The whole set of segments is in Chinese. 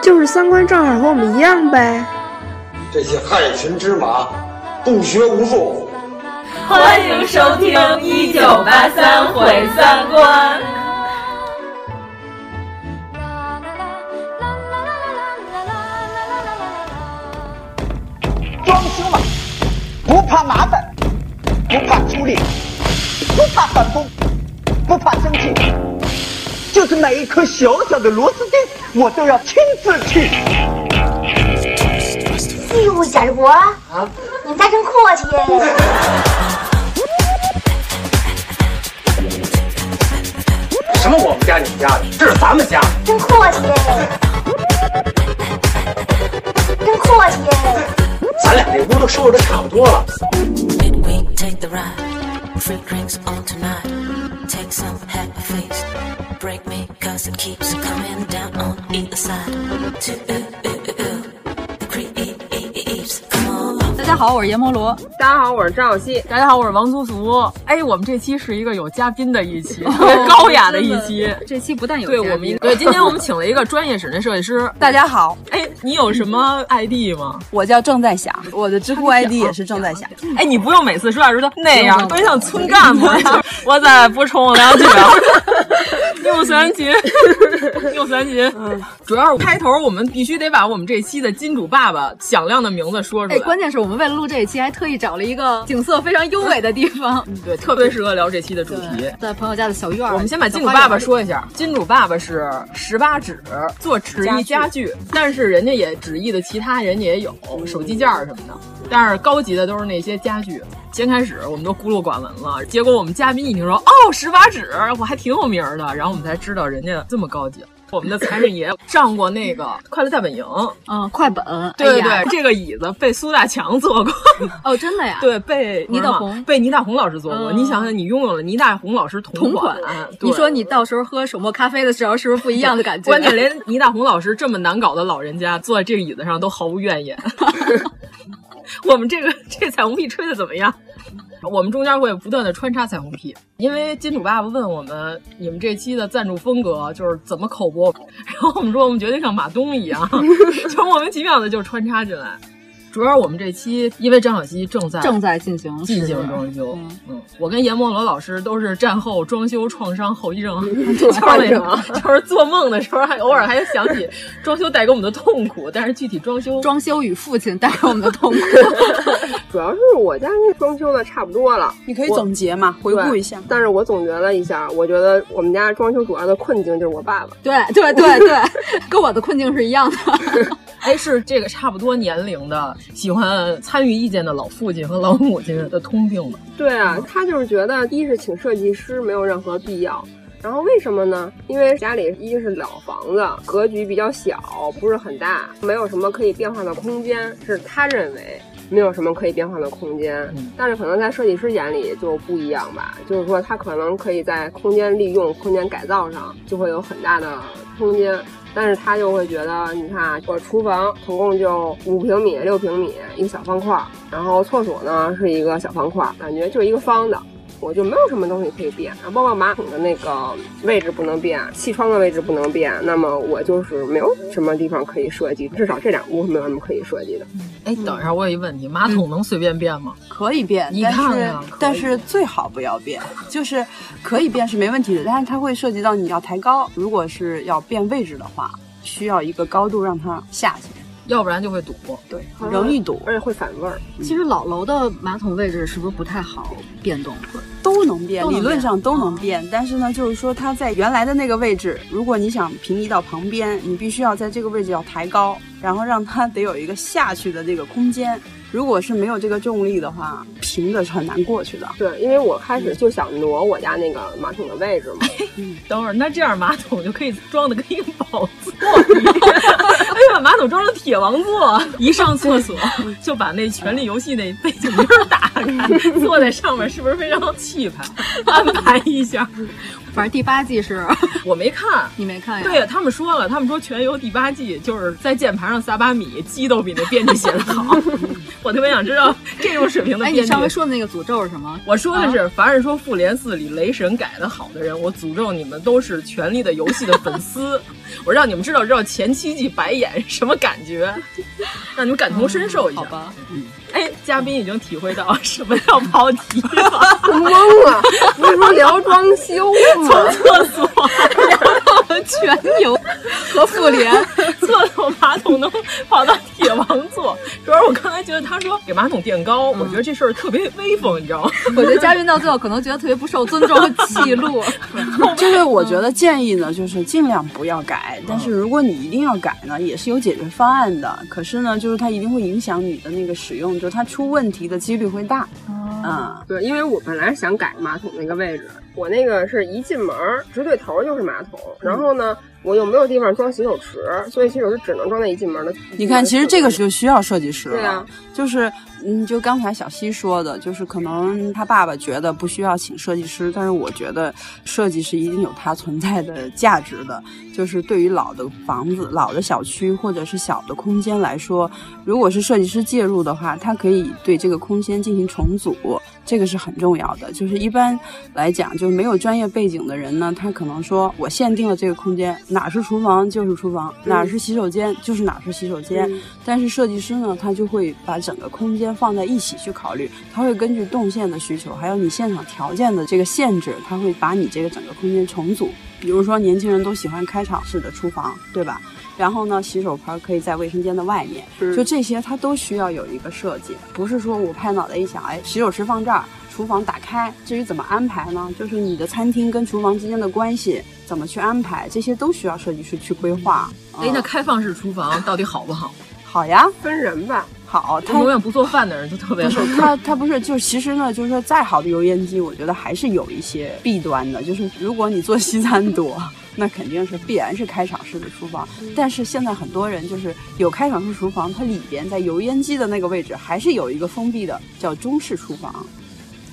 就是三观正好和我们一样呗。这些害群之马，不学无术。欢迎收听《一九八三毁三观》。装修嘛，不怕麻烦，不怕出力，不怕返工，不怕生气，就是那一颗小小的螺丝钉，我都要亲自去。哎呦，贾志国，啊，你们家真阔气耶！什么我们家你们家的，这是咱们家，真阔气耶！真阔气耶！咱俩这屋都收拾的差不多了。大家好，我是阎摩罗。大家好，我是张小希。大家好，我是王苏苏。哎，我们这期是一个有嘉宾的一 期，特别高雅的一哦期。这期不但有对我们对，今天我们请了一个专业室内设计师。 大家好，哎，你有什么 ID 吗？我叫郑在霞，我的知乎 ID 也是郑在霞。哎，你不用每次说话时都那样，都像村 干部。我在补充两句， 用三级， 用三级。嗯主要是开头我们必须得把我们这期的金主爸爸响亮的名字说出来。哎关键是我们为了录这一期，还特意找了一个景色非常优美的地方。对，特别适合聊这期的主题，嗯在朋友家的小院儿。我们先把金主爸爸说一下，金主爸爸是十八指做纸艺家具，但是人家也纸艺的其他人也有手机架什么的，但是高级的都是那些家具。先开始我们都孤陋寡闻了，结果我们嘉宾一听说哦十八指，我还挺有名的，然后我们才知道人家这么高级。我们的财神爷上过那个《快乐大本营》嗯，快本，对对对，这个椅子被苏大强坐过，哦，真的呀？对，被倪大红，嗯被倪大红老师坐过。你想想，你拥有了倪大红老师同啊款，你说你到时候喝手磨咖啡的时候，是不是不一样的感觉？关键连倪大红老师这么难搞的老人家坐在这个椅子上都毫无怨 言。我们这个这彩虹屁吹的怎么样？我们中间会不断的穿插彩虹屁，因为金主爸爸问我们，你们这期的赞助风格就是怎么口播， 然后我们说我们决定像马东 一样，就莫名其妙的就穿插进来。主要我们这期因为张小希正在 正在进行进行装修，嗯,嗯，我跟阎摩罗老师都是战后装修创伤后遗症，嗯 就是那种就是做梦的时候还偶尔还想起装修带给我们的痛苦，但是具体装修装修与父亲带给我们的痛苦，主要是我家装修的差不多了，你可以总结嘛，回顾一下。但是我总结了一下，我觉得我们家装修主要的困境就是我爸爸，对对对对，跟我的困境是一样的。哎，是这个差不多年龄的。喜欢参与意见的老父亲和老母亲的通病吧？对啊，他就是觉得，一是请设计师没有任何必要，然后为什么呢？因为家里一是老房子，格局比较小，不是很大，没有什么可以变化的空间，是他认为没有什么可以变化的空间。嗯、但是可能在设计师眼里就不一样吧，就是说他可能可以在空间利用、空间改造上就会有很大的空间。但是他又会觉得，你看我厨房总共就五平米、六平米一个小方块，然后厕所呢是一个小方块，感觉就是一个方的，我就没有什么东西可以变。然后包括马桶的那个位置不能变，气窗的位置不能变，那么我就是没有什么地方可以设计，至少这两屋没有什么可以设计的。哎，等一嗯下，我有一问题，马桶能随便变吗？可以变，你看看，但是最好不要变，就是可以变是没问题的，但是它会涉及到你要抬高，如果是要变位置的话，需要一个高度让它下去，要不然就会堵，对，容易堵，而且会反味儿。其实老楼的马桶位置是不是不太好变动？都能变，嗯理论上都能变，但是呢，就是说它在原来的那个位置，如果你想平移到旁边，你必须要在这个位置要抬高。然后让它得有一个下去的这个空间。如果是没有这个重力的话，平着是很难过去的。对，因为我开始就想挪我家那个马桶的位置 嘛。嗯、等会儿，那这样马桶就可以装的跟一个宝座一样， 哎呀，把马桶装成铁王座，一上厕所就把那《权力游戏》那背景音打开，坐在上面是不是非常气派？安排一下。反正第八季是我没看，你没看呀？对他们说了，他们说《全游》第八季就是在键盘上撒把米，鸡都比那编剧写的 好。我特别想知道这种水平的编剧。哎，你上回说的那个诅咒是什么？啊我说的是，凡是说《复联四》里雷神改的好的人，我诅咒你们都是《权力的游戏》的粉 丝。我让你们知道知道前七季白眼什么感觉，让你们感同身受一下。嗯、好吧，嗯。哎，嘉宾已经体会到什么叫跑题了，懵了、啊，不是说聊装修吗？从厕所聊到了全游和妇联，厕所马桶能跑到铁王座。主要是我刚才觉得他说给马桶垫高，嗯、我觉得这事儿特别威风，你知道吗？ 我觉得嘉宾到最后可能觉得特别不受尊重和记录。就是我觉得建议呢，就是尽量不要改，但是如果你一定要改呢，也是有解决方案的。可是呢，就是它一定会影响你的那个使用。就它出问题的几率会大，嗯，对，因为我本来想改马桶那个位置，我那个是一进门直对头就是马桶，嗯然后呢，我又没有地方装洗手池，所以洗手池只能装在一进门的。你看，其实这个就需要设计师了，对啊，就是嗯，就刚才小西说的，就是可能他爸爸觉得不需要请设计师，但是我觉得设计是一定有它存在的价值的，就是对于老的房子、老的小区或者是小的空间来说，如果是设计师介入的话，他可以对这个空间进行重组，这个是很重要的。就是一般来讲，就是没有专业背景的人呢，他可能说我限定了这个空间，哪是厨房就是厨房，哪是洗手间就是哪是洗手间。嗯、但是设计师呢，他就会把整个空间放在一起去考虑，他会根据动线的需求，还有你现场条件的这个限制，他会把你这个整个空间重组。比如说，年轻人都喜欢开场式的厨房，对吧？然后呢，洗手盆可以在卫生间的外面，就这些，它都需要有一个设计，不是说我拍脑袋一想，哎，洗手池放这儿，厨房打开。至于怎么安排呢？就是你的餐厅跟厨房之间的关系怎么去安排，这些都需要设计师去规划。哎，那开放式厨房到底好不好？好呀，分人吧。好，他永远不做饭的人就特别好。他他不是，就是其实呢，就是说再好的油烟机，我觉得还是有一些弊端的。就是如果你做西餐多，那肯定是必然是开场式的厨房。但是现在很多人就是有开场式厨房，它里边在油烟机的那个位置还是有一个封闭的，叫中式厨房。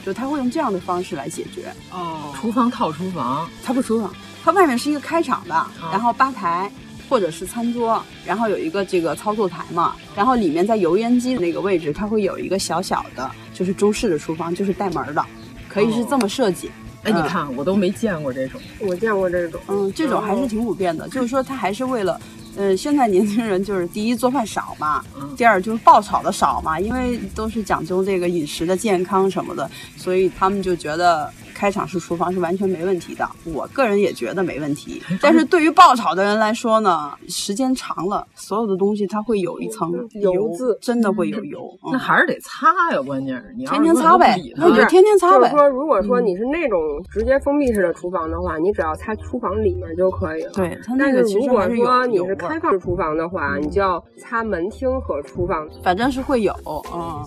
就他会用这样的方式来解决。哦， 厨房套厨房，它不厨房，它外面是一个开场的，哦、然后吧台。或者是餐桌，然后有一个这个操作台嘛，然后里面在油烟机那个位置，它会有一个小小的，就是中式的厨房，就是带门的，可以是这么设计。哎、哦，你看我都没见过这种，我见过这种，嗯，这种还是挺普遍的，哦、就是说它还是为了。嗯，现在年轻人就是第一做饭少嘛，嗯第二就是爆炒的少嘛，因为都是讲究这个饮食的健康什么的，所以他们就觉得开场式厨房是完全没问题的。我个人也觉得没问题，但是对于爆炒的人来说呢，时间长了，所有的东西它会有一层嗯油渍，真的会有油。嗯、那还是得擦呀，关键是你天天擦呗，那你就天天擦呗。嗯就是说，如果说你是那种直接封闭式的厨房的话，嗯、你只要擦厨房里面就可以了。对，它那个其实还是有。但是如果说你是开放式厨房的话，你就要擦门厅和厨房，反正是会有，嗯。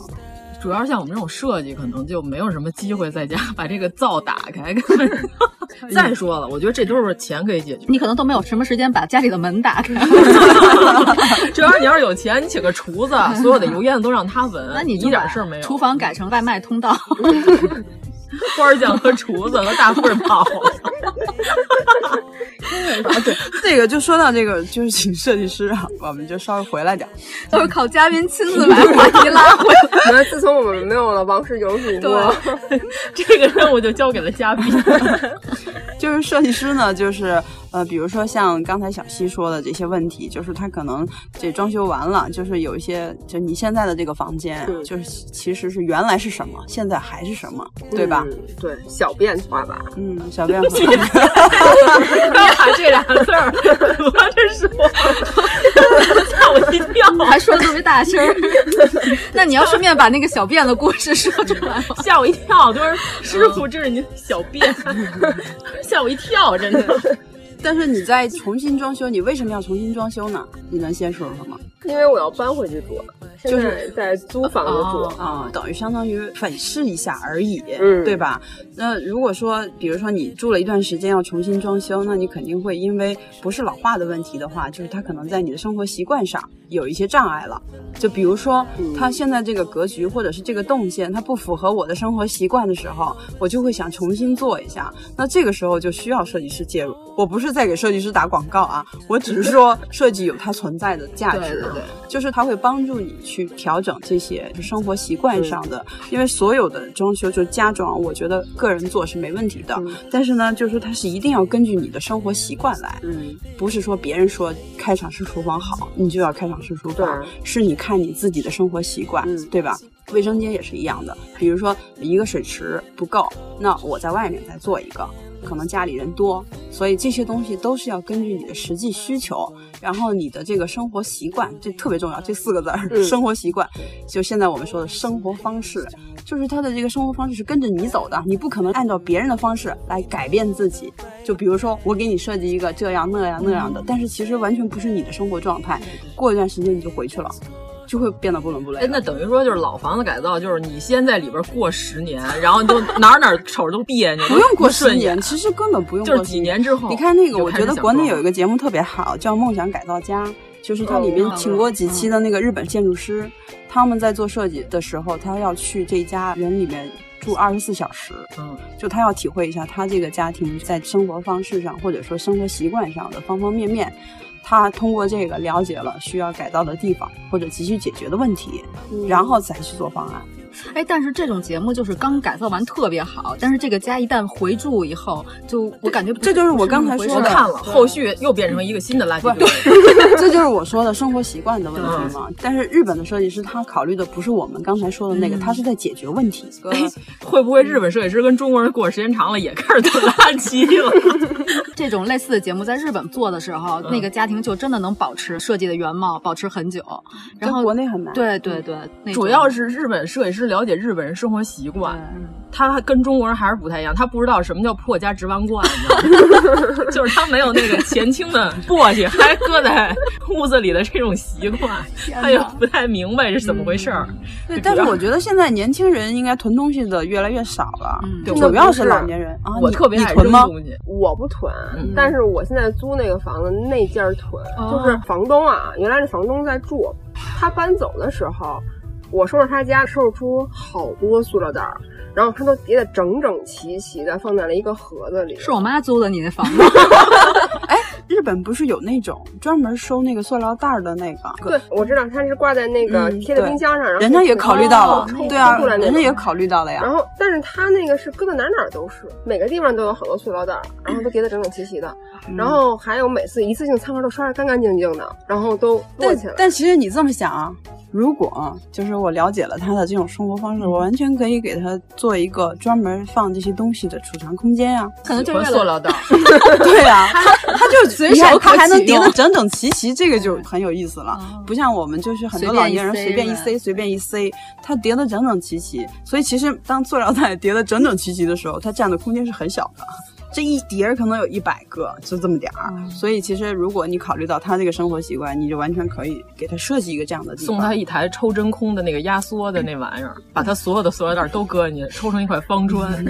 主要是像我们这种设计，可能就没有什么机会在 家把这个灶打开。看再说了，我觉得这都是钱可以解决。你可能都没有什么时间把家里的门 打开。主要是你要是有钱，你请个厨子，所有的油烟子都让他 闻，那你一点事儿没有。厨房改成外卖通 道。花匠和厨子和大富人跑 了。 啊，对，这个就说到这个，就是请设计师啊，我们就稍微回来点，就是靠嘉宾亲自把话题拉回 来。因为自从我们没有了王室有主播， 这个任务就交给了嘉宾。就是设计师呢，就是呃，比如说像刚才小西说的这些问题，就是他可能这装修完了，就是有一些，就你现在的这个房间，就是其实是原来是什么，现在还是什么，对吧？嗯、对，小变化吧。嗯，小变化。 把这俩字儿合着说，吓我一跳， 还说的特别大声。 那你要顺便把那个小便的故事说出来吗？吓我一嗯 跳，就是师傅，这是您小便，吓我一跳，真的。但是你在重新装修，你为什么要重新装修呢？你能先说说吗？因为我要搬回去住，就现在是在租房子住啊、等于相当于粉饰一下而已，嗯对吧？那如果说，比如说你住了一段时间要重新装修，那你肯定会因为不是老化的问题的话，就是它可能在你的生活习惯上有一些障碍了。就比如说，嗯它现在这个格局或者是这个动线，它不符合我的生活习惯的时候，我就会想重新做一下。那这个时候就需要设计师介入。我不是在给设计师打广告啊，我只是说设计有它存在的 价值，对对对就是它会帮助你去调整这些生活习惯上的，因为所有的装修就是家装，我觉得个人做是没问题的，嗯但是呢，就是说它是一定要根据你的生活习惯来，嗯，不是说别人说开场式厨房好，你就要开场式厨房，是你看你自己的生活习惯，嗯对吧？卫生间也是一样的，比如说一个水池不够，那我在外面再做一个，可能家里人多，所以这些东西都是要根据你的实际需求，然后你的这个生活习惯，这特别重要，这四个字儿，嗯生活习惯，就现在我们说的生活方式，就是 他的这个生活方式是跟着你走的，你不可能按照别人的方式来改变自己。就比如说我给你设计一个这样那样那样的，但是其实完全不是你的生活状态，过一段时间你就回去了，就会变得不伦不类哎，。那等于说就是老房子改造，就是你先在里边过十年，然后你就哪儿哪儿瞅着都别扭，不用过十顺眼年，其实根本不用就是过几十年之哦后你看那个，就我开觉始得想国内装有一个节目特别好，叫《梦想改造家》，就是它里面哦请过几嗯期的那个日本建筑师， 他们在做设计的时候，他要去这家人里面住二十四小时，嗯，就他要体会一下他这个家庭在生活方式上，或者说生活习惯上的方方面面。他通过这个了解了需要改造的地方或者急需解决的问题，然后再去做方案。哎，但是这种节目就是刚改造完特别好，但是这个家一旦回住以后，就我感觉不这就是我不那刚么才回说事的，儿后续又变成一个新的垃圾堆。 嗯这就是我说的生活习惯的问题嘛。但是日本的设计师他考虑的不是我们刚才说的那个，他是在解决问题。嗯哎，会不会日本设计师跟中国人过时间长了也开始做垃圾了？这种类似的节目在日本做的时候，嗯那个家庭就真的能保持设计的原貌，保持很久。然后国内很难。 对对对，那主种要是日本设计师了解日本人生活习惯，嗯他跟中国人还是不太一样，他不知道什么叫破家值万贯，你知道吗 就是他没有那个前清的簸箕还搁在屋子里的这种习惯，哪嗯他也不太明白是怎么回事儿。对，但是我觉得现在年轻人应该囤东西的越来越少了，嗯对主要我是老年人嗯啊。我你特别你爱囤扔吗？东西我不囤，但是我现在租那个房子那家儿囤，哦就是房东啊，原来是房东在住，他搬走的时候，我收拾他家，收拾出好多塑料袋儿，然后他都叠得整整齐齐的，放在了一个盒子里。是我妈租的你那 房子，日本不是有那种专门收那个塑料袋儿的那个？对，我知道它是挂在那个嗯贴在对冰箱上，然后人家也考虑哦到了抽，抽对啊，出来那人家种也考虑到了呀。然后，但是他那个是搁到哪儿哪儿都是，每个地方都有好多塑料袋儿，然后都叠得整整齐齐的，嗯然后还有每次一次性餐盒都刷得干干净净的，然后都摞但起来。但其实你这么想啊，如果啊就是我了解了他的这种生活方式，我完全可以给他做一个专门放这些东西的储藏空间啊呀、可能就喜为欢了塑料袋儿，对呀、他他就随你看手可他还能取叠用得整整齐齐，这个就很有意思了。不像我们就是很多老年人随随便便一一塞，随便一塞，他叠得整整齐齐。所以其实当塑料袋叠得整整齐齐的时候，它占的空间是很小的。这一叠儿可能有一百个，就这么点儿。所以其实如果你考虑到他这个生活习惯，你就完全可以给他设计一个这样的地方。送他一台抽真空的那个压缩的那玩意儿，把他所有的塑料袋儿都搁进去，抽成一块方砖，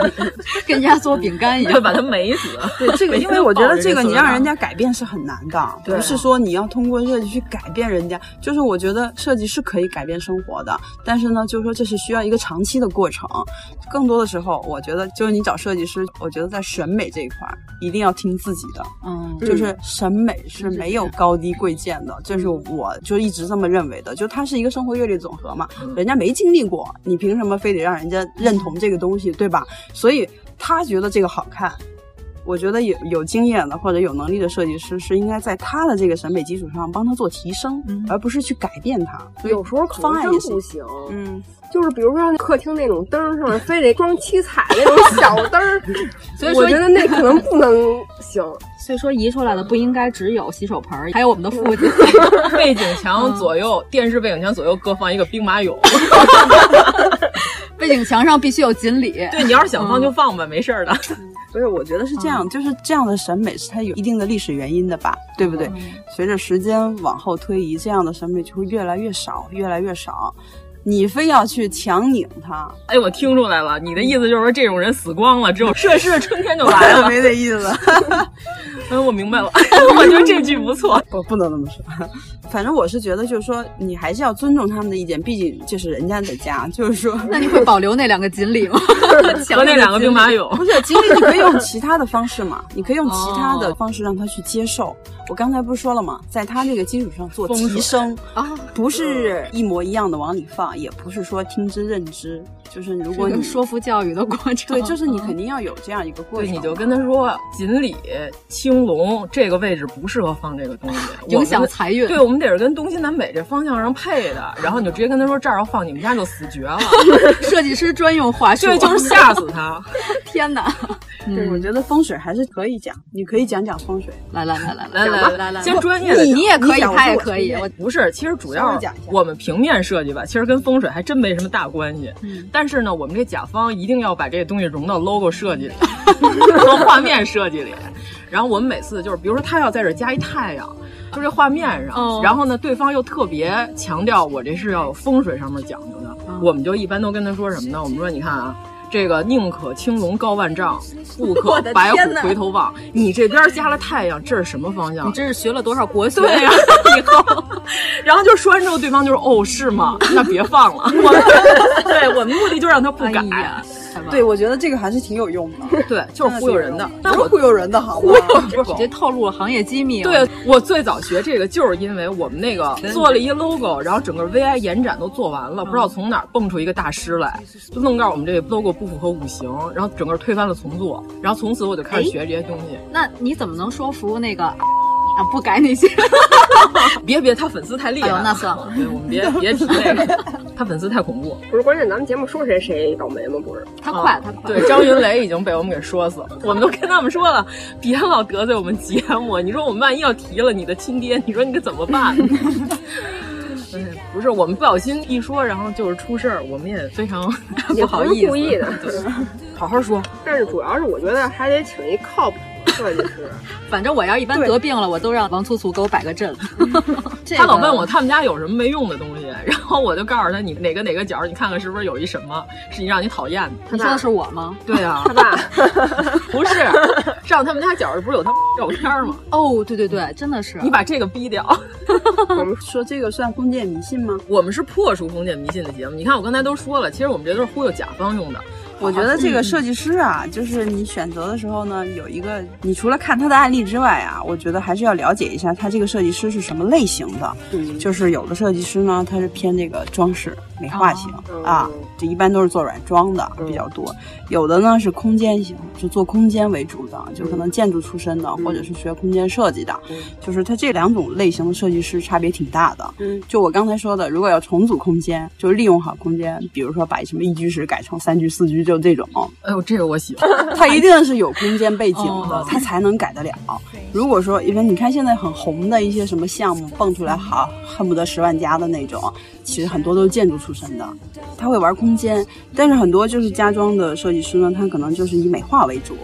跟压缩饼干一要样，把它美死。对这个，每天因为我觉抱得着这个你塑料袋让儿人家改变是很难的，对不是说你要通过设计去改变人家。就是我觉得设计是可以改变生活的，但是呢，就是说这是需要一个长期的过程。更多的时候，我觉得就是你找设计师，我觉得在审美这一块儿一定要听自己的，嗯，就是审美是没有高低贵贱的，这是我就一直这么认为的。就它是一个生活阅历总和嘛，人家没经历过，你凭什么非得让人家认同这个东西，对吧？所以他觉得这个好看。我觉得有有经验的或者有能力的设计师是应该在他的这个审美基础上帮他做提升，而不是去改变他。所以有时候可方能案真也是不行，嗯，就是比如说客厅那种灯儿上面非得装七彩那种小 灯儿所以说我觉得那可能不能行。所以说移出来的不应该只有洗手盆儿，还有我们的父亲。 背景墙左右，电视背景墙左右各放一个兵马俑。背景墙上必须有锦鲤。 对你要是想放就放吧，没事儿的。 嗯所以我觉得嗯是这样，就是这样的审美是它有一定的历史原因的吧，对不对？嗯随着时间往后推移，这样的审美就会越来越少，越来越少。你非要去强拧它，哎，我听出来了，你的意思就是说这种人死光了，只有涉世的春天就来 了，没这意 思。哎，我 明白了，我觉得这句不错。不，不能那么说。反正我是觉得，就是说你还是要尊重他们的意见，毕竟这是人家的家。就是说，那你会保留那两个锦鲤 吗？和那两个兵马俑？ 不是锦鲤，你可以用其他的方式嘛，你可以用其他哦的方式让他去接受。我刚才不是说了吗？在他这个基础上做提升啊，不是嗯一模一样的往里放，也不是说听之任之，就是如 果你说服教育的过程，对，就是你肯定要有这样一个过程。对，你就跟他说，锦鲤、青龙这个位置不适合放这个东西，影响财运。对，我们得是跟东西南北这方向上配的，然后你就直接跟他说这儿要放，你们家就死 绝了。 设计师专用话术，啊对，就是吓死他。天哪！对，我觉得风水还是可以讲，你可以讲讲风水。来来 来来来来来来，先专业的，你也可以，他也可以。我不是，其实主要我们平面设计吧，其实跟风水还真没什么大关系。嗯但是呢，我们这甲方一定要把这个东西融到 logo 设 计里和画面设计里。然后我们每次就是，比如说他要在这加一太阳。就这画面上，哦、然后呢，对方又特别强调我这是要有风水上面讲究的，哦嗯、我们就一般都跟他说什么呢？我们说，你看啊，这个宁可青龙高万丈，不可白虎回头望。你这边加了太阳，这是什么方向？你这是学了多少国学呀、啊？ 以后，然后就说完之后，对方就说：“哦，是 吗？那别放了。”我们 对我们目的就让他不改。哎对，我觉得这个还是挺有用的。对，就是忽悠人哎的，但我忽悠人的好吗？直接透露了行业机密。对我最早学这个，就是因为我们那个做了一 logo，然后整个 VI 延展都做完了，不知嗯道从哪儿蹦出一个大师来，就弄告诉我们这个 logo 不符合五行，然后整个推翻了重做，然后从此我就哎开始学这些东西。那你怎么能说服那个？啊，不改那些，别别，他粉丝太厉害了，哎那算了，对，我们别别提这 个，他粉丝太恐怖。不是，关键咱们节目说谁谁倒霉吗？不是，他快，他快。对， 张云雷已经被我们给说死了，我们都跟他们说了，别老得罪我们节目。你说我们万一要提了你的亲爹，你说你可怎么办？ 嗯不是，我们不小心一说，然后就是出事儿，我们也非常 不好意思，故意的， 好好说。但是主要是我觉得还得请一靠谱。设计师，反正我要一般得病了，我都让王粗粗给我摆个阵。他老问我他们家有什么没用的东西，然后我就告诉他你哪个哪个角，你看看是不是有一什么是你让你讨厌的。你说的是我吗？对啊，他爸不 是上他们家角不是有他照片吗？哦，对对对，真的是。你把这个逼掉。我们 说这个算封建迷信吗？我们是破除封建迷信的节目。你看我刚才都说了，其实我们这都是忽悠甲方用的。我觉得这个设计师啊，就是你选择的时候呢，有一个，你除了看他的案例之外啊，我觉得还是要了解一下他这个设计师是什么类型的。嗯，就是有的设计师呢，他是偏这个装饰美化型啊，这一般都是做软装的嗯比较多。有的呢是空间型，是做空间为主的，嗯就可能建筑出身的，或者是学空间设计的。就是他这两种类型的设计师差别挺大的。嗯，就我刚才说的，如果要重组空间，就利用好空间，比如说把什么一居室改成三居、四居。就这种，哎呦，这个我喜欢。 它一定是有空间背景的，它才能改得了。如果说，因为你看现在很红的一些什么项目蹦出来好，好恨不得十万加的那种，其实很多都是建筑出身的，他会玩空间。但是很多就是家装的设计师呢，他可能就是以美化为主。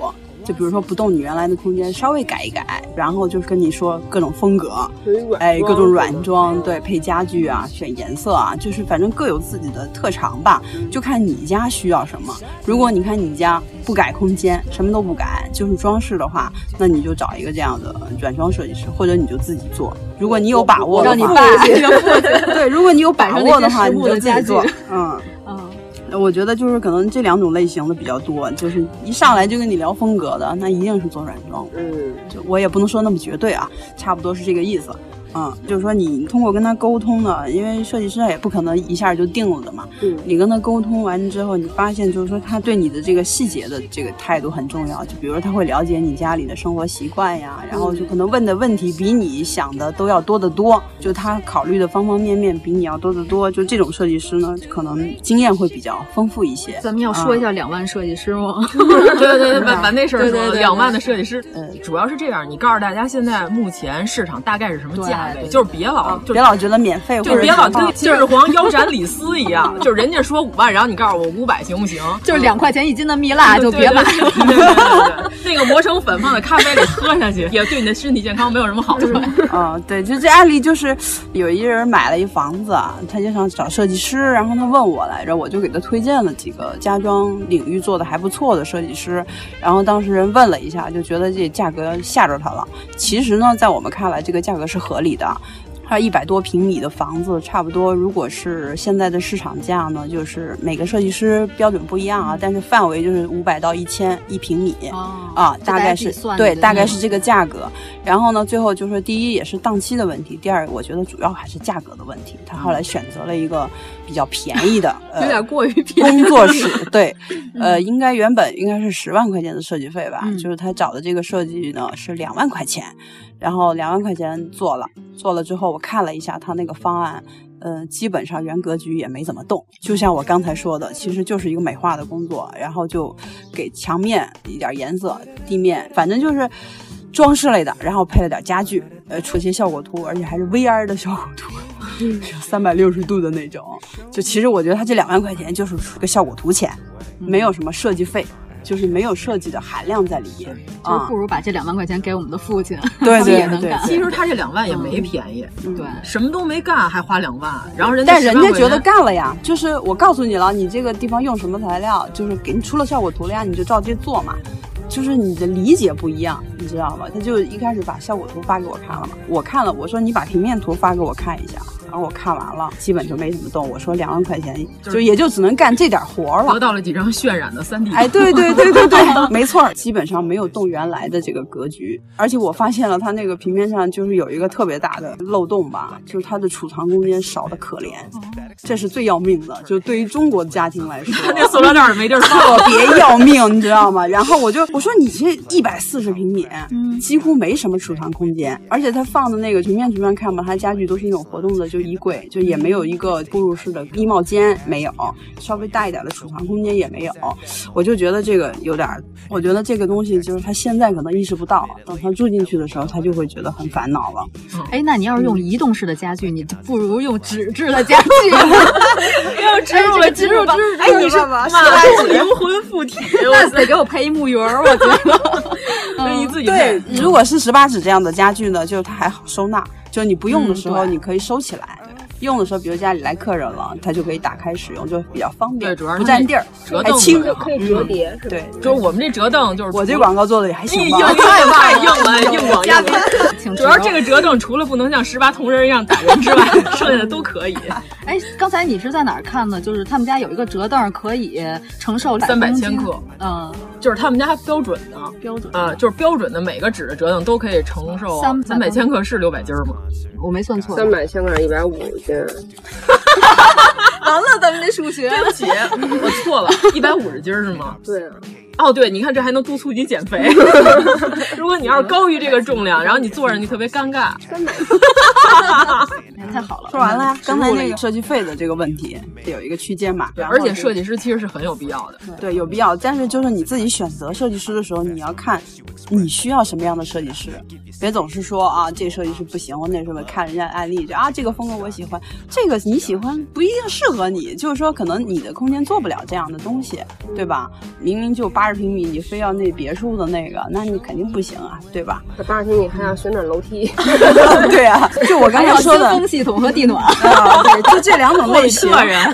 就比如说不动你原来的空间，稍微改一改，然后就是跟你说各种风格，哎，各种软装，对，配家具啊，选颜色啊，就是反正各有自己的特长吧，就看你家需要什么。如果你看你家不改空间，什么都不改，就是装饰的话，那你就找一个这样的软装设计师，或者你就自己做。如果你有把握的话，让你爸 对，如果你有把握的话，你就自己做，嗯。我觉得就是可能这两种类型的比较多，就是一上来就跟你聊风格的，那一定是做软装。嗯，就我也不能说那么绝对啊，差不多是这个意思。嗯，就是说你通过跟他沟通的，因为设计师也不可能一下就定了的嘛。嗯，你跟他沟通完之后，你发现就是说他对你的这个细节的这个态度很重要。就比如他会了解你家里的生活习惯呀，然后就可能问的问题比你想的都要多得多，就他考虑的方方面面比你要多得多。就这种设计师呢，可能经验会比较丰富一些。咱们要说一下两万设计师吗？对对对，把把那事儿说了。两万的设计师，嗯，主要是这样，你告诉大家现在目前市场大概是什么价。哎，对，就是别老别老觉得免费，就别老跟秦始皇腰斩李斯一样，就是人家说五万，然后你告诉我五百行不行？ 就是两块钱一斤的蜜蜡就别买了，那个磨成粉放在咖啡里喝下去，也对你的身体健康没有什么好处。嗯，对，就这案例就是有一人买了一房子，啊他就想找设计师，然后他问我来着，我就给他推荐了几个家装领域做的还不错的设计师，然后当时人问了一下，就觉得这价格吓着他了。其实呢，在我们看来，这个价格是合理的。它一百多平米的房子，差不多如果是现在的市场价呢，就是每个设计师标准不一样啊，但是范围就是五百到一千一平米、哦、啊，大概是对，大概是这个价格。然后呢，最后就说第一也是档期的问题，第二我觉得主要还是价格的问题。他后来选择了一个比较便宜的，呃、有点过于便宜工作室，对，呃，应该原本应该是十万块钱的设计费吧，嗯、就是他找的这个设计呢是两万块钱。然后两万块钱做了，做了之后我看了一下他那个方案，嗯、呃，基本上原格局也没怎么动，就像我刚才说的，其实就是一个美化的工作，然后就给墙面一点颜色，地面反正就是装饰类的，然后配了点家具，呃，出些效果图，而且还是 VR 的效果图，嗯三百六十度的那种。就其实我觉得他这两万块钱就是个效果图钱，没有什么设计费。就是没有设计的含量在里面，就是不如把这两万块钱给我们的父亲，对对也能干。其实他这两万也没便嗯宜，对，什么都没干还花两万，然后人但人家觉得干了呀，就是我告诉你了，你这个地方用什么材料，就是给你出了效果图了呀，你就照这做嘛。就是你的理解不一样，你知道吗？他就一开始把效果图发给我看了嘛，我看了，我说你把平面图发给我看一下，然后我看 完了，基本就没怎么动。我说两万块钱就也就只能干这点活了，得到了几张渲染的三 D。哎，对对对对对，没错，基本上没有动原来的这个格局。而且我发现了，它那个平面上就是有一个特别大的漏洞吧，就是它的储藏空间少的可怜，这是最要命的。就对于中国的家庭来说，那塑料袋没地儿 哎放，特别要命，你知道吗？然后我就。我说你这一百四十平米，嗯几乎没什么储藏空间，而且他放的那个平面图上看吧，他家具都是那种活动的，就衣柜，就也没有一个步入式的衣帽间，没有，稍微大一点的储藏空间也没有。我就觉得这个有点，我觉得这个东西就是他现在可能意识不到，等他住进去的时候，他就会觉得很烦恼了。哎，那你要是用移动式的家具，你不如用纸质的家具，用植入了植入植入，哎，你说嘛，灵魂 附体，那得给我配一木鱼儿。我觉得， 嗯那你自己对，如果是十八指这样的家具呢，就是它还好收纳，就是你不用的嗯时候你可以收起来，用的时候，比如家里来客人了，它就可以打开使用，就比较方便，对，主要不占地儿，还轻，可以折叠，对，就是我们这折凳就是我这广告做的也还行吧，太硬 了，硬广硬广，主要这个折凳除了不能像十八铜人一样打人之外，剩下的都 可以。哎，刚才你是在哪儿看的？就是他们家有一个折凳可以承受三百千克，嗯。就是他们家标准的，标准啊，就是标准的每个纸的折凳都可以承受三三百千克是六百斤吗？我没算错，三百千克一百五十斤。完了，咱们这数学，对不起，我错了，一百五十斤是吗？对啊。哦，对，你看这还能督促你减 肥。如果你要是高于这个重量，然后你坐上去特别尴尬。太好了，说完了。刚才那个设计费的这个问题，有一个区间嘛。对，而且设计师其实是很有必要的。对，有必要。但是就是你自己选择设计师的时候，你要看你需要什么样的设计师，别总是说啊这设计师不行，那什么看人家案例，啊这个风格我喜欢，这个你喜欢不一定适合你，就是说可能你的空间做不了这样的东西，对吧？明明就八。八十平米，你非要那别墅的那个，那你肯定不行啊，对吧？八十平米还要旋转楼梯， 对啊，就我刚哎才说的风系统和地暖，嗯啊，对，就这两种类型。人，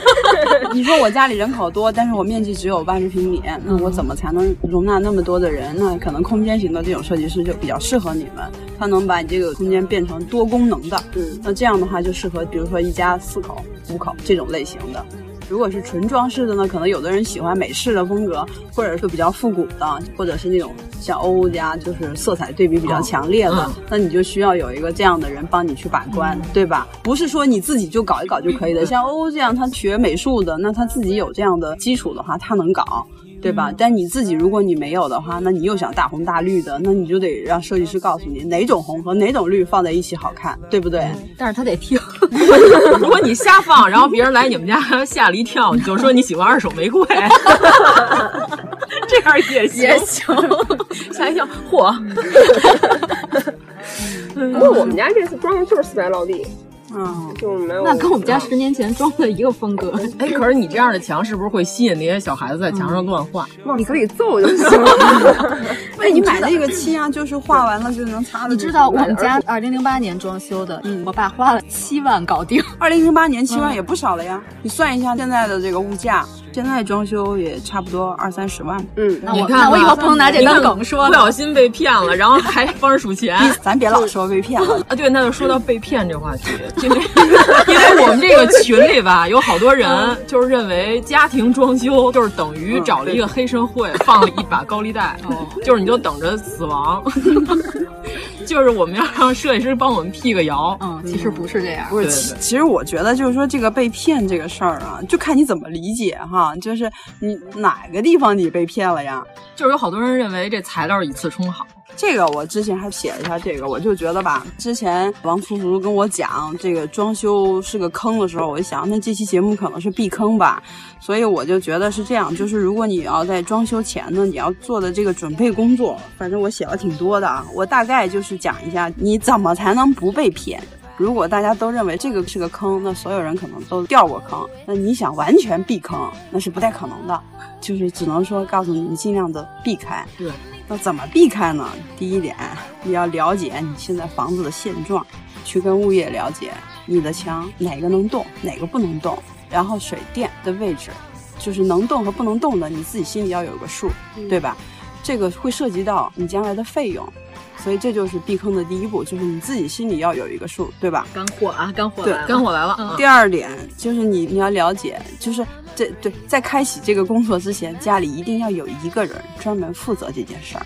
你说我家里人口多，但是我面积只有八十平米，那我怎么才能容纳那么多的人？那可能空间型的这种设计师就比较适合你们，他能把你这个空间变成多功能的。嗯，那这样的话就适合，比如说一家四口、五口这种类型的。如果是纯装饰的呢，可能有的人喜欢美式的风格，或者是比较复古的，或者是那种像欧家，就是色彩对比比较强烈的，哦嗯、那你就需要有一个这样的人帮你去把关，嗯、对吧？不是说你自己就搞一搞就可以的。嗯、像欧这样，他学美术的，那他自己有这样的基础的话，他能搞。对吧？但你自己如果你没有的话，那你又想大红大绿的，那你就得让设计师告诉你哪种红和哪种绿放在一起好看，对不对？但是他得听。如果你瞎放，然后别人来你们家 吓了一跳，你就说你喜欢二手玫瑰， 这样 也行，也行，吓一跳，嚯！不过我们家这次装的就是四白落地，嗯，就是没有。啊那跟我们家十年前装的一个风格。哎，可是你这样的墙是不是会吸引那些小孩子在墙上乱画？你可以揍就行 了。那你买那个漆啊，就是画完了就能擦的。你知道我们家二零零八年装修的，嗯，我爸花了七万搞定。二零零八年七嗯万也不少了呀，你算一下现在的这个物价，现在装修也差不多二三十万。嗯，那我看吧那我以后不能拿这当梗说不小心被骗了，然后还帮着数钱。咱别老说被 骗了。啊，对，那就说到被骗这话题，因 为因为我们这个群里吧，有好多人就是认为家庭装修就是等于找了一个黑社会，放了一把高利贷，就是你就等着死亡。 就是我们要让设计师帮我们辟个谣，嗯，其实不是这样。不是，对其对其实我觉得就是说这个被骗这个事儿啊，就看你怎么理解哈，就是你哪个地方你被骗了呀？就是有好多人认为这材料一次充好，这个我之前还写了一下，这个我就觉得吧，之前王苏苏跟我讲这个装修是个坑的时候，我就想，那这期节目可能是避坑吧，所以我就觉得是这样，就是如果你要在装修前呢，你要做的这个准备工作，反正我写了挺多的啊，我大概就是讲一下你怎么才能不被骗。如果大家都认为这个是个坑，那所有人可能都掉过坑，那你想完全避坑，那是不太可能的，就是只能说告诉你，你尽量的避开。对，那怎么避开呢？第一点，你要了解你现在房子的现状，去跟物业了解你的墙哪个能动，哪个不能动，然后水电的位置，就是能动和不能动的，你自己心里要有个数，对吧？这个会涉及到你将来的费用，所以这就是避坑的第一步，就是你自己心里要有一个数，对吧？干货啊，干货对来了，干货来了。嗯第二点就是你你要了解，就是这对在开启这个工作之前，家里一定要有一个人专门负责这件事儿。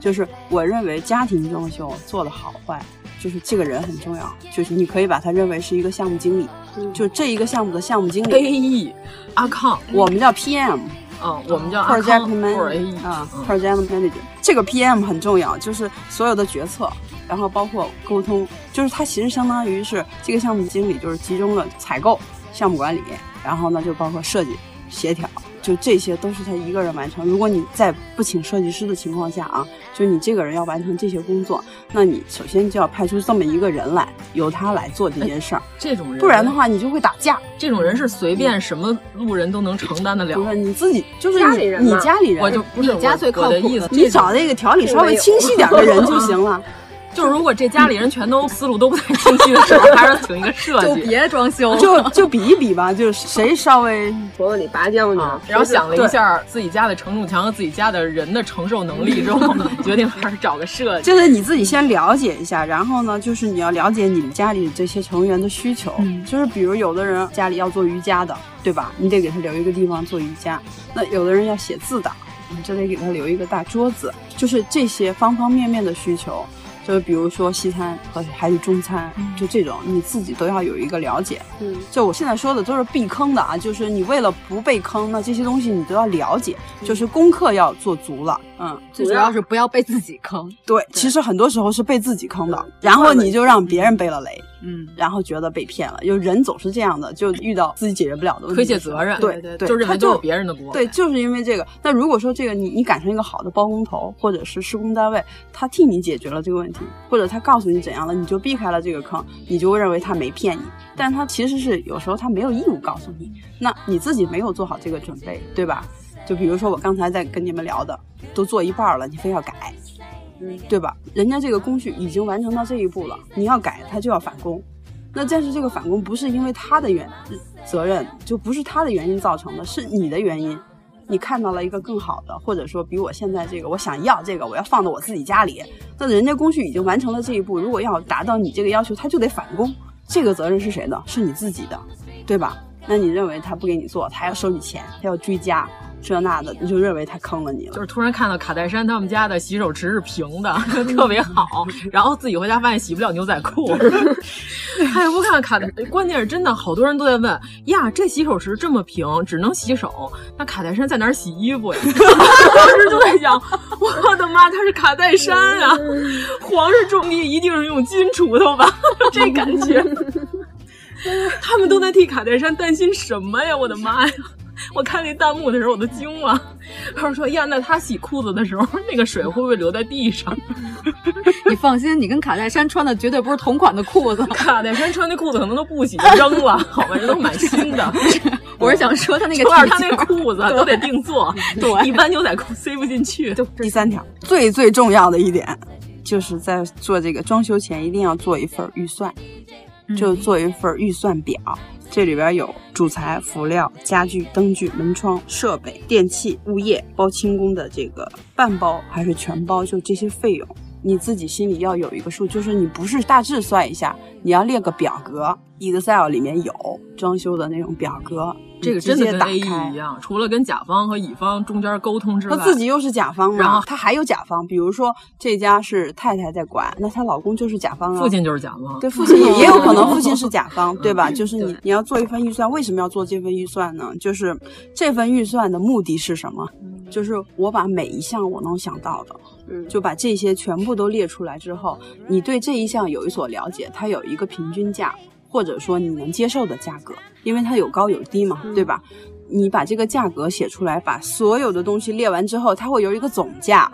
就是我认为家庭装修做的好坏，就是这个人很重要。就是你可以把他认为是一个项目经理，就这一个项目的项目经理， AE E，阿康，我们叫 PM。嗯，我们叫嗯阿康 project 或者 E， manager AE 啊，project manager 这个 PM 很重要，就是所有的决策，然后包括沟通，就是它其实相当于是这个项目经理就是集中了采购、项目管理，然后呢就包括设计、协调，就这些都是他一个人完成。如果你在不请设计师的情况下啊，就你这个人要完成这些工作，那你首先就要派出这么一个人来，由他来做这件事儿，这种人，不然的话你就会打架。这种人是随便什么路人都能承担得了不。是你自己，就是家你里人你嘛家里人，我就不是你家我最靠我的谱意思，你找那个条理稍微清晰点的人就行了。 就是如果这家里人全都思路都不太清晰的时候，还是请一个设就计。别装修了， 就就比一比吧，就是谁稍微脖子里拔将军啊，，然后想了一下自己家的承重墙和自己家的人的承受能力之后，决定还是找个设计。就是你自己先了解一下，然后呢，就是你要了解你们家里这些成员的需求，嗯就是比如有的人家里要做瑜伽的，对吧？你得给他留一个地方做瑜伽。那有的人要写字的，你就得给嗯他留一个大桌子，就是这些方方面面的需求。就是比如说西餐和还是中餐，就这种你自己都要有一个了解。嗯，就我现在说的都是避坑的啊，就是你为了不被坑，那这些东西你都要了解，就是功课要做足了。嗯，最主要是不要被自己坑。对，其实很多时候是被自己坑的，然后你就让别人背了雷，嗯，然后觉得被骗了。就人总是这样的，就遇到自己解决不了的问题，推卸责任对对对，就认为他都是别人的锅对，就是因为这个。那如果说这个你你赶上一个好的包工头或者是施工单位，他替你解决了这个问题，或者他告诉你怎样了，你就避开了这个坑，你就会认为他没骗你。但他其实是有时候他没有义务告诉你，那你自己没有做好这个准备，对吧？就比如说我刚才在跟你们聊的，都做一半了，你非要改，嗯对吧？人家这个工序已经完成到这一步了，你要改，他就要返工。那但是这个返工不是因为他的原责任，就不是他的原因造成的，是你的原因。你看到了一个更好的，或者说比我现在这个，我想要这个，我要放到我自己家里。那人家工序已经完成了这一步，如果要达到你这个要求，他就得返工。这个责任是谁的？是你自己的，对吧？那你认为他不给你做，他要收你钱，他要追加，这那的，你就认为他坑了你了就。是突然看到卡戴珊他们家的洗手池是平的， 特别好，然后自己回家发现洗不了牛仔裤。 哎，我看卡戴，关键是真的，好多人都在问呀，这洗手池这么平，只能洗手，那卡戴珊在哪儿洗衣服呀？ 我当时就在想，我的妈，他是卡戴珊啊！皇室种地一定是用金锄头吧？ 这感 觉，他们都在替卡戴珊担心什么呀？我的妈呀！ 我看那弹幕的时候我都惊了。他说：“呀，那他洗裤子的时候， 那个水会不会流在地上？”你放心，你跟卡戴珊穿的绝对不是同款的裤子。卡戴珊穿那裤子可能都不洗，扔了，好吧，这都买新 的。我是想说他那个，主要是他那裤子都得定做，对，一般牛仔裤塞不进去。就第三条，最最重要的一点，就是在做这个装修前一定要做一份预算，就做一份预算表。这里边有主材、辅料、家具、灯具、门窗、设备、电器、物业包清工的这个半包还是全包，就这些费用，你自己心里要有一个数，就是你不是大致算一下，你要列个表格，Excel 里面有装修的那种表格，这个真的跟 A 开一样，除了跟甲方和乙方中间沟通之外，那自己又是甲方嘛，然后他还有甲方，比如说这家是太太在管，那她老公就是甲方啊，父亲就是甲方，嗯对，父亲 也也有可能父亲是甲方，对吧？就是你你要做一份预算，为什么要做这份预算呢？就是这份预算的目的是什么？就是我把每一项我能想到的，嗯，就把这些全部都列出来之后，你对这一项有一所了解，它有一个平均价，或者说你能接受的价格，因为它有高有低嘛，对吧？你把这个价格写出来，把所有的东西列完之后，它会有一个总价，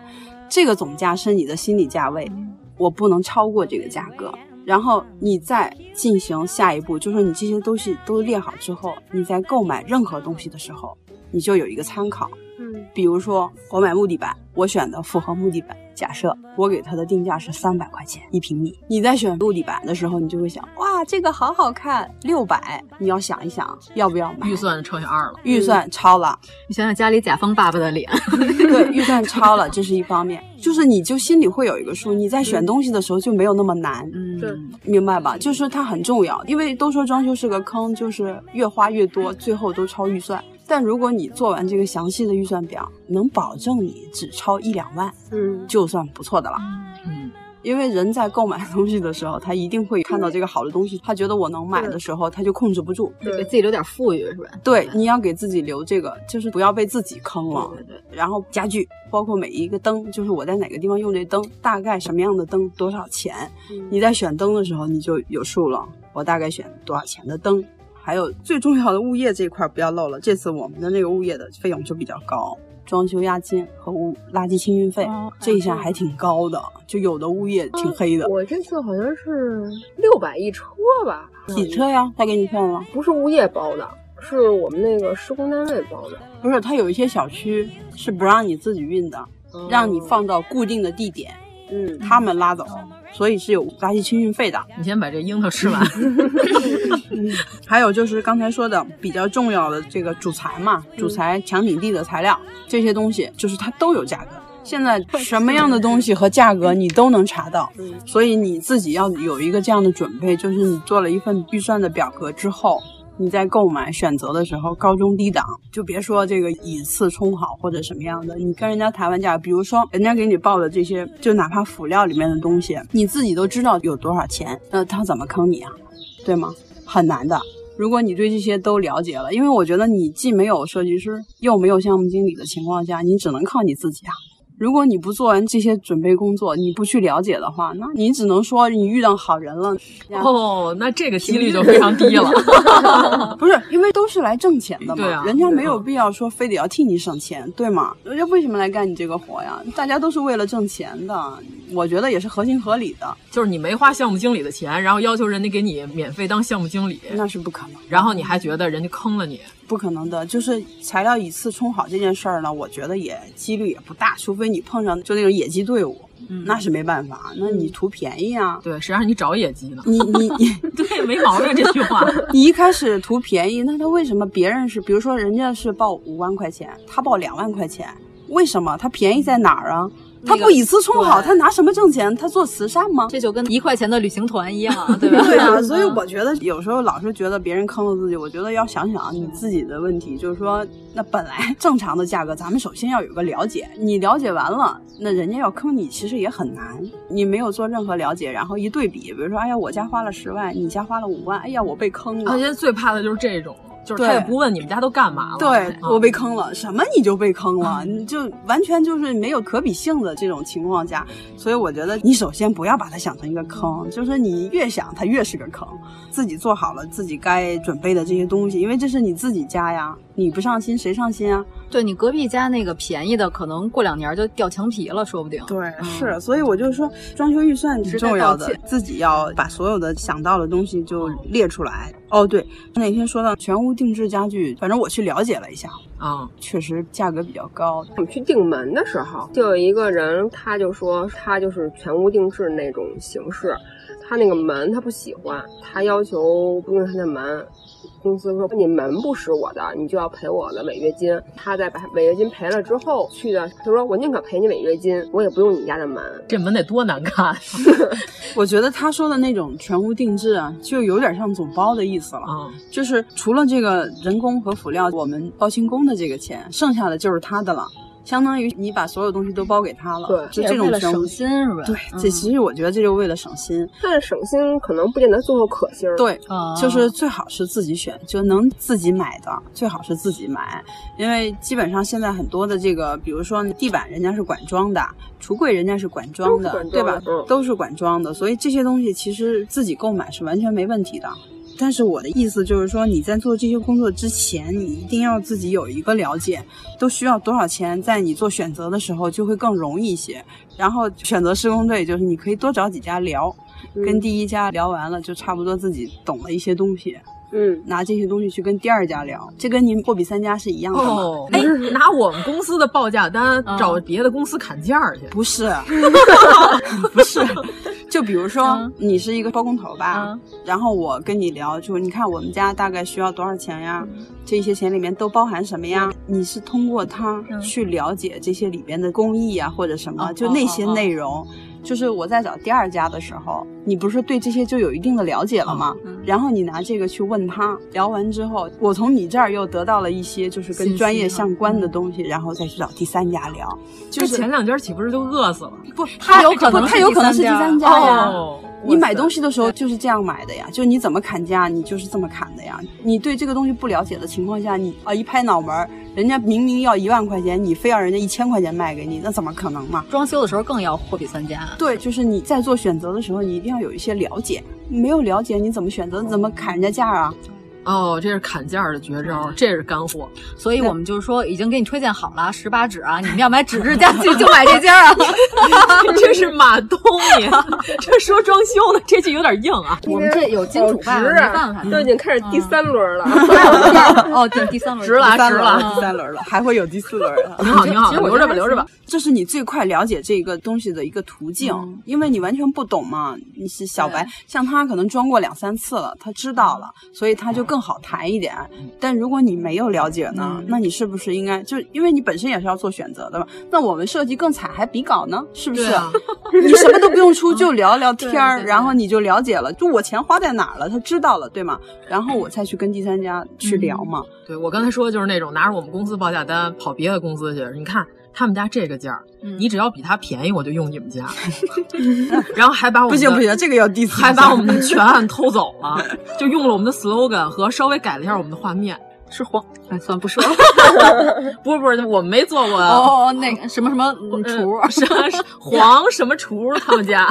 这个总价是你的心理价位，我不能超过这个价格。然后你再进行下一步，就是你这些东西都列好之后，你在购买任何东西的时候，你就有一个参考。嗯，比如说我买木地板，我选的复合木地板，假设我给它的定价是三百块钱一平米。你在选木地板的时候，你就会想，哇，这个好好看，六百，你要想一想要不要买。预算乘以二了，预算超了，你想想家里甲方爸爸的脸，对，预算超了，这是一方面，就是你就心里会有一个数，你在选东西的时候就没有那么难，嗯，对，明白吧？就是它很重要，因为都说装修是个坑，就是越花越多，最后都超预算。但如果你做完这个详细的预算表，能保证你只超一两万，嗯，就算不错的了。嗯，因为人在购买东西的时候，他一定会看到这个好的东西，他觉得我能买的时候，他就控制不住，得给自己留点富裕是吧？对，你要给自己留这个，就是不要被自己坑了。对对然后家具，包括每一个灯，就是我在哪个地方用这灯，大概什么样的灯，多少钱？嗯你在选灯的时候你就有数了，我大概选多少钱的灯。还有最重要的物业这一块不要漏了，这次我们的那个物业的费用就比较高，装修押金和物垃圾清运费、这一项还挺高的，就有的物业挺黑的。我这次好像是六百一车吧，洗车呀，他给你算了，不是物业包的，是我们那个施工单位包的。不是，他有一些小区是不让你自己运的，让你放到固定的地点，哦嗯，他们拉走，所以是有垃圾清运费的。你先把这樱桃吃 完，还有就是刚才说的比较重要的这个主材嘛，主材、墙体地的材料这些东西，就是它都有价格。现在什么样的东西和价格你都能查到，嗯所以你自己要有一个这样的准备，就是你做了一份预算的表格之后，你在购买选择的时候，高中低档，就别说这个以次充好或者什么样的，你跟人家谈完价，比如说人家给你报的这些，就哪怕辅料里面的东西，你自己都知道有多少钱，那他怎么坑你啊？对吗？很难的。如果你对这些都了解了，因为我觉得你既没有设计师，又没有项目经理的情况下，你只能靠你自己啊。如果你不做完这些准备工作，你不去了解的话，那你只能说你遇到好人了。哦，那这个几率就非常低了。不是，因为都是来挣钱的嘛， 对啊 人家没有必要说非得要替你省钱，对吗？人家为什么来干你这个活呀？大家都是为了挣钱的，我觉得也是合情合理的，就是你没花项目经理的钱，然后要求人家给你免费当项目经理，那是不可能。然后你还觉得人家坑了你，不可能的，就是材料以次充好这件事儿呢，我觉得也几率也不大，除非你碰上就那种野鸡队伍，那是没办法，那你图便宜啊。嗯对，谁让你找野鸡呢？ 你你你，对，没毛病这句话。你一开 始图便宜，那他为什么别人是，比如说人家是报五万块钱，他报两万块钱，为什么？他便宜在哪儿啊？他不以次充好，对他拿什么挣钱？他做慈善吗？这就跟一块钱的旅行团一样，对吧？对啊，所以我觉得有时候老是觉得别人坑了自己，我觉得要想想你自己的问题，就是说，那本来正常的价格，咱们首先要有个了解。你了解完了，那人家要坑你，其实也很难。你没有做任何了解，然后一对比，比如说，哎呀，我家花了十万，你家花了五万，哎呀，我被坑了而。且最怕的就是这种，就是他对也不问你们家都干嘛了。对啊我被坑了，什么你就被坑了，你就完全就是没有可比性的这种情况下，所以我觉得你首先不要把它想成一个坑，就是你越想它越是个坑，自己做好了自己该准备的这些东西，因为这是你自己家呀，你不上心谁上心啊？对你隔壁家那个便宜的，可能过两年就掉墙皮了，说不定。对，嗯、是，所以我就说装修预算挺重要的，自己要把所有的想到的东西就列出来。哦，对，那天说到全屋定制家具，反正我去了解了一下啊、嗯，确实价格比较高。我们去定门的时候，就有一个人，他就说他就是全屋定制那种形式，他那个门他不喜欢，他要求不用他的门。公司说你门不是我的，你就要赔我的违约金。他在把违约金赔了之后去的，他说我宁可赔你违约金，我也不用你家的门。这门得多难看！我觉得他说的那种全屋定制啊，就有点像总包的意思了。嗯、就是除了这个人工和辅料，我们包清工的这个钱，剩下的就是他的了。相当于你把所有东西都包给他了，对，就这种省心是吧？对，这、嗯、其实我觉得这就为了省心，但是省心可能不见得最后可心儿。对、哦，就是最好是自己选，就能自己买的最好是自己买，因为基本上现在很多的这个，比如说地板人家是管装的，橱柜人家是管装的，装的对吧、嗯？都是管装的，所以这些东西其实自己购买是完全没问题的。但是我的意思就是说，你在做这些工作之前，你一定要自己有一个了解，都需要多少钱，在你做选择的时候就会更容易一些。然后选择施工队，就是你可以多找几家聊，嗯、跟第一家聊完了，就差不多自己懂了一些东西。嗯，拿这些东西去跟第二家聊，这跟您货比三家是一样的哦，哎，拿我们公司的报价单、嗯、找别的公司砍价去？不是，不是。就比如说、嗯、你是一个包工头吧、嗯，然后我跟你聊，就是你看我们家大概需要多少钱呀？这些钱里面都包含什么呀？你是通过他去了解这些里边的工艺啊，或者什么，就那些内容。就是我在找第二家的时候，你不是对这些就有一定的了解了吗？嗯、然后你拿这个去问他，聊完之后，我从你这儿又得到了一些就是跟专业相关的东西，然后再去找第三家聊。就是前两家岂不是就饿死了？不，他有可能，他有可能是第三家呀。哦你买东西的时候就是这样买的呀，就是你怎么砍价，你就是这么砍的呀。你对这个东西不了解的情况下，你啊一拍脑门，人家明明要一万块钱，你非要人家一千块钱卖给你，那怎么可能嘛？装修的时候更要货比三家。对，就是你在做选择的时候，你一定要有一些了解。没有了解，你怎么选择？怎么砍人家价啊？哦，这是砍价的绝招，这是干货。所以我们就说，已经给你推荐好了，十八指啊，你们要买纸质家具就买这家 啊。这是马 东呀，这说装修的，这句有点硬啊。我们这有金主爸，没办法，啊都已经开始第三轮了。啊 哦，对，第三轮，值了，值了，第嗯三轮了，还会有第四轮的。挺好，挺好，留着吧，留着吧。这是你最快了解这个东西的一个途径，嗯、因为你完全不懂嘛，你是小白。像他可能装过两三次了，他知道了，所以他就。更好谈一点，但如果你没有了解呢，嗯、那你是不是应该就因为你本身也是要做选择的嘛？那我们设计更惨还比稿呢，是不是？啊、你什么都不用出，就聊聊天儿、嗯，然后你就了解了，就我钱花在哪儿了，他知道了，对吗？然后我再去跟第三家去聊嘛。嗯、对我刚才说的就是那种拿着我们公司报价单跑别的公司去，你看。他们家这个价儿、嗯，你只要比他便宜，我就用你们家。然后还把我们不行不行，这个要 diss，还把我们的全案偷走了，就用了我们的 slogan 和稍微改了一下我们的画面。是黄，哎，算不 说了。不是不是，我没做过。呃哦哦，那个什么什么呃厨，什么黄什么厨，他们家。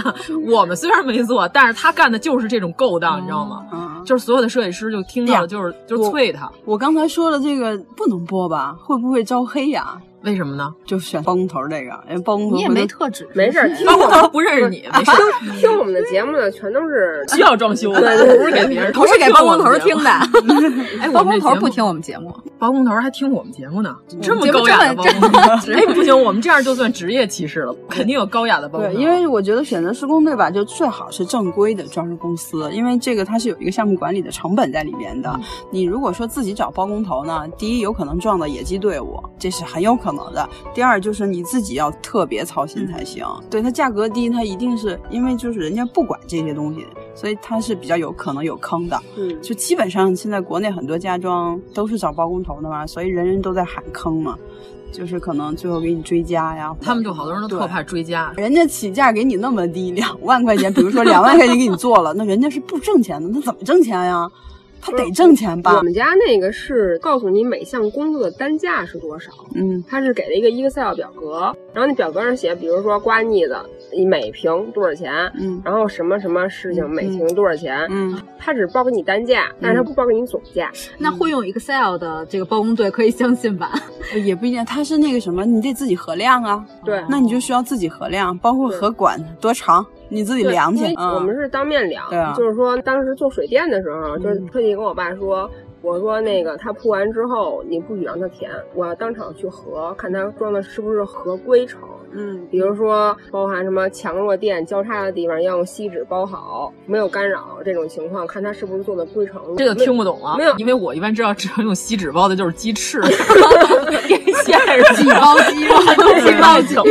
我们虽然没做，但是他干的就是这种勾当，你知道吗？ 嗯，就是所有的设计师就听到了，就是就是啐他。我刚才说的这个不能播吧？会不会招黑呀、啊？为什么呢？就选包工头这个，人包工头嗯你也没特指，没事，包工头不认识你，没事。听我们的节目的全都 是嗯需要装修的，不是给别人，不是给包工头听的。 哎，包工头不听我们节目，包工头还听我们节目呢，这么高雅的包工头。哎，不行，我们这样就算职业歧视了，肯定有高雅的包工头。对，因为我觉得选择施工队吧，就最好是正规的装修公司，因为这个它是有一个项目管理的成本在里边的。你如果说自己找包工头呢，第一有可能撞到野鸡队伍，这是很有可。可能的。第二就是你自己要特别操心才行。嗯、对它价格低，它一定是因为就是人家不管这些东西，所以它是比较有可能有坑的。嗯，就基本上现在国内很多家装都是找包工头的嘛，所以人人都在喊坑嘛。就是可能最后给你追加呀，他们就好多人都特怕追加，人家起价给你那么低，两万块钱，比如说两万块钱给你做了，那人家是不挣钱的，那怎么挣钱呀？他得挣钱吧、嗯？我们家那个是告诉你每项工作的单价是多少，嗯，他是给了一个 Excel 表格，然后那表格上写，比如说刮腻子每平多少钱，嗯，然后什么什么事情每平多少钱，嗯，他只报给你单价，但是他不报给你总价。那会用 Excel 的这个包工队可以相信吧？ 也不一定，它是那个什么，你得自己衡量啊。对，那你就需要自己衡量，包括河管多长，你自己对量去因为。嗯我们是当面量，对啊嗯就是说当时做水电的时候，就是特地跟我爸说。我说那个，他铺完之后，你不许让他填，我要当场去核，看他装的是不是合规程。嗯，比如说包含什么强弱电交叉的地方要用锡纸包好，没有干扰这种情况，看他是不是做的规程。这个听不懂了，没有因为我一般知道，只要用锡纸包的就是鸡翅，电线是鸡包鸡肉鸡包酒。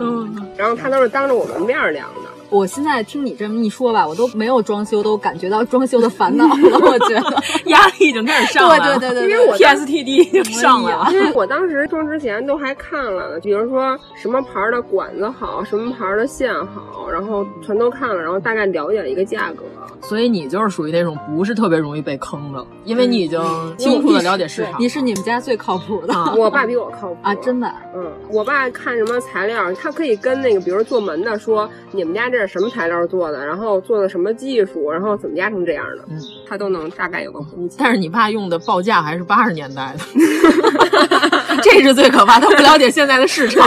嗯，然后他都是当着我们面儿量的。我现在听你这么一说吧，我都没有装修，都感觉到装修的烦恼了。我觉 得压力已经开始上来了，对对对对对因为我 PSTD 已经哎呀上来了，因为我当时装之前都还看了，比如说什么牌儿的管子好，什么牌儿的线好，然后全都看了，然后大概了解了一个价格。所以你就是属于那种不是特别容易被坑的，嗯因为你已经清楚的了解市场。你是你们家最靠谱的。我爸比我靠谱啊，真的。嗯，我爸看什么材料，他可以跟那个，比如做门的说，你们家这是什么材料做的，然后做的什么技术，然后怎么压成这样的，他都能大概有个估计。但 是你 爸用的报价还是八十年代 的，这是最可怕，他不了解现在的市场。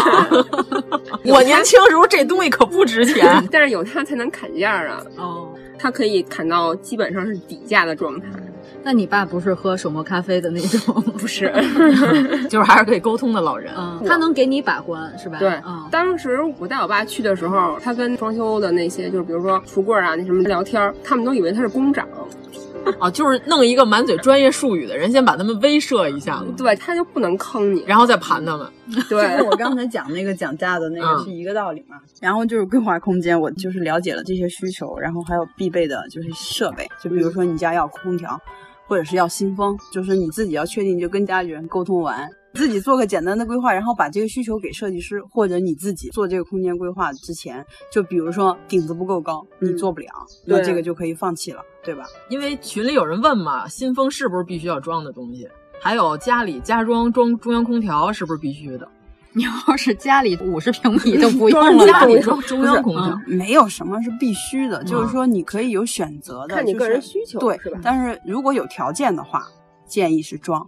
我年轻时候这东西可不值钱，但是有他才能砍价啊。 哦，他可以砍到基本上是底价的状态。那你爸不是喝手磨咖啡的那种， 不是，就是还是可以沟通的老人。嗯他能给你把关是吧？对，嗯，当时我带我爸去的时候，他跟装修的那些，就是比如说橱柜啊那什么聊天儿，他们都以为他是工长，啊，就是弄一个满嘴专业术语的人，先把他们威慑一下子，对，他就不能 坑你，然后再盘他们。嗯就对跟我刚才讲那个讲价的那个是一个道理嘛。然后就是规划空间，我就是了解了这些需求，然后还有必备的就是设备，就比如说你家要空调，或者是要新风，就是你自己要确定，你就跟家里人沟通完。自己做个简单的规划，然后把这个需求给设计师，或者你自己做这个空间规划之前，就比如说顶子不够高，你做不了，那对这个就可以放弃了，对吧？因为群里有人问嘛，新风是不是必须要装的东西？还有家里家装装中央空调是不是必须的？ 你要是家里五十平米就不用了，家里装中央空调没有什么是必须的，就是说你可以有选择的，看你就是个人需求对是吧但是如果有条件的话，建议是装。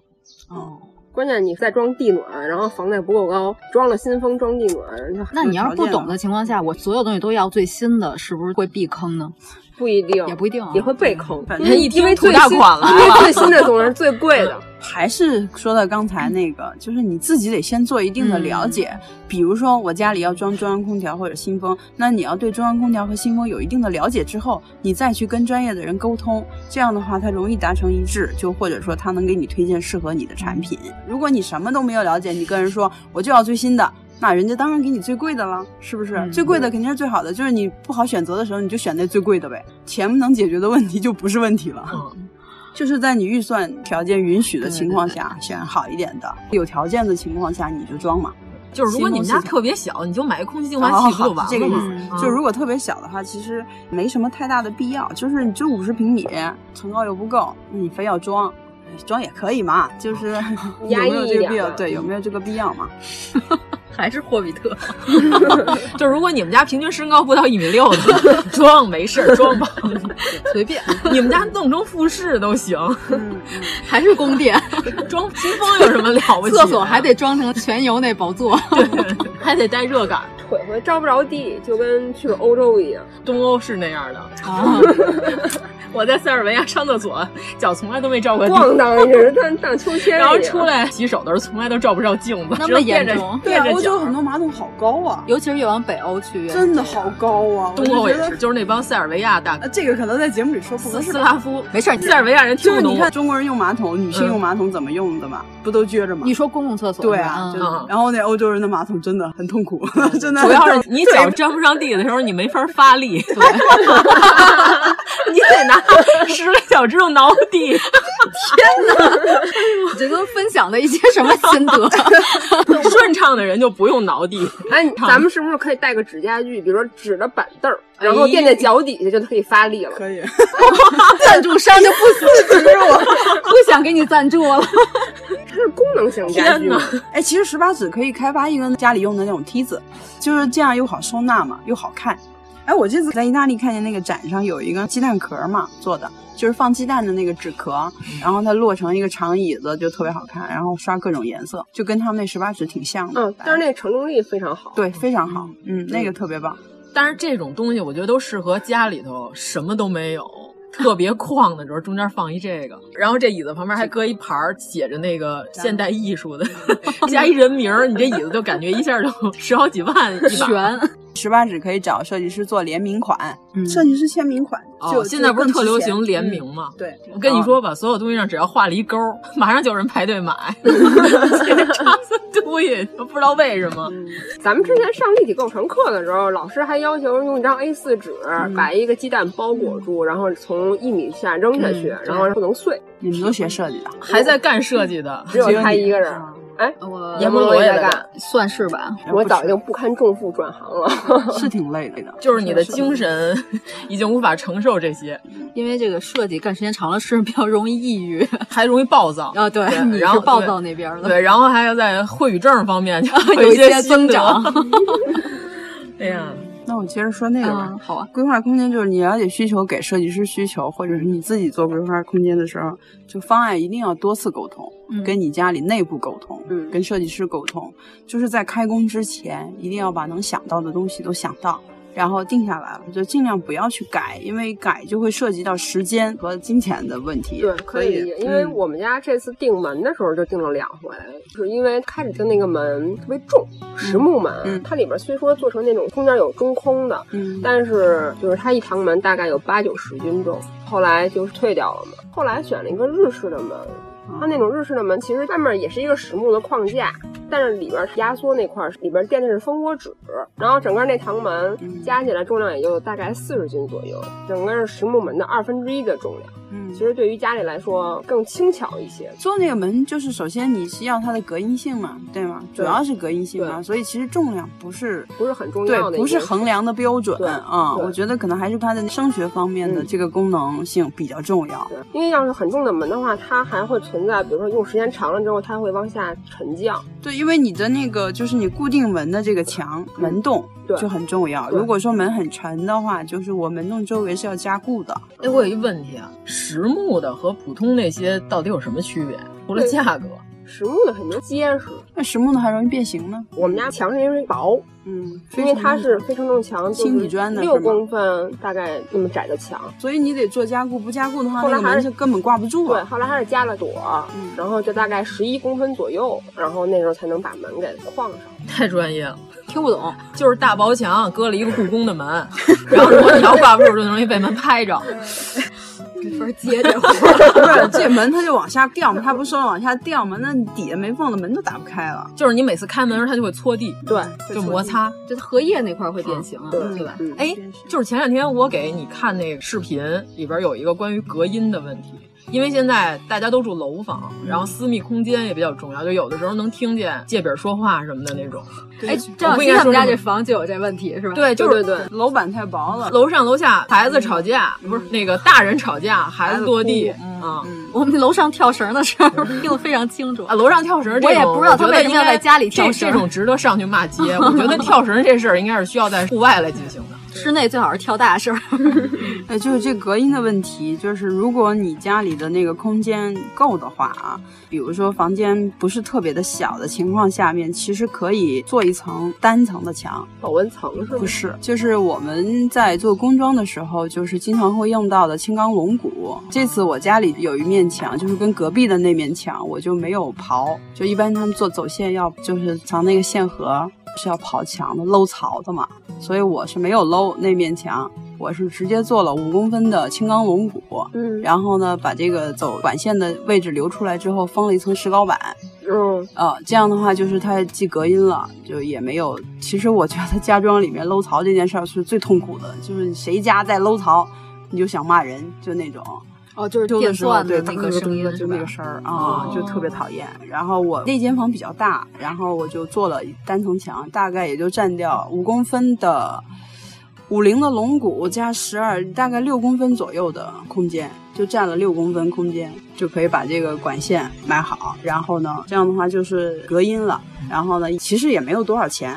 哦，关键你再装地暖，然后房贷不够高，装了新风装地暖，那你要是不懂的情况下，我所有东西都要最新的，是不是会避坑呢？不一定，也不一定啊也会被坑，反因正为一听因为土最大新款了因为最新的总是最贵的。还是说到刚才那个，就是你自己得先做一定嗯的了解。比如说，我家里要装中央空调或者新风，那你要对中央空调和新风有一定的了解之后，你再去跟专业的人沟通，这样的话，它容易达成一致，就或者说他能给你推荐适合你的产品。如果你什么都没有了解，你跟人说我就要最新的。那人家当然给你最贵的了，是不是？最贵的肯定是最好的，就是你不好选择的时候，你就选那最贵的呗。钱不能解决的问题就不是问嗯题了。 嗯就是在你预算条件允许的情况下，选好一点的；有条件的情况下，你就装嘛。就是如果你们家新风系统特别小，你就买一空气净化器不就哦完这个了意吗？思。就如果特别小的话，其实没什么太大的必要，就是你就五十平米，层高又不够，你非要装。装也可以嘛，就是 有压抑没有这一个点必要？吧嗯对，有没有这个必要嘛？还是霍比特？ 就如果你们家平均身高不到一米六的， 装没事儿，装吧， 随便。 嗯你们家弄成复式都行，还是宫殿？装新风有什么了不起的？厕所还得装成全油那宝座，还得带热感，腿会着不着地，就跟去了欧洲一样。东欧是那样的。啊， 我在塞尔维亚上厕所，脚从来都没照过地。逛荡一直当当秋千一然样，后出来洗手的时候，从来都照不照镜子，那么只能垫着严重啊垫着啊欧洲脚。很多马桶好高啊， 尤其是越往北欧去，真的好高啊！我东就欧觉也得是，就是那帮塞尔维亚大呃这个可能在节目里说不合斯适斯。拉夫，没事儿塞尔维亚人听就不是懂你我。看中国人用马桶，女性用嗯马桶怎么用的嘛？不都撅着吗？你说公共厕所对啊，是就吧然后那欧洲人的马桶真的很痛苦，真的。主要是你脚沾不上地的时候，你没法发力， 你得拿十个脚趾头挠地。嗯，这都分享的一些什么心得？ 顺畅的人就不用挠地，哎，咱们是不是可以带个指甲具，比如说指着板凳儿，哎然后垫在脚底下就可以发力了？可以， 赞助商就不不想给你赞助了，它是功能性家具嘛。哎，其实十八指可以开发一个家里用的那种梯子，就是这样又好收纳嘛，又好看。哎，我这次在意大利看见那个展上有一个鸡蛋壳嘛做的，就是放鸡蛋的那个纸壳，然后它摞成一个长椅子，就特别好看，然后刷各种颜色，就跟他们那十八指挺像的。嗯，但是那承重力非常好。对，非常好。嗯，那个特别棒。但是这种东西我觉得都适合家里头什么都没有，特别旷的时候，中间放一这个，然后这椅子旁边还搁一盘儿写着那个现代艺 术的，加一人名儿，你这椅子就感觉一下就十好几万一啊把。悬。 十八指可以找设计师做联名款，嗯设计师签名款。就哦，现在不是特流行联名吗？吗？嗯对，我哦跟你说吧，所有东西上只要画了一勾， 马上就有人排队买。 对，不知道为什么。咱们之前上立体构成课的时候，老师还要求用一张 A4 纸嗯把一个鸡蛋包裹住，然后从一米下扔下去，嗯然后不能碎。你们都学设啊计的，还在干设计的，只有他一个人。啊哎，哦我阎摩罗也在干，算是吧。我早就不堪重负转行了，是挺累的。就是你的精神 已经无法承受这些，因为这个设计干时间长了是比较容易抑郁，还容易暴躁。 啊，对，对你是然后暴躁那边的。对，然后还要在慧语证方面 就啊有一一些心增得长。 哎呀，那我接着说那个吧。嗯好啊，规划空间就是你了解需求，给设计师需求，或者是你自己做规划空间的时候，就方案一定要多次沟通，嗯跟你家里内部沟通，嗯跟设计师沟通，就是在开工之前一定要把能想到的东西都想到。然后定下来了，就尽量不要去改，因为改就会涉及到时间和金钱的问题。对，可以理解，因为嗯我们家这次订门的时候就订了两回，就是因为开始订那个门特别重，实木门，它里边虽说做成那种中间有中空的，嗯但是就是它一堂门大概有八九十斤重，后来就是退掉了嘛。后来选了一个日式的门，它那种日式的门其实外面也是一个实木的框架，但是里边压缩那块儿里边垫的是蜂窝纸，然后整个那堂门加起来重量也就大概四十斤左右，整个是实木门的二分之一的重量。嗯，其实对于家里来说更轻巧一些。做那个门，就是首先你是要它的隔音性嘛，对吗？主对要是隔音性嘛，所以其实重量不是不是很重要的一件事，对，不是衡量的标准啊、对我觉得可能还是它的声学方面的这个功能性比较重要。因为要是很重的门的话，它还会存在，比如说用时间长了之后，它会往下沉降。对，因为你的那个就是你固定门的这个墙门洞对就很重要。对如果说门很沉的话，就是我门洞周围是要加固的。哎，我有一问题啊，实木的和普通那些到底有什么区别？除了价格，实木的肯定结实，那实木的还容易变形呢。我们家墙是因为薄，嗯，因为它是非承重墙，轻底砖的是吗六公分大概那么窄的墙。所以你得做加固，不加固的话，后那来个门还是是根本挂不住对，啊。嗯后来还是加了朵儿，然后就大概十一公分左右，然后那时候才能把门给框上。太专业了。听不懂， 就是大薄墙搁了一个故宫的门，然后罗条挂不住，就容易被门拍着。 没法接这话。不是，这门它就往下掉嘛，它不是说往下掉嘛，那底下没缝的门都打不开了。 就是你每次开门的时候，它就会搓地，对，就摩擦。就是荷叶那块儿会变形啊，嗯对吧？哎，就是前两天我给你看那个视频，里边有一个关于隔音的问题。因为现在大家都住楼房，然后私密空间也比较重要，就有的时候能听见借柄说话什么的那种。哎，我张小不应西该他说们家这这么房就有这问题是吧？对，就是楼板太薄了楼上楼下孩子吵架，不是那个大人吵架，孩子落地啊。我们楼上跳绳的时 候听得非常清楚啊，楼上跳绳这种，我也不知道他我觉得为什么要应该在家里跳这绳这种值得上去骂街。我觉得跳绳这事儿应该是需要在户外来进行的。室内最好是跳大声。呃，就是这隔音的问题，就是如果你家里的那个空间够的话啊，比如说房间不是特别的小的情况下面，其实可以做一层单层的墙。保温层是吗？不是，就是我们在做工装的时候，就是经常会用到的轻钢龙骨。这次我家里有一面墙，就是跟隔壁的那面墙，我就没有刨。就一般他们做走线要就是藏那个线盒是要刨墙的、搂槽的嘛，所以我是没有搂那面墙，我是直接做了五公分的轻钢龙骨。嗯然后呢，把这个走管线的位置留出来之后，封了一层石膏板，嗯，呃，这样的话就是它既隔音了，就也没有。其实我觉得家装里面搂槽这件事儿是最痛苦的，就是谁家在搂槽，你就想骂人，就那种。哦，就是丢电的时 候，钻对的哒那哒个哒声音哒哒，是就吧那个声儿啊哦，就特别讨厌。然后我那间房比较大，然后我就做了单层墙，大概也就占掉五公分的五菱的龙骨加十二，大概六公分左右的空间，就占了六公分空间，就可以把这个管线买好。然后呢，这样的话就是隔音了。然后呢，其实也没有多少钱，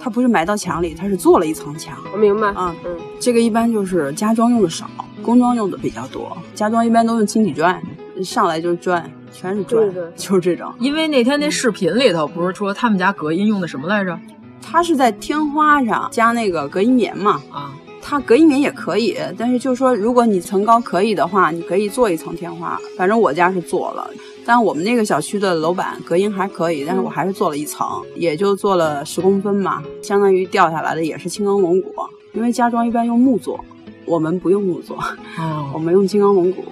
它不是埋到墙里，它是做了一层墙。哦我明白啊，嗯，这个一般就是家装用的少，工装用的比较多。家装一般都用轻体砖，上来就是砖。全是砖，就是这种。因为那天那视频里头不是说他们家隔音用的什么来着？它是在天花上加那个隔音棉嘛。啊，它隔音棉也可以，但是就是说，如果你层高可以的话，你可以做一层天花。反正我家是做了，但我们那个小区的楼板隔音还可以，但是我还是做了一层，也就做了十公分嘛，相当于掉下来的也是青钢龙骨，因为家装一般用木做，我们不用木做，哦、我们用青钢龙骨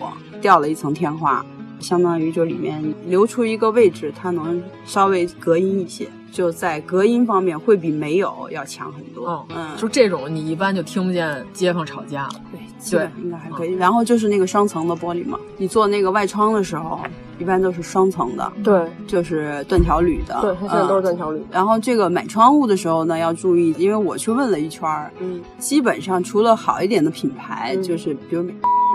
掉了一层天花。相当于就里面留出一个位置，它能稍微隔音一些，就在隔音方面会比没有要强很多。哦、嗯，就这种你一般就听不见街坊吵架了。对，基本应该还可以。嗯、然后就是那个双层的玻璃嘛，你做那个外窗的时候，一般都是双层的。对，就是断条铝的。嗯对，它现在都是断条铝、嗯。然后这个买窗户的时候呢，要注意，因为我去问了一圈儿，嗯，基本上除了好一点的品牌，嗯、就是比如。嗯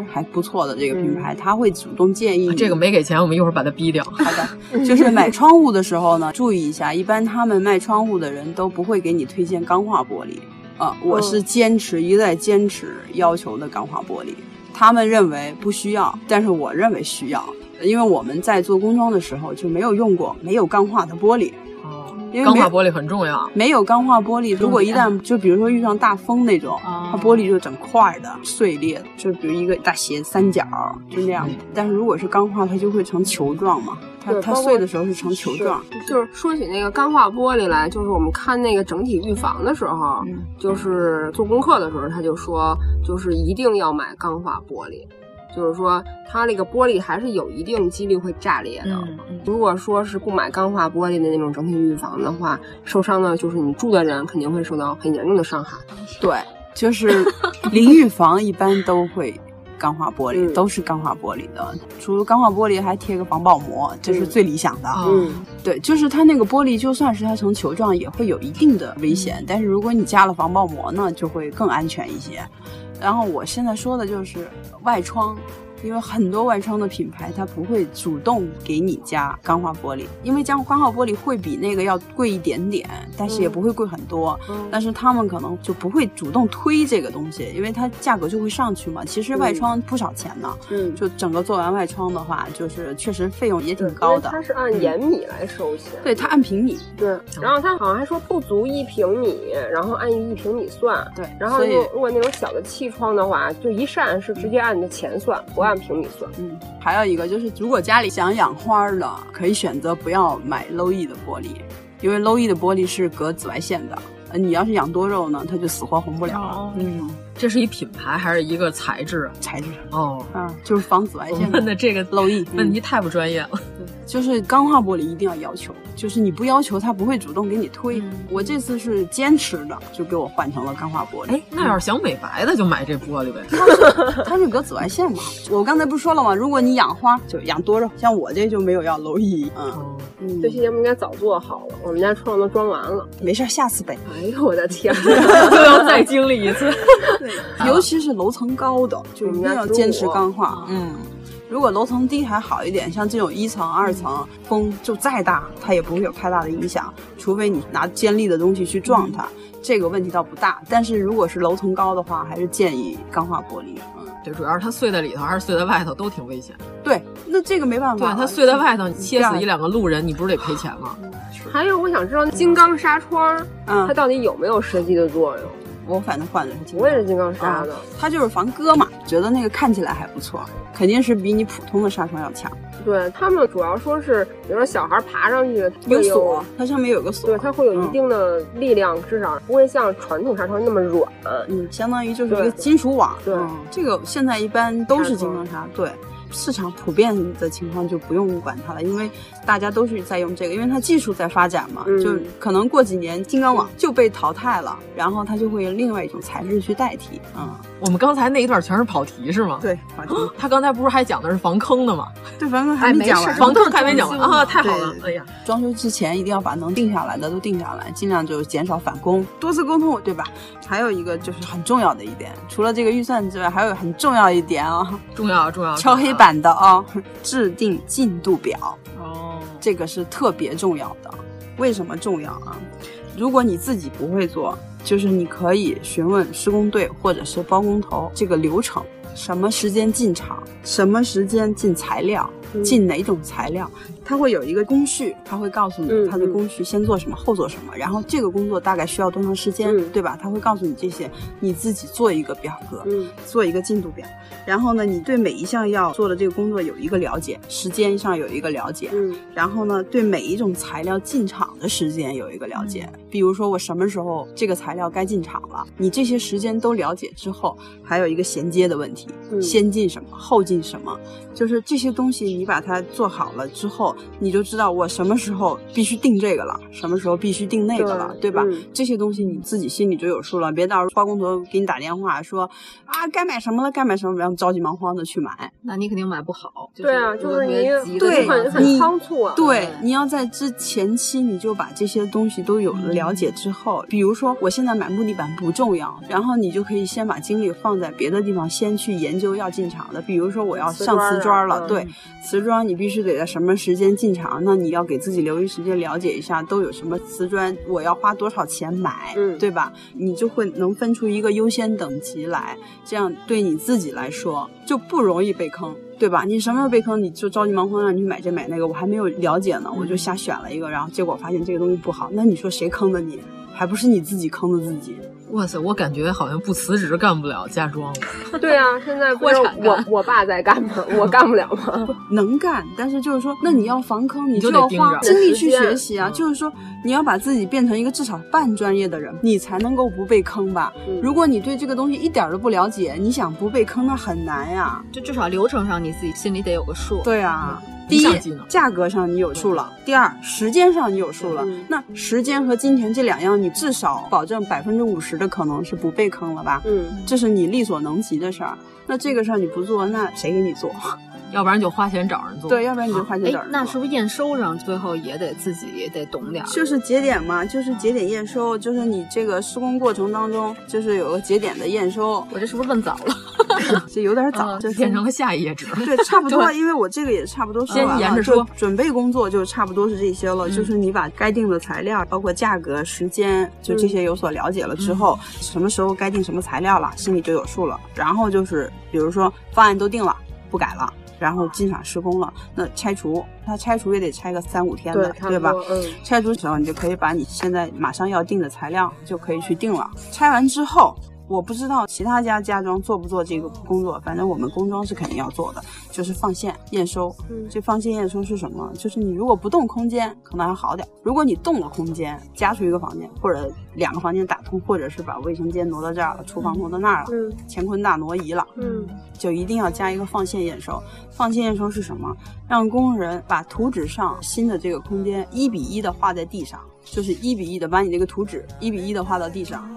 还不错的这个品牌，他、嗯、会主动建议啊这个没给钱，我们一会儿把它 逼掉。好的，就是买窗户的时候呢，注意一下，一般他们卖窗户的人都不会给你推荐钢化玻璃啊、呃。我是坚持一再坚持要求的钢化嗯玻璃，他们认为不需要，但是我认为需要，因为我们在做工装的时候就没有用过没有钢化的玻璃。因为哦钢化玻璃很重要，没有钢化玻璃，如嗯果一旦就比如说遇上大风那种，啊它玻璃就整块的碎裂，就比如一个大斜三角，就那样。嗯但是如果是钢化，它就会成球状嘛，它它碎的时候是成球状。就是说起那个钢化玻璃来，就是我们看那个整体预防的时候，嗯就是做功课的时候，他就说，就是一定要买钢化玻璃。就是说，它那个玻璃还是有一定几率会炸裂的。嗯嗯、如果说是不买钢化玻璃的那种整体预防的话，受伤的就是你住的人肯定会受到很严重的伤害。对，就是淋浴房一般都会钢化玻璃，嗯、都是钢化玻璃的。除了钢化玻璃，还贴个防爆膜，这是最理想的。哦嗯，对，就是它那个玻璃，就算是它成球状，也会有一定的危险。但是如果你加了防爆膜呢，就会更安全一些。然后我现在说的就是外窗，因为很多外窗的品牌它不会主动给你加钢化玻璃，因为加钢化玻璃会比那个要贵一点点，但是也不会贵很多。嗯、但是他们可能就不会主动推这个东西，因为它价格就会上去嘛。其实外窗不少钱呢，嗯，就整个做完外窗的话，就是确实费用也挺高的。嗯它是按延米来收钱，对，它按平米。对，然后它好像还说不足一平米，然后按一平米算。对，然后如如果那种小的气。窗的话，就一扇是直接按你的钱算，不按平米算。嗯，还有一个就是，如果家里想养花的，可以选择不要买 low E 的玻璃，因为 low E 的玻璃是隔紫外线的。呃，你要是养多肉呢，它就死活红不了了。哦、嗯，这是一品牌还是一个材质？材质哦，啊，就是防紫外 线。问的这个 low E 问题太不专业了。对，就是钢化玻璃一定要要求，就是你不要求，它不会主动给你推。嗯、我这次是坚持的，就给我换成了钢化玻璃。哎，那要是想美白的就买这玻璃呗。它是它是隔紫外线嘛。我刚才不是说了吗？如果你养花就养多肉，像我这就没有要 low E。嗯。哦 这期节目应该早做好了，我们家窗都装完了。没事，下次呗。哎呦我的天， 又要再经历一次。 尤其是楼层高的，就一定要坚持钢化。嗯，如果楼层低还好一点，像这种一层、二层，风就再大，它也不会有太大的影响，除非你拿尖利的东西去撞它，这个问题倒不大。但是如果是楼层高的话，还是建议钢化玻璃。对，主要是它碎在里头还是碎在外头都挺危险。对，那这个没办法。对，它碎在外头，你切死一两个路人，你不是得赔钱吗？还有，我想知道金刚纱窗，嗯，它到底有没有设计的作用？我反正换的是金刚，嗯我也是金刚纱的、啊。它就是防割嘛，觉得那个看起来还不错，肯定是比你普通的纱窗要强。对他们主要说是，比如说小孩爬上去有锁，它上面有个锁，对，它会有一定的力量，嗯、至少不会像传统纱窗那么软。嗯，相当于就是一个金属网。对，嗯、这个现在一般都是金刚纱。对。市场普遍的情况就不用管它了，因为大家都是在用这个，因为它技术在发展嘛，嗯就可能过几年金刚网就被淘汰了，然后它就会用另外一种材质去代替。嗯，我们刚才那一段全是跑题是吗？对，跑题。 他刚才不是还讲的是防坑的吗？对，防坑哎还没没讲事完，防坑还没讲完啊太好了哎呀，装修之前一定要把能定下来的都定下来，尽量就减少返工，多次沟通，对吧？还有一个就是很重要的一点，除了这个预算之外，还有很重要一点啊、重要重要，敲黑板的啊、制定进度表。哦，这个是特别重要的。为什么重要啊？如果你自己不会做，就是你可以询问施工队或者是包工头这个流程，什么时间进场，什么时间进材料，嗯进哪种材料，它会有一个工序，它会告诉嗯你它嗯的工序先做什么，后做什么，然后这个工作大概需要多长时间，嗯对吧？它会告诉你这些，你自己做一个表格，嗯做一个进度表，然后呢，你对每一项要做的这个工作有一个了解，时间上有一个了解，嗯然后呢，对每一种材料进场的时间有一个了解。嗯比如说我什么时候这个材料该进场了，你这些时间都了解之后，还有一个衔接的问题，嗯先进什么，后进什么，就是这些东西你把它做好了之后，你就知道我什么时候必须定这个了，什么时候必须定那个了，对对吧？嗯这些东西你自己心里就有数了，别到时候包工头给你打电话说啊该买什么了，该买什么，然后着急忙慌的去买。那你肯定买不好。对啊，就是你对，很很你仓促啊。对，你要在之前期你就把这些东西都有了了解之后，比如说我现在买木地板不重要，然后你就可以先把精力放在别的地方，先去研究要进场的。比如说我要瓷上砖瓷啊砖了，嗯对，瓷砖你必须得在什么时间进场，那你要给自己留一时间了解一下都有什么瓷砖，我要花多少钱买，嗯对吧？你就会能分出一个优先等级来，这样对你自己来说就不容易被坑，对吧？你什么时候被坑，你就着急忙慌让你去买这买那个，我还没有了解呢，我就瞎选了一个，然后结果发现这个东西不好，那你说谁坑的你？还不是你自己坑的自己？哇塞，我感觉好像不辞职干不了嫁妆了。 对啊，现在不是脱产我干我爸在干吗？我干不了 吗？能干，但是就是说，那你要防坑，你就要得盯着花精力去得时间嗯学习啊。就是说，你要把自己变成一个至少半专业的人，你才能够不被坑吧。如果你对这个东西一点儿都不了解，你想不被坑，那很难呀。嗯就至少流程上你自己心里得有个数。对啊，第一，价格上你有数了；第二，时间上你有数了。嗯那时间和金钱这两样，你至少保证百分之五十的可能是不被坑了吧？嗯，这是你力所能及的事儿。那这个事儿你不做，那谁给你做？要不然就花钱找人做。啊对，要不然你就花钱哎找人做。那是不是验收上最后也得自己也得懂点儿？就是节点嘛，就是节点验收，就是你这个施工过程当中，就是有个节点的验收。我这是不是问早了？这有点早，嗯就是变成了下一页纸。 对，差不多，对因为我这个也差不多说先完了沿着就说准备工作就差不多是这些了，就是你把该定的材料，包括价格、时间，就这些有所了解了之后，什么时候该定什么材料了，心里就有数了。然后就是，比如说方案都定了，不改了。然后进场施工了，那拆除，它拆除也得拆个三五天的，对差不对吧？多嗯拆除的时候，你就可以把你现在马上要定的材料就可以去定了。拆完之后，我不知道其他家家装做不做这个工作，反正我们工装是肯定要做的，就是放线验收。这放线验收是什么？就是你如果不动空间，可能还好点；如果你动了空间，加出一个房间或者两个房间打通，或者是把卫生间挪到这儿了，厨房挪到那儿了，嗯乾坤大挪移了，嗯，就一定要加一个放线验收。放线验收是什么？让工人把图纸上新的这个空间一比一的画在地上，就是一比一的把你这个图纸一比一的画到地上，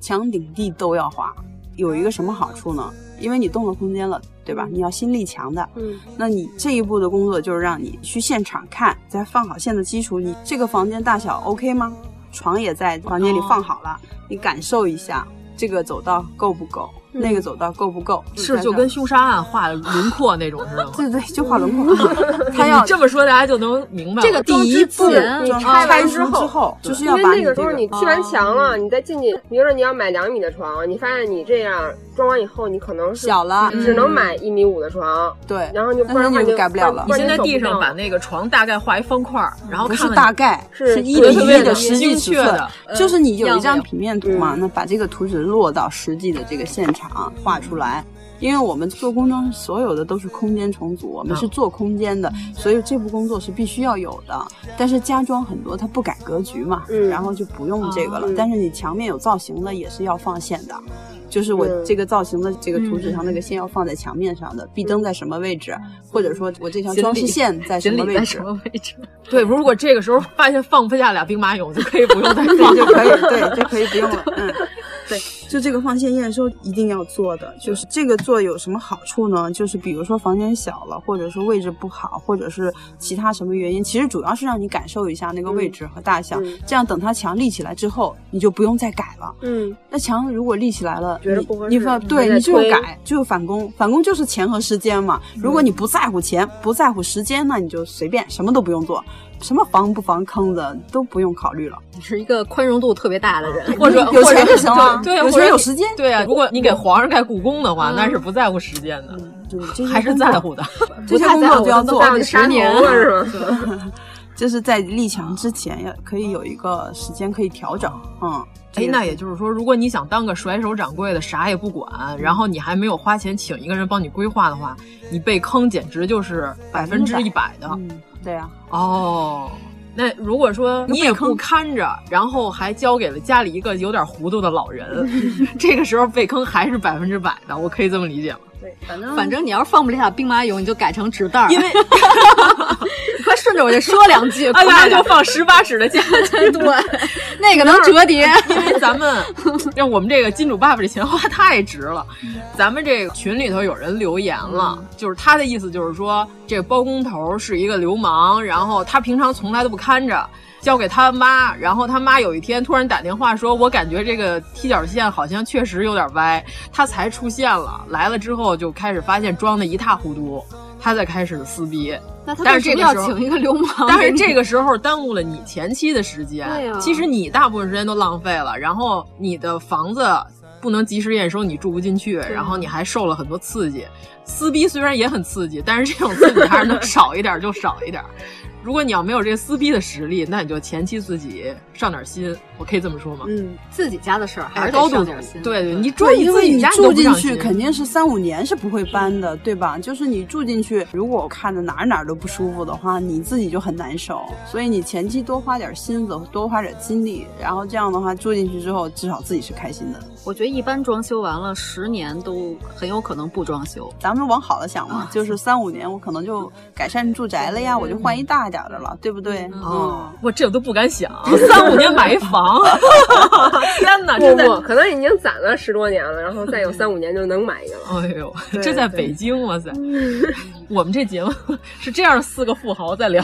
墙顶地都要画。有一个什么好处呢？因为你动了空间了，对吧？你要心力强的，嗯，那你这一步的工作就是让你去现场看，在放好线的基础，你这个房间大小 OK 吗？床也在房间里放好了，你感受一下这个走道够不够，嗯那个走道够不够？是就跟凶杀案画轮廓那种似的吗？对对，就画轮廓。 啊他要你这么说，大家就能明白了。哦这个第一步你拆完之之后后，就是要因把为那你个时候这个你砌完墙了，你再进去，比如说你要买两米的床，你发现你这样装完以后，你可能是小了只能买一米五的床，对，然后就不但是然你的话就改不了了不然你先在手不地上动把那个床大概画一方块儿，然后不看是看大概，是一对比特一别的的实际精尺确寸的，嗯就是你有一样张没有平面图嘛，那把这个图纸落到实际的这个现场画出来。因为我们做工装所有的都是空间重组，我们是做空间的，所以这部工作是必须要有的。但是家装很多它不改格局嘛，然后就不嗯用这个了。但是你墙面有造型的也是要放线的。就是我这个造型的这个图纸上那个线要放在墙面上的，壁灯在什么位置，或者说我这条装饰线嗯在什么位置？位置？ 对，如果这个时候发现放不下俩兵马俑，就可以不用 再放，就 可以对，就可以不用了。嗯，对，就这个放线验收一定要做的，就是这个做有什么好处呢？就是比如说房间小了，或者说位置不好，或者是其他什么原因，其实主要是让你感受一下那个嗯位置和大小，这样等它墙立起来之后，你就不用再改了。嗯，那墙如果立起来了。觉得不合适你你反对还在你就推嗯改，就返工，返工就是钱和时间嘛。如果你不在乎钱，不在乎时间，那你就随便什么都不用做，什么防不防坑的都不用考虑了。你是一个宽容度特别大的人，或者有钱就行了，对，有或者钱有时间。对啊，如果你给皇上盖故宫的话，那嗯是不在乎时间的，还是在乎的。这些工作就要做十年了 是吧？就是在立墙之前要可以有一个时间可以调整，嗯，哎，那也就是说，如果你想当个甩手掌柜的，啥也不管，然后你还没有花钱请一个人帮你规划的话，你被坑简直就是百分之一百的。嗯，对呀、哦，那如果说你也不看着，然后还交给了家里一个有点糊涂的老 人，这个时候被坑还是百分之百的，我可以这么理解吗？对，反正反正你要是放不下兵马俑，你就改成纸袋儿，因为 快顺着我这说两句， 哎呀，快点就放十八尺的价 钱，对，那个能折叠。因为咱们让我们这个金主爸爸这钱花太值了。咱们这个群里头有人留言了，嗯就是他的意思就是说，这个包工头是一个流氓，然后他平常从来都不看着。交给他妈，然后他妈有一天突然打电话说：“我感觉这个踢脚线好像确实有点歪。”他才出现了，来了之后就开始发现装的一塌糊涂，他再开始撕逼。那他但为是什这么个要时候请一个流氓？但是这个时候耽误了你前期的时间，对呀啊其实你大部分时间都浪费了，然后你的房子不能及时验收，你住不进去，啊然后你还受了很多刺激。撕逼虽然也很刺激，但是这种刺激还是 能少一点就少一点。如果你要没有这撕逼的实力，那你就前期自己上点心，我可以这么说吗？嗯，自己家的事儿还哎，是高得度上点心。对对，你住对，你因自为己你家你住都不进上去心嗯肯定是三五年是不会搬的，对吧？就是你住进去，如果看着哪儿哪儿都不舒服的话，你自己就很难受。所以你前期多花点心思，多花点精力，然后这样的话住进去之后，至少自己是开心的。我觉得一般装修完了十年都很有可能不装修。咱们往好了想啊嘛，就是三五年我可能就改善住宅了呀，我就换一大点儿的了，对不对？嗯，哦，我这我都不 敢想，三五年买一房， 天哪，不真的不，啊可能已经攒了十多年了，然后再有三五年就能买一个了。哎呦，对这在北京，哇塞！ 我们这节目是这样四个富豪在聊，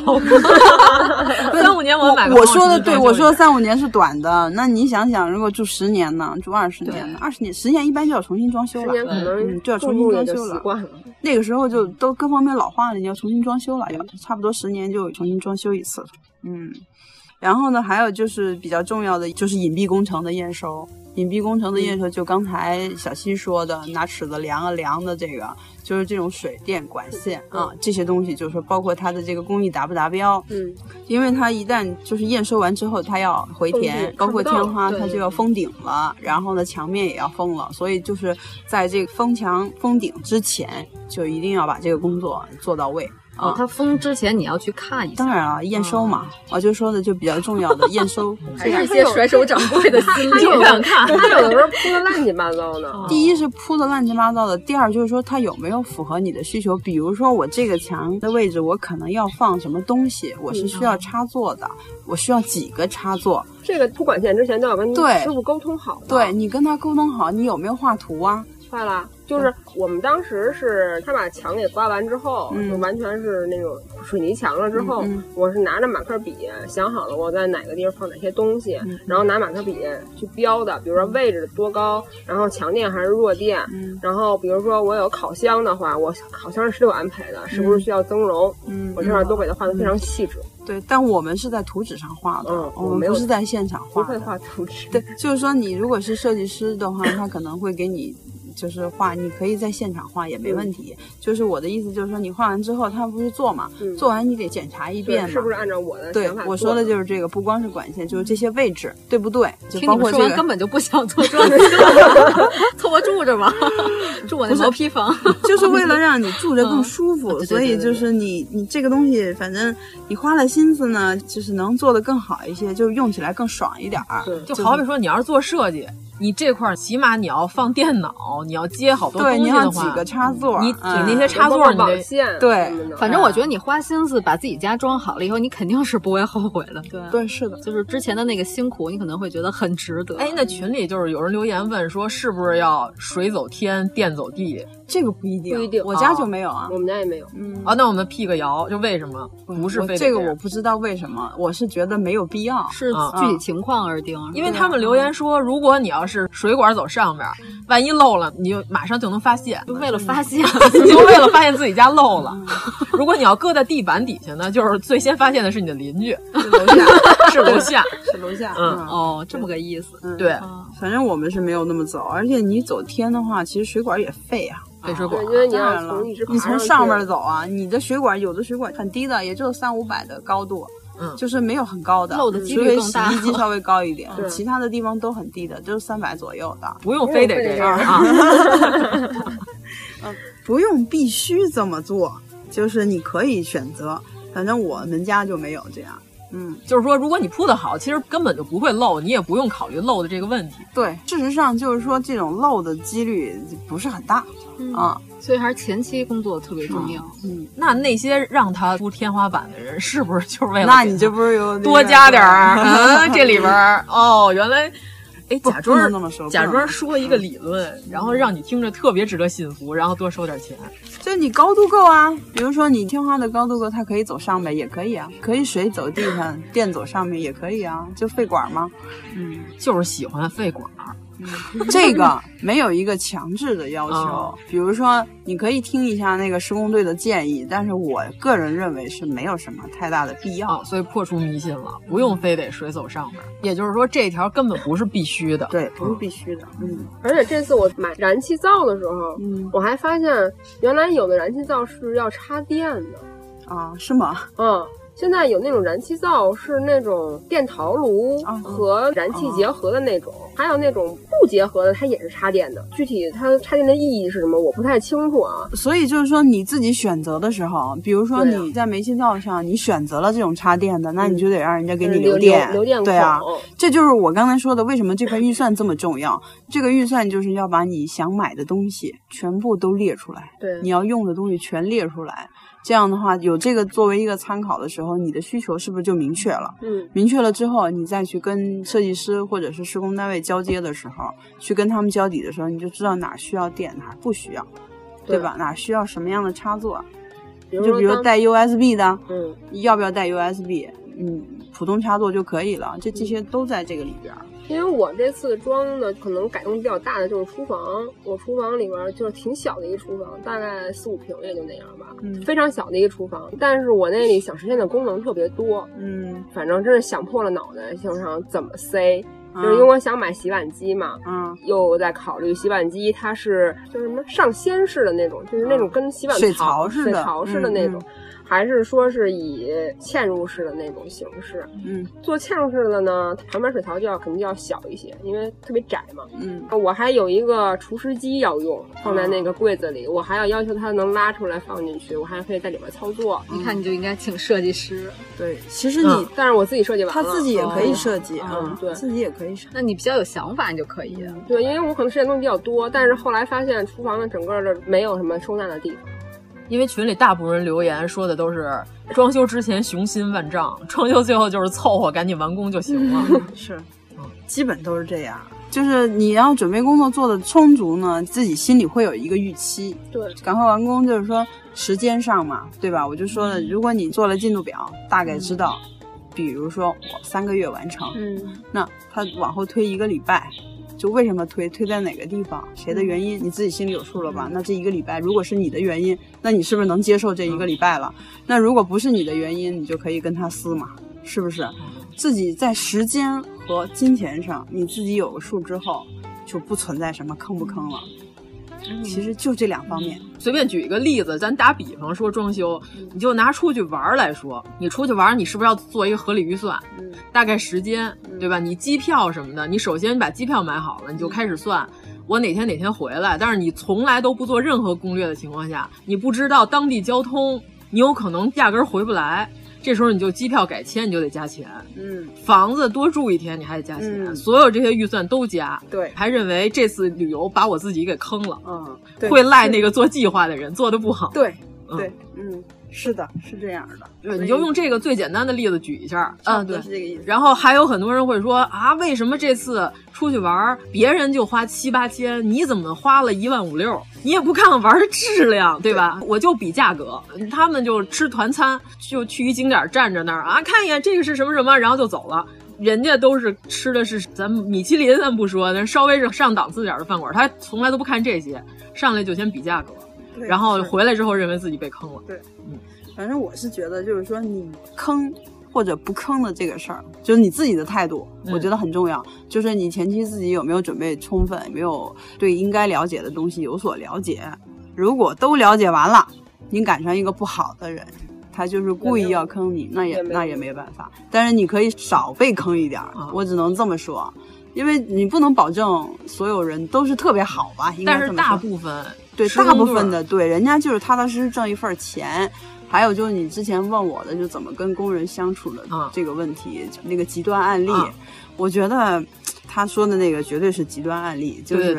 三五年我买个我房说的我对，装修我一说下三五年是短的，那你想想，如果住十年呢，住二十年呢，二十年十年一般就要重新装修了，十年可能嗯就要重住新装住也就修 习惯了那个时候就都各方面老化了，你要重新装修了，有差不多十年就重新装修一次，嗯。然后呢，还有就是比较重要的就是隐蔽工程的验收。隐蔽工程的嗯验收，就刚才小西说的，拿尺子量啊量的这个，就是这种水电管线啊，这些东西，就是说包括它的这个工艺达不达标，嗯，因为它一旦就是验收完之后，它要回填，包封括顶看不到天花，对它就要封顶了，然后呢，墙面也要封了，所以就是在这个封墙封顶之前，就一定要把这个工作做到位。啊、嗯哦，它封之前你要去看一下。当然啊，验收嘛，嗯我就说的就比较重要的验 收，还是一些甩手掌柜的 心他理，有不的想看。他有的时候铺的乱七八糟的。第一是铺的乱七八糟的，第二就是说它有没有符合你的需求。比如说我这个墙的位置，我可能要放什么东西，我是需要插座的，嗯我需要几个插座。这个铺管线之前都要跟对师傅沟通好。对你跟他沟通好，你有没有画图啊？坏了，就是我们当时是他把墙给刮完之后，嗯就完全是那种水泥墙了。之后、嗯嗯我是拿着马克笔想好了我在哪个地方放哪些东西，嗯然后拿马克笔去标的，比如说位置多高，然后强电还是弱电，嗯然后比如说我有烤箱的话，我烤箱是十六安培的，是不是需要增容？嗯我这块都给它画的非常细致。对，但我们是在图纸上画的，嗯我我没们有不是在现场不画会的。画图纸，对，就是说你如果是设计师的话，他可能会给你就是画，你可以在现场画也没嗯问题。就是我的意思就是说，你画完之后，他不是做嘛，做完你得检查一遍嘛，嗯是不是按照我的对想法，我说的做就是这个，不光是管线，就是这些位置对不对？就听包你括们说这完个根本就不想做装修，凑合住着吧，住我那不是毛坯房，就是为了让你住着更舒服，嗯哦对对所以对对就是你你这个东西，反正你花了心思呢，就是能做得更好一些，就是用起来更爽一点儿。 就是好比说你要是做设计。你这块儿起码你要放电脑，你要接好多东对，西你的话，要几个插座，你嗯你那些插座你得啊对，反正我觉得你花心思把自己家装好了以后，你肯定是不会后悔的。对对，是的，就是之前的那个辛苦，你可能会觉得很值得。哎，那群里就是有人留言问说，是不是要水走天，电走地？这个不一定不一定我哦家就没有啊，我们家也没有。嗯啊，那我们辟个谣，就为什么不是我非得这个样我不知道为什么，我是觉得没有必要，是啊具体情况而定，因为他们留言说，如果你要是水管走上边儿，万一漏了，你就马上就能发现。就为了发现你 就为了发现自己家漏了。如果你要搁在地板底下呢，就是最先发现的是你的邻居，是楼下， 是楼下，嗯哦，这么个意思。对，反正我们是没有那么走，而且你走天的话，其实水管也费啊。废水管对因为你要当然了从一直爬你上从去上面走啊，你的水管有的水管很低的，也就三五百的高度，嗯就是没有很高的，漏的几除率非更洗大衣机稍微高一点，对其他的地方都很低的，就是三百左右的，不用非得这样啊。 不用必须这么做，就是你可以选择，反正我们家就没有这样，嗯。就是说，如果你铺的好，其实根本就不会漏，你也不用考虑漏的这个问题。对，事实上就是说，这种漏的几率不是很大、嗯啊。所以还是前期工作特别重要。嗯，那那些让他铺天花板的人，是不是就是为了那给你这不是有多加点儿，嗯，这里 边儿哦，原来，哎，不假不装能那么说假不能装说一个理论，然后让你听着特别值得信服，然后多收点钱。 就是你高度够啊，比如说你天花的高度够，它可以走上面也可以啊，可以水走地上，电走上面也可以啊，就肺管 嘛。嗯，就是喜欢肺管儿，这个没有一个强制的要求，哦比如说你可以听一下那个施工队的建议，但是我个人认为是没有什么太大的必要。啊，所以破除迷信了，不用非得水走上面。也就是说，这条根本不是必须的。对，不是必须的。嗯，而且这次我买燃气灶的时候，嗯我还发现原来有的燃气灶是要插电的，啊，是吗？嗯。现在有那种燃气灶是那种电陶炉啊和燃气结合的那种，还有那种不结合的，它也是插电的。具体它插电的意义是什么，我不太清楚啊。所以就是说你自己选择的时候，比如说对啊你在煤气灶上，你选择了这种插电的，那你就得让人家给你嗯留电，留留电对啊口，这就是我刚才说的，为什么这块预算这么重要？这个预算就是要把你想买的东西全部都列出来，对你要用的东西全列出来。这样的话，有这个作为一个参考的时候，你的需求是不是就明确了？嗯，明确了之后，你再去跟设计师或者是施工单位交接的时候，去跟他们交底的时候，你就知道哪儿需要电，哪儿不需要，对对吧？哪儿需要什么样的插座？比如就比如当带 USB 的，嗯，要不要带 USB？嗯，普通插座就可以了，这这嗯些都在这个里边儿。因为我这次装的可能改动比较大的就是厨房，我厨房里面就是挺小的一个厨房，大概四五平也就那样吧，嗯非常小的一个厨房。但是我那里想实现的功能特别多，嗯，反正真是想破了脑袋想想怎么塞。嗯就是因为我想买洗碗机嘛，嗯，又在考虑洗碗机它是就是什么上掀式的那种，就是那种跟洗碗啊水槽槽似的水槽式的那种，嗯还是说是以嵌入式的那种形式？嗯做嵌入式的呢，旁边水槽就要肯定就要小一些，因为特别窄嘛。嗯我还有一个除湿机要用，放在那个柜子里，我还要要求它能拉出来放进去，我还可以在里面操作。一看你就应该请设计师。对，其实你、嗯但是我自己设计完他了，自己也可以设计，嗯嗯对自己也可以设计。那你比较有想法，你就可以。对，因为我可能设计的东西比较多，但是后来发现厨房的整个的没有什么收纳的地方。因为群里大部分人留言说的都是装修之前雄心万丈，装修最后就是凑合，赶紧完工就行了。 是， 基本都是这样。就是你要准备工作做的充足呢，自己心里会有一个预期。对，赶快完工，就是说时间上嘛，对吧？我就说嗯了，如果你做了进度表，大概知道，比如说我三个月完成，嗯，那他往后推一个礼拜，就为什么推，推在哪个地方，谁的原因，你自己心里有数了吧？那这一个礼拜，如果是你的原因，那你是不是能接受这一个礼拜了？那如果不是你的原因，你就可以跟他撕嘛，是不是？自己在时间和金钱上，你自己有个数之后，就不存在什么坑不坑了。其实就这两方面。随便举一个例子，咱打比方说装修，嗯你就拿出去玩儿来说，你出去玩儿，你是不是要做一个合理预算？嗯大概时间，嗯对吧？你机票什么的，你首先你把机票买好了，你就开始算。我哪天哪天回来，但是你从来都不做任何攻略的情况下，你不知道当地交通，你有可能压根儿回不来。这时候你就机票改签，你就得加钱。嗯，房子多住一天，你还得加钱，嗯所有这些预算都加。对还认为这次旅游把我自己给坑了。嗯，对会赖那个做计划的人做的不好。对嗯对，嗯，啊是的，是这样的。对，呃你就用这个最简单的例子举一下，差不嗯，多对，是这个意思然后还有很多人会说啊，为什么这次出去玩儿，别人就花七八千，你怎么花了一万五六？你也不看看玩儿的质量，对吧？我就比价格，他们就吃团餐，就去一景点儿站着那儿啊，看一眼这个是什么什么，然后就走了。人家都是吃的是咱们米其林，咱不说，那稍微是上档次点儿的饭馆，他从来都不看这些，上来就先比价格，对然后是回来之后认为自己被坑了。对，反正我是觉得，就是说你坑或者不坑的这个事儿，就是你自己的态度，我嗯觉得很重要。就是你前期自己有没有准备充分，有没有对应该了解的东西有所了解。如果都了解完了，你赶上一个不好的人，他就是故意要坑你，那也那也没办法。但是你可以少被坑一点儿，啊我只能这么说。因为你不能保证所有人都是特别好吧，应该但是这么说大部分对，施大工部队分儿的对，人家就是踏踏实实挣一份儿钱。还有就是你之前问我的，就怎么跟工人相处的嗯这个问题，就那个极端案例，啊我觉得他说的那个绝对是极端案例，就对是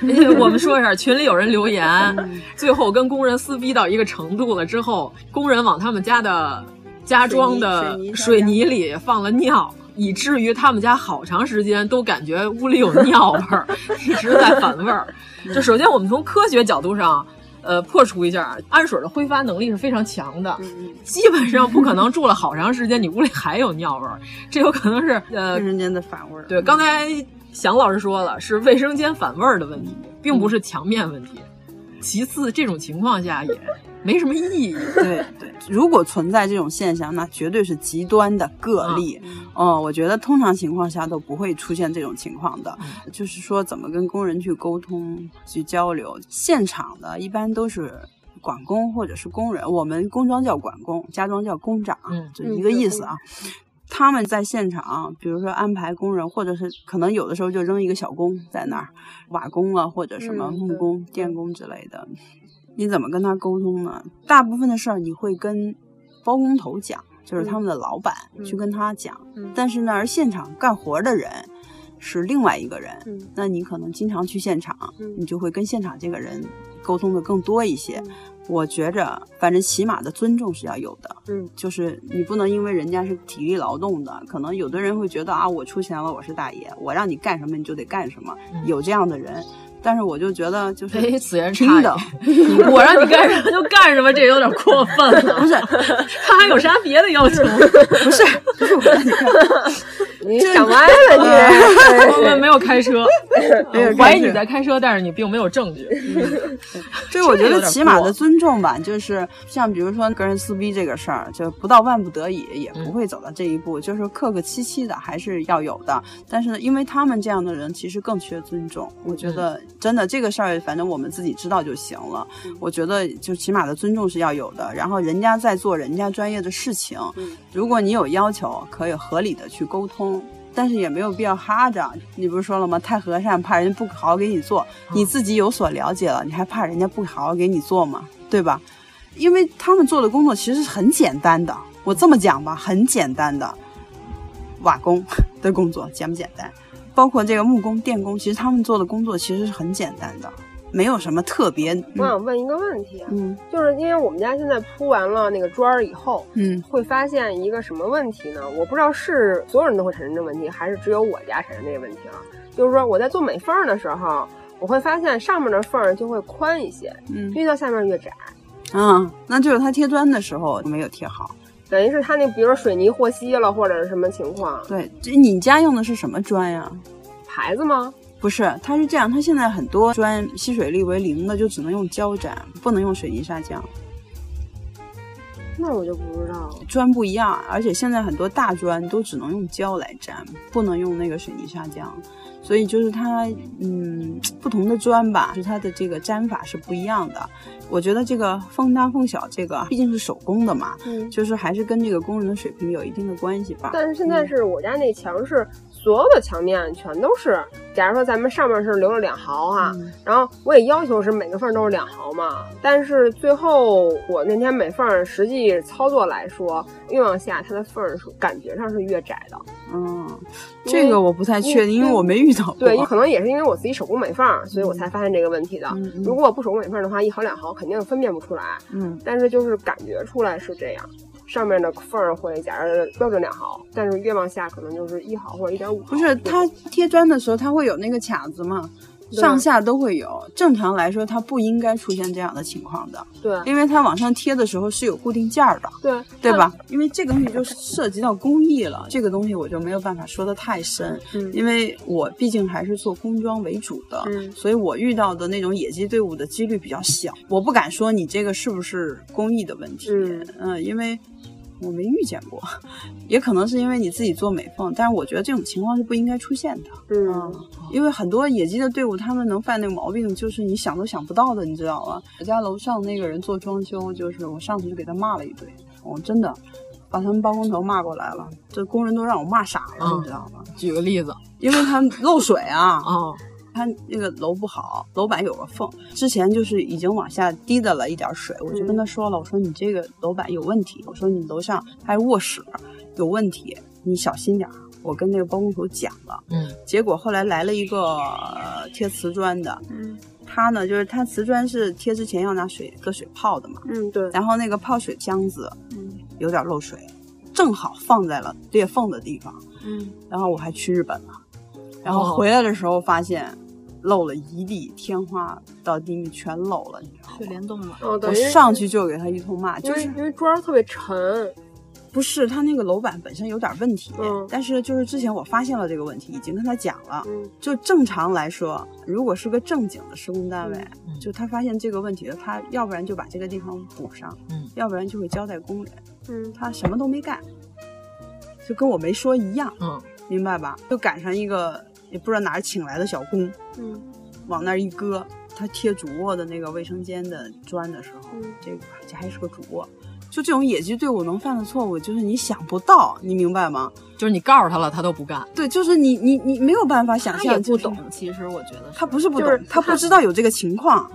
对对， 我们说一下，群里有人留言，最后跟工人撕逼到一个程度了之后，工人往他们家的家装的水泥里放了尿。以至于他们家好长时间都感觉屋里有尿味儿， 一直在反味儿。就首先我们从科学角度上，呃，破除一下，氨水的挥发能力是非常强的，基本上不可能住了好长时间你屋里还有尿味儿，这有可能是呃人间的反味儿。对，刚才翔老师说了，是卫生间反味儿的问题，并不是墙面问题。其次，这种情况下也没什么意义。嗯对对，如果存在这种现象，那绝对是极端的嗯个例。啊哦，我觉得通常情况下都不会出现这种情况的。就是说，怎么跟工人去沟通、去交流，现场的一般都是。管工或者是工人，我们工装叫管工，家装叫工长，就一个意思啊。他们在现场，比如说安排工人，或者是可能有的时候就扔一个小工在那儿，瓦工啊，或者什么嗯木工、电工之类的，你怎么跟他沟通呢？大部分的事儿你会跟包工头讲，就是他们的老板、去跟他讲，但是呢，而现场干活的人是另外一个人，那你可能经常去现场，你就会跟现场这个人沟通的更多一些。我觉着，反正起码的尊重是要有的，嗯，就是你不能因为人家是体力劳动的，可能有的人会觉得啊，我出钱了，我是大爷，我让你干什么你就得干什么，有这样的人。但是我就觉得，就是 哎此言拼差的，我让你干什么就干什么，这有点过分了。不是，他还有啥别的要求？不是，不是我让你干。你这想歪了 你我们没有开车，没有开车我怀疑你在开车，但是你并没有证据。对，我觉这有得点起码过的尊重吧，就是像比如说跟人撕逼这个事儿，就不到万不得已也嗯不会走到这一步，就是客客气气的还是要有的。但是呢，因为他们这样的人其实更缺尊重，我觉得真的这个事儿，反正我们自己知道就行了。我觉得就起码的尊重是要有的，然后人家在做人家专业的事情，如果你有要求，可以合理的去沟通。但是也没有必要哈着，你不是说了吗？太和善怕人家不好好给你做，你自己有所了解了，你还怕人家不好好给你做吗？对吧？因为他们做的工作其实是很简单的，我这么讲吧，很简单的，瓦工 的工作简不简单？包括这个木工、电工，其实他们做的工作其实是很简单的，没有什么特别。我嗯想问一个问题，啊嗯就是因为我们家现在铺完了那个砖儿以后，嗯会发现一个什么问题呢？我不知道是所有人都会产生这个问题，还是只有我家产生这个问题啊。就是说我在做美缝儿的时候，我会发现上面的缝儿就会宽一些，嗯越到下面越窄，啊，那就是他贴砖的时候没有贴好。等于是它那比如说水泥和稀了或者是什么情况，对，这你家用的是什么砖呀、牌子吗？不是，它是这样，它现在很多砖吸水力为零的，就只能用胶粘，不能用水泥砂浆。那我就不知道了。砖不一样，而且现在很多大砖都只能用胶来粘，不能用那个水泥砂浆，所以就是它，嗯，不同的砖吧，就是它的这个粘法是不一样的。我觉得这个缝大缝小，这个毕竟是手工的嘛，嗯就是还是跟这个工人的水平有一定的关系吧。但是现在是我家那墙是所有的墙面全都是，假如说咱们上面是留了两毫哈、嗯然后我也要求是每个缝儿都是两毫嘛，但是最后我那天每缝儿实际操作来说，越往下它的缝儿是感觉上是越窄的。嗯，这个我不太确定，因为我没遇到过。对，可能也是因为我自己手工美缝儿，所以我才发现这个问题的。如果我不手工美缝儿的话，一毫两毫肯定分辨不出来。嗯，但是就是感觉出来是这样，上面的缝儿会假如标准两毫，但是越往下可能就是一毫或者一点五。不是它贴砖的时候，它会有那个卡子嘛，对上下都会有。正常来说，它不应该出现这样的情况的，对，因为它往上贴的时候是有固定件儿的，对对吧？？因为这个东西就涉及到工艺了，这个东西我就没有办法说的太深，嗯因为我毕竟还是做工装为主的，嗯所以我遇到的那种野鸡队伍的几率比较小。我不敢说你这个是不是工艺的问题，嗯、因为我没遇见过，也可能是因为你自己做美缝，但是我觉得这种情况是不应该出现的，嗯，因为很多野鸡的队伍，他们能犯那个毛病，就是你想都想不到的，你知道吗？我家楼上那个人做装修，就是我上次就给他骂了一顿，我真的把他们包工头骂过来了，这工人都让我骂傻了，嗯你知道吗？举个例子，啊因为他们漏水啊，哦，他那个楼不好，楼板有个缝，之前就是已经往下滴的了一点水，我就跟他说了，我说你这个楼板有问题，我说你楼上还有卧室有问题，你小心点儿。我跟那个包工头讲了，嗯结果后来来了一个呃贴瓷砖的，嗯他呢就是他瓷砖是贴之前要拿水搁水泡的嘛，嗯，对。然后那个泡水箱子嗯有点漏水，正好放在了裂缝的地方，嗯，然后我还去日本了，然哦后回来的时候发现漏了一地，天花到地面全漏了，你知道吗？水帘洞嘛。哦，等我于上去就给他一通骂，因就为是因为砖儿特别沉，不是他那个楼板本身有点问题，但是就是之前我发现了这个问题，已经跟他讲了。嗯就正常来说，如果是个正经的施工单位，嗯就他发现这个问题了，他要不然就把这个地方补上，嗯要不然就会交代工人。嗯，他什么都没干，就跟我没说一样，嗯，明白吧？就赶上一个也不知道哪儿请来的小工，嗯，往那儿一搁，他贴主卧的那个卫生间的砖的时候，嗯这个这还是个主卧。就这种野鸡队伍能犯的错误，就是你想不到，你明白吗？就是你告诉他了，他都不干。对，就是你你你没有办法想他也象，不就是懂其实我觉得他不是不懂，就是他不知道有这个情况。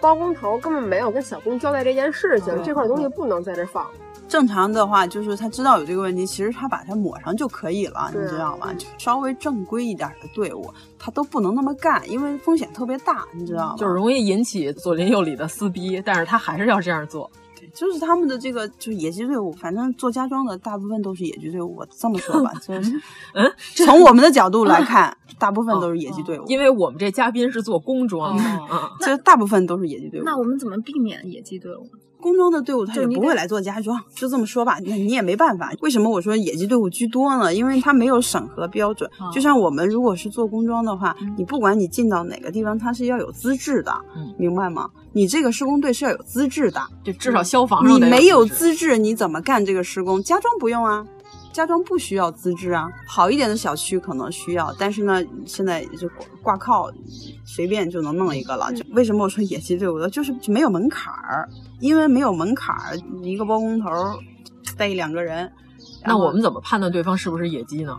包工头根本没有跟小工交代这件事嗯情，这块东西不能在这放。正常的话，就是他知道有这个问题，其实他把它抹上就可以了，对啊你知道吗？就稍微正规一点的队伍，他都不能那么干，因为风险特别大，你知道吗？就是容易引起左邻右里的撕逼，但是他还是要这样做。就是他们的这个就是野鸡队伍，反正做家装的大部分都是野鸡队伍。我这么说吧，就是嗯，从我们的角度来看，大部分哦都是野鸡队伍，因为我们这嘉宾是做工装的，啊就大部分都是野鸡队伍。那我们怎么避免野鸡队伍呢？工装的队伍他就也你不得会来做家装，就这么说吧，那你也没办法。为什么我说野鸡队伍居多呢？因为它没有审核标准。哦嗯就像我们如果是做工装的话，你不管你进到哪个地方，它是要有资质的，嗯明白吗？你这个施工队是要有资质的，就至少消防上你得没有资质资质，你怎么干这个施工？家装不用啊。家装不需要资质啊，好一点的小区可能需要，但是呢，现在就挂靠随便就能弄一个嗯了。就为什么我说野鸡队伍的，就是就没有门槛儿，因为没有门槛儿，一个包工头儿带一两个人，啊那我们怎么判断对方是不是野鸡呢？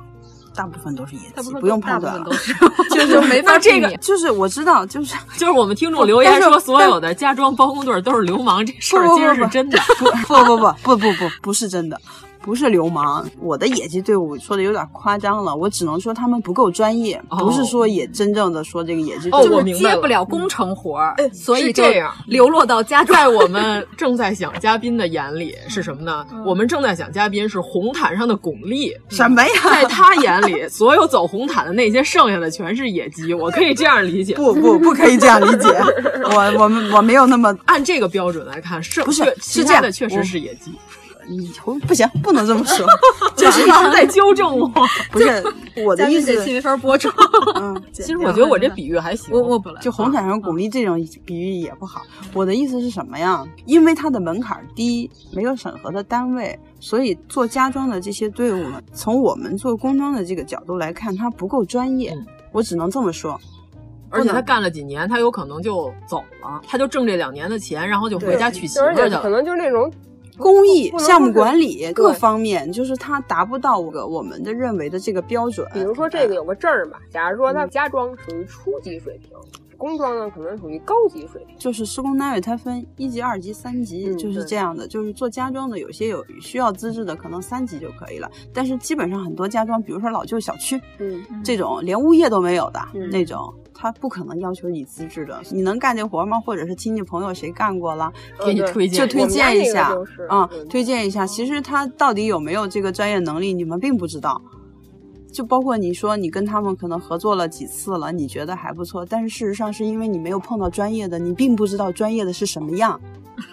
大部分都是野大部鸡，分都不用判大断 部了分都，就是没法那这避个免就是我知道，就是就是我们听众留言但是说，所有的家装包工队都是流氓，这事儿不不今 儿不是真的。不不不不不不不是真的，不是流氓。我的野鸡队伍说的有点夸张了，我只能说他们不够专业，哦不是说也真正的说这个野鸡队哦伍。就是接不了工程活儿，嗯所以是就这样流落到家装。在我们正在想嘉宾的眼里是什么呢？我们正在想嘉宾是红毯上的巩俐，什么呀？ 在他眼里，所有走红毯的那些剩下的全是野鸡，我可以这样理解。不不不可以这样理解，我我们我没有那么按这个标准来看，是不是确是其这他样的确我 实是野鸡。你不行，不能这么 说，就是一直在纠正我。不是我的意思，这期没法播 出。嗯，其实我觉得我这比喻还行。我我就红啊毯上嗯巩俐这种比喻也不好。我的意思是什么呀？因为它的门槛低，没有审核的单位，所以做家装的这些队伍们，从我们做工装的这个角度来看，它不够专业。嗯、我只能这么说。而且他干了几年，他有可能就走了，他就挣这两年的钱，然后就回家娶媳妇去了。可能就是那种工艺、项目管理各方面，就是他达不到个我们的认为的这个标准。比如说这个有个证儿吧，假如说他嗯家装属于初级水平，嗯、工装呢可能属于高级水平。就是施工单位它分一级、二级、三级，嗯、就是这样的。就是做家装的，有些有需要资质的，可能三级就可以了。但是基本上很多家装，比如说老旧小区，嗯，这种连物业都没有的、嗯、那种。他不可能要求你资质的，你能干这活吗？或者是亲戚朋友谁干过了，给嗯你推荐就推荐一下嗯啊，嗯推荐一下。其实他到底有没有这个专业能力，你们并不知道。就包括你说你跟他们可能合作了几次了，你觉得还不错，但是事实上是因为你没有碰到专业的，你并不知道专业的是什么样，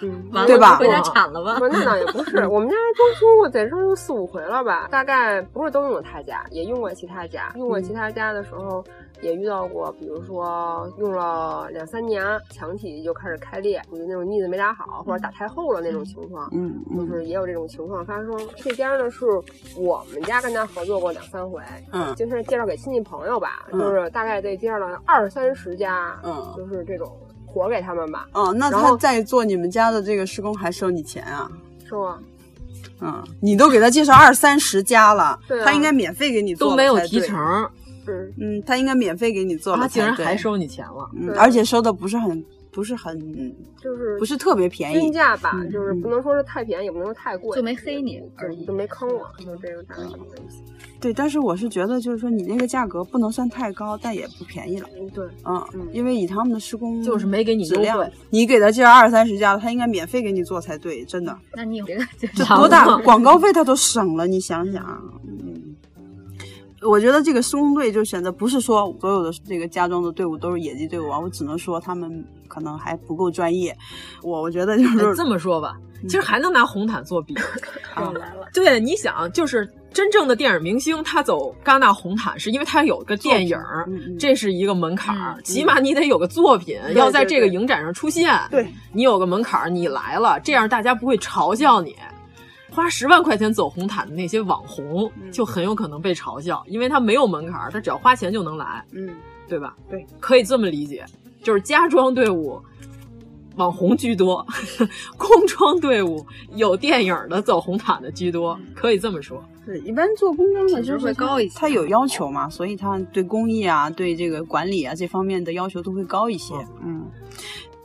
嗯，对吧？回家铲了吧？那倒也不是，我们家装修过，在这儿四五回了吧，大概不是都用过他家，也用过其他家，用过其他家的时候。嗯也遇到过，比如说用了两三年，墙体就开始开裂，就是那种腻子没打好，或者打太厚了那种情况，嗯，嗯就是也有这种情况发生。这家呢是我们家跟他合作过两三回，嗯，就是介绍给亲戚朋友吧，嗯、就是大概得介绍了二三十家，嗯，就是这种活给他们吧。哦，那他在做你们家的这个施工还收你钱啊？收啊。嗯，你都给他介绍二三十家了，对啊、他应该免费给你做都没有提成。嗯，他应该免费给你做了，他竟然还收你钱了，嗯，而且收的不是很，不是很，就是不是特别便宜，嗯均价吧，就是不能说是太便宜，也不能说太贵，就没黑你，就没坑我，就这个大概意思。对，但是我是觉得，就是说你那个价格不能算太高，但也不便宜了，对，嗯，因为以他们的施工就是没给你质量，你给他介绍二三十家，他应该免费给你做才对，真 的。那你给这多大广告费他都省了，你想想，嗯。我觉得这个施工队就选择不是说所有的这个家装的队伍都是野鸡队伍啊，我只能说他们可能还不够专业。我我觉得就是呃嗯啊这么说吧，其实还能拿红 毯做比喻。又来了，对，你想就是。真正的电影明星，他走戛纳红毯是因为他有个电影，嗯这是一个门槛儿，起码你得有个作品，要在这个影展上出现。对，你有个门槛儿，你来了，这样大家不会嘲笑你。花十万块钱走红毯的那些网红，嗯就很有可能被嘲笑，因为他没有门槛，他只要花钱就能来，嗯，对吧？对，可以这么理解，就是家装队伍网红居多， 工装队伍有电影的走红毯的居多，可以这么说。对，一般做工装的就是会高一些，他有要求嘛，所以他对工艺啊、对这个管理啊这方面的要求都会高一些，嗯。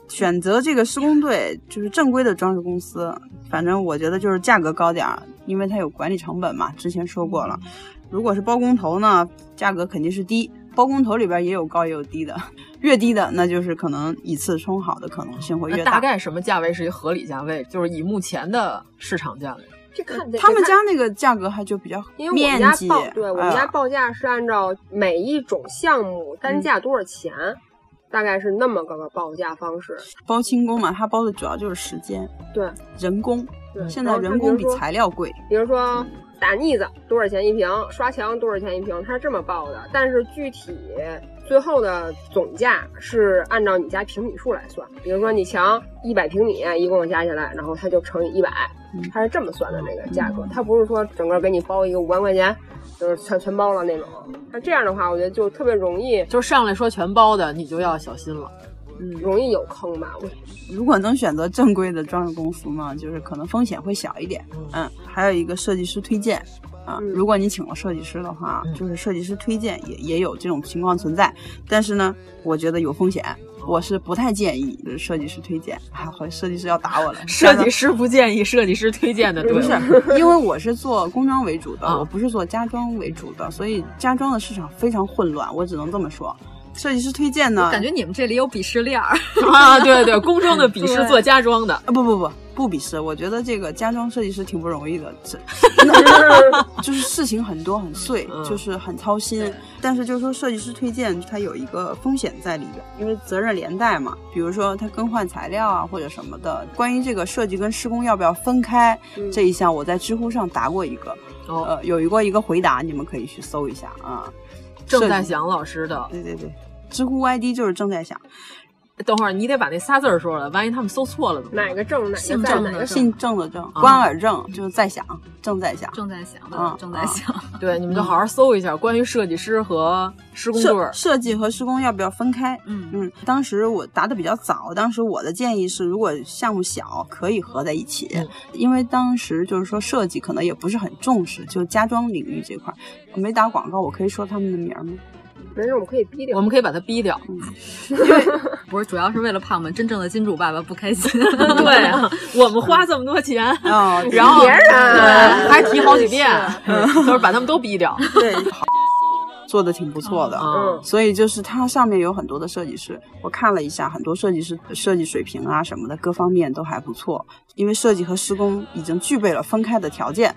选择这个施工队就是正规的装饰公司，反正我觉得就是价格高点儿，因为它有管理成本嘛，之前说过了。嗯如果是包工头呢，价格肯定是低，包工头里边也有高也有低的， 越低的那就是可能一次冲好的可能性会越大。大概什么价位是一合理价位？就是以目前的市场价位。这看嗯他们家那个价格还就比较啊因为我们家报对我们家报价是按照每一种项目单价多少钱。嗯大概是那么个报价方式，包轻工嘛，它包的主要就是时间，对，人工，对，现在人工比材料贵。比如说打腻子多少钱一平，刷墙多少钱一平，它是这么报的，但是具体最后的总价是按照你家平米数来算。比如说你墙一百平米，一共加起来，然后它就乘以一百，嗯它是这么算的那个价格，它不是说整个给你包一个五万块钱。就是全全包了那种，那这样的话，我觉得就特别容易，就上来说全包的，你就要小心了，嗯，容易有坑吧。我 如果能选择正规的装饰公司呢，就是可能风险会小一点，嗯，还有一个设计师推荐啊，嗯、如果你请了设计师的话，嗯、就是设计师推荐也也有这种情况存在，但是呢，我觉得有风险。我是不太建议设计师推荐，啊，好，设计师要打我了。设计师不建议设计师推荐的，对不是？因为我是做工装为主的，我不是做家装为主的，所以家装的市场非常混乱，我只能这么说。设计师推荐呢？感觉你们这里有鄙视链儿 啊！对对，工装的鄙视做家装的，呃不不不不鄙视。我觉得这个家装设计师挺不容易的，这就是事情很多很碎，嗯、就是很操心。但是就是说设计师推荐，它有一个风险在里边，因为责任连带嘛。比如说它更换材料啊或者什么的。关于这个设计跟施工要不要分开、嗯、这一项，我在知乎上答过一个，哦、呃，有过一个回答，你们可以去搜一下啊。郑在祥老师的，对对对，知乎 ID 就是郑在祥。等会儿你得把那仨字儿说了，万一他们搜错了怎么？哪个郑？哪个姓郑啊的姓郑的郑，啊关尔正就是在想，正在想，正在想的，正在想。对，你们就好好搜一下关于设计师和施工队、嗯设计和施工要不要分开？嗯嗯，当时我答的比较早，当时我的建议是，如果项目小，可以合在一起，嗯因为当时就是说设计可能也不是很重视，就家装领域这块，我没打广告，我可以说他们的名吗？没事，我们可以逼掉。我们可以把他逼掉，嗯因为不是主要是为了怕我们真正的金主爸爸不开心。 对、啊，我们花这么多钱， 哦、然后别人还提好几遍，就是把他们都逼掉。啊对。好做的挺不错的，嗯，所以就是它上面有很多的设计师，我看了一下，很多设计师设计水平啊什么的，各方面都还不错。因为设计和施工已经具备了分开的条件，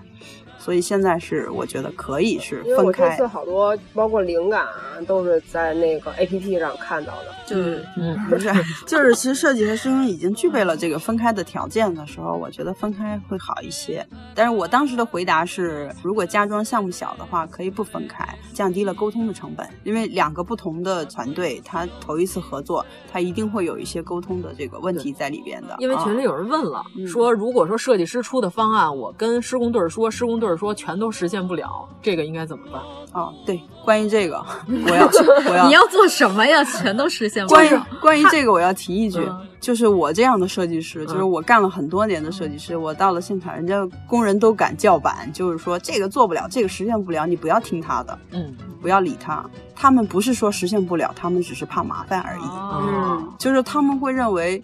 所以现在是我觉得可以是分开。因为我这次好多包括灵感啊，都是在那个 A P P 上看到的。就是，嗯，不是，就是其实设计和施工已经具备了这个分开的条件的时候，我觉得分开会好一些。但是我当时的回答是，如果家装项目小的话，可以不分开，降低了沟通的成本。因为两个不同的团队，他头一次合作，他一定会有一些沟通的这个问题在里边的。啊因为群里有人问了，嗯、说如果说设计师出的方案，我跟施工队说，施工队说全都实现不了，这个应该怎么办？哦，对，关于这个， 我 要，我要，你要做什么呀？全都实现。啊关于关于这个，我要提一句，就是我这样的设计师，就是我干了很多年的设计师，我到了现场，人家工人都敢叫板，就是说这个做不了，这个实现不了，你不要听他的，嗯，不要理他。他们不是说实现不了，他们只是怕麻烦而已，哦嗯，就是他们会认为。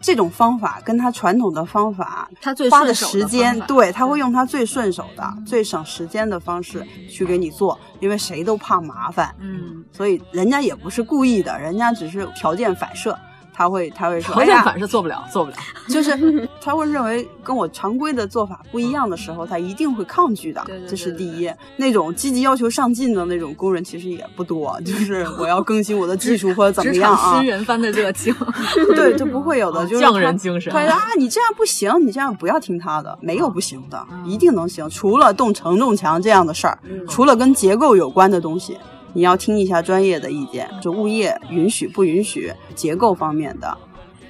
这种方法跟他传统的方法，他最花的时间，对他会用他最顺手的、嗯、最省时间的方式去给你做，因为谁都怕麻烦，嗯，所以人家也不是故意的，人家只是条件反射，他会他会说，条件反射做不了，哎、做不了， 就是他会认为跟我常规的做法不一样的时候，他一定会抗拒的，对对对这是第一。那种积极要求上进的那种工人其实也不多，就是我要更新我的技术或者怎么样啊，新人般的热 情。 对，就不会有的，就是哦匠人精神。他啊，你这样不行，你这样不要听他的，没有不行的，嗯一定能行。除了动承重墙这样的事儿，除了跟结构有关的东西，你要听一下专业的意见，就物业允许不允许结构方面的。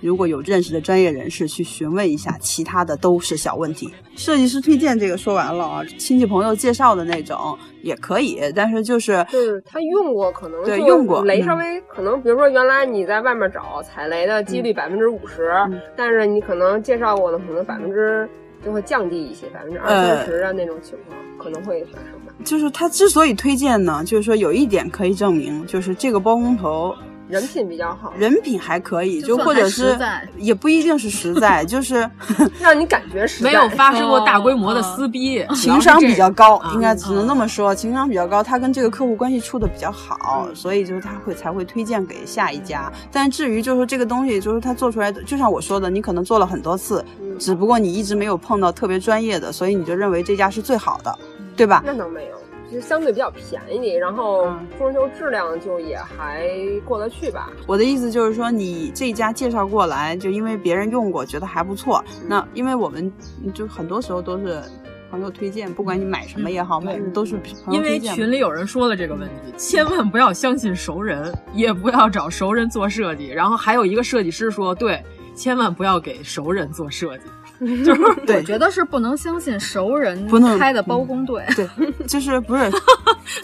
如果有认识的专业人士去询问一下，其他的都是小问题。设计师推荐这个说完了啊，亲戚朋友介绍的那种也可以，但是就是就是他用过，可能对用过雷稍微、嗯、可能，比如说原来你在外面找踩雷的几率百分之五十，嗯、但是你可能介绍过的可能百分之就会降低一些，百分之二三十的啊那种情况、呃、可能会发生。就是他之所以推荐呢，就是说有一点可以证明，就是这个包工头。人品比较好，人品还可以，就或者是也不一定是实在， 就是让你感觉实在，没有发生过哦大规模的嗯撕逼，情商比较高，应该只能那么说，情商比较高，他跟这个客户关系处的比较好，所以就是他会才会推荐给下一家。但至于就是这个东西，就是他做出来的，就像我说的，你可能做了很多次，嗯只不过你一直没有碰到特别专业的，所以你就认为这家是最好的，对吧？那能没有？就相对比较便宜，然后嗯装修质量就也还过得去吧。我的意思就是说，你这家介绍过来，就因为别人用过，觉得还不错。那因为我们就很多时候都是朋友推荐，不管你买什么也好，买什么都是因为群里有人说了这个问题，千万不要相信熟人，也不要找熟人做设计。然后还有一个设计师说，对，千万不要给熟人做设计。就是我觉得是不能相信熟人开的包工队，嗯对，就是不是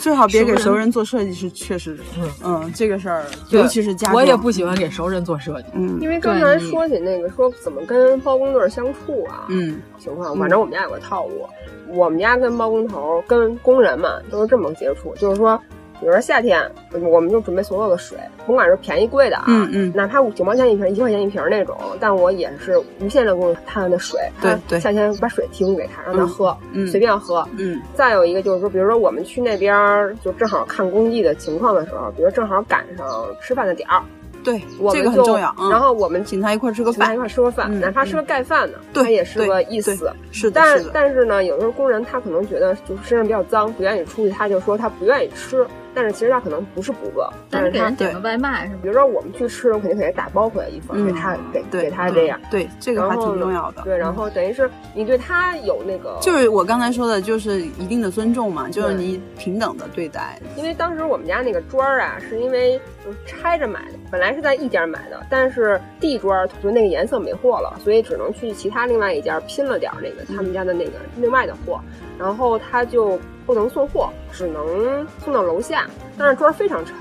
最好别给熟人做设计是确实，嗯，这个事儿尤其是家，我也不喜欢给熟人做设计，嗯，因为刚才说起那个说怎么跟包工队相处啊，嗯，情况，反正我们家有个套路，我们家跟包工头、跟工人们都是这么接触，就是说。比如说夏天，我们就准备所有的水，甭管是便宜贵的啊，嗯嗯哪怕五九毛钱一瓶、一块钱一瓶那种，但我也是无限量供应他的水。对对夏天把水提供给他，让他喝，嗯嗯随便喝。嗯，再有一个就是说，比如说我们去那边儿，就正好看工地的情况的时候，比如正好赶上吃饭的点儿，对，我这们个很就重要。嗯然后我们请他一块儿吃个请他饭嗯一，块儿吃个饭，哪怕是个盖饭呢，对他也是个对意思对。是的但是的但是呢，有的时候工人他可能觉得就是身上比较脏，不愿意出去，他就说他不愿意吃。但是其实他可能不是不饿，但但是是给他人点个外卖是吧？比如说我们去吃，我肯定给他打包回来一份，嗯给他给对给他这样。对对嗯这个还然后挺重要的嗯对，然后等于是你对他有那个，就是我刚才说的，就是一定的尊重嘛，就是对你平等的对待。因为当时我们家那个砖儿啊，是因为就是拆着买的，本来是在一家买的，但是地砖儿就那个颜色没货了，所以只能去其他另外一家拼了点儿那个他们家的那个另外的货，然后他就不能送货，只能送到楼下，但是砖儿非常沉。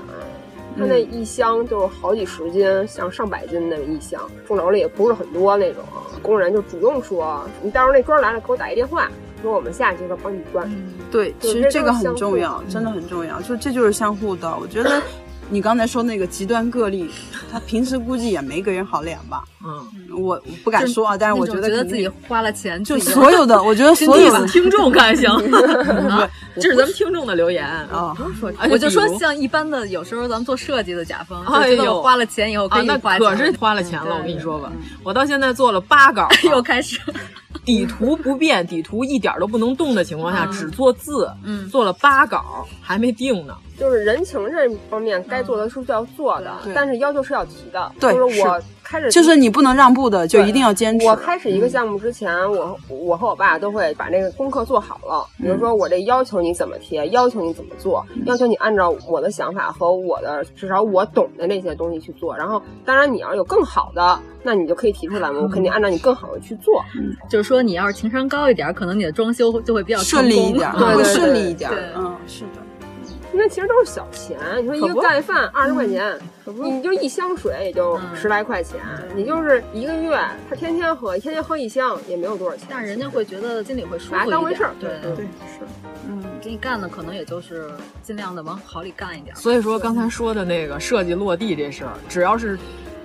他那一箱就好几十斤，像上百斤那么一箱，众楼里也不是很多那种。工人就主动说：“你到时候那砖来了，给我打一电话，说我们下去了帮你搬。对，对其这实这都个是很相互重的要，嗯真的很重要。就这就是相互的。我觉得你刚才说那个极端个例，他平时估计也没给人好脸吧？嗯，我我不敢说啊，但是我觉觉得肯自定己花了钱，就自己所有的，我觉得所有的听众 看行 对啊，这是咱们听众的留言啊。而且我就哎比如说，像一般的，有时候咱们做设计的甲方，哎就觉得呦我花了钱以后可啊，以那花可是钱，花了钱了，我跟你说吧，我到现在做了八稿， 啊又开始，底图不变，底图一点儿都不能动的情况下，嗯只做字，嗯做了八稿，还没定呢。就是人情这方面该做的是要做的，对但是要求是要提的。对就是我是开始就是你不能让步的，就一定要坚持。我开始一个项目之前，我我和我爸都会把这个功课做好了。比如嗯说，我这要求你怎么贴，要求你怎么做，要求你按照我的想法和我的至少我懂的那些东西去做。然后，当然你要有更好的，那你就可以提出来嘛，我嗯肯定按照你更好的去做。就是说你要是情商高一点，可能你的装修就会比较顺利 一点，成功会对顺利一点对。嗯，是的。因为其实都是小钱，你说一可个不盖饭二十块嗯钱，你就一箱水也就十来块钱，嗯你就是一个月，他天天喝，天天喝一箱也没有多少钱，但是人家会觉得心里会舒服把它当回事儿，对对，是，嗯，这一干呢，可能也就是尽量的往好里干一点。所以说刚才说的那个设计落地这事儿，只要是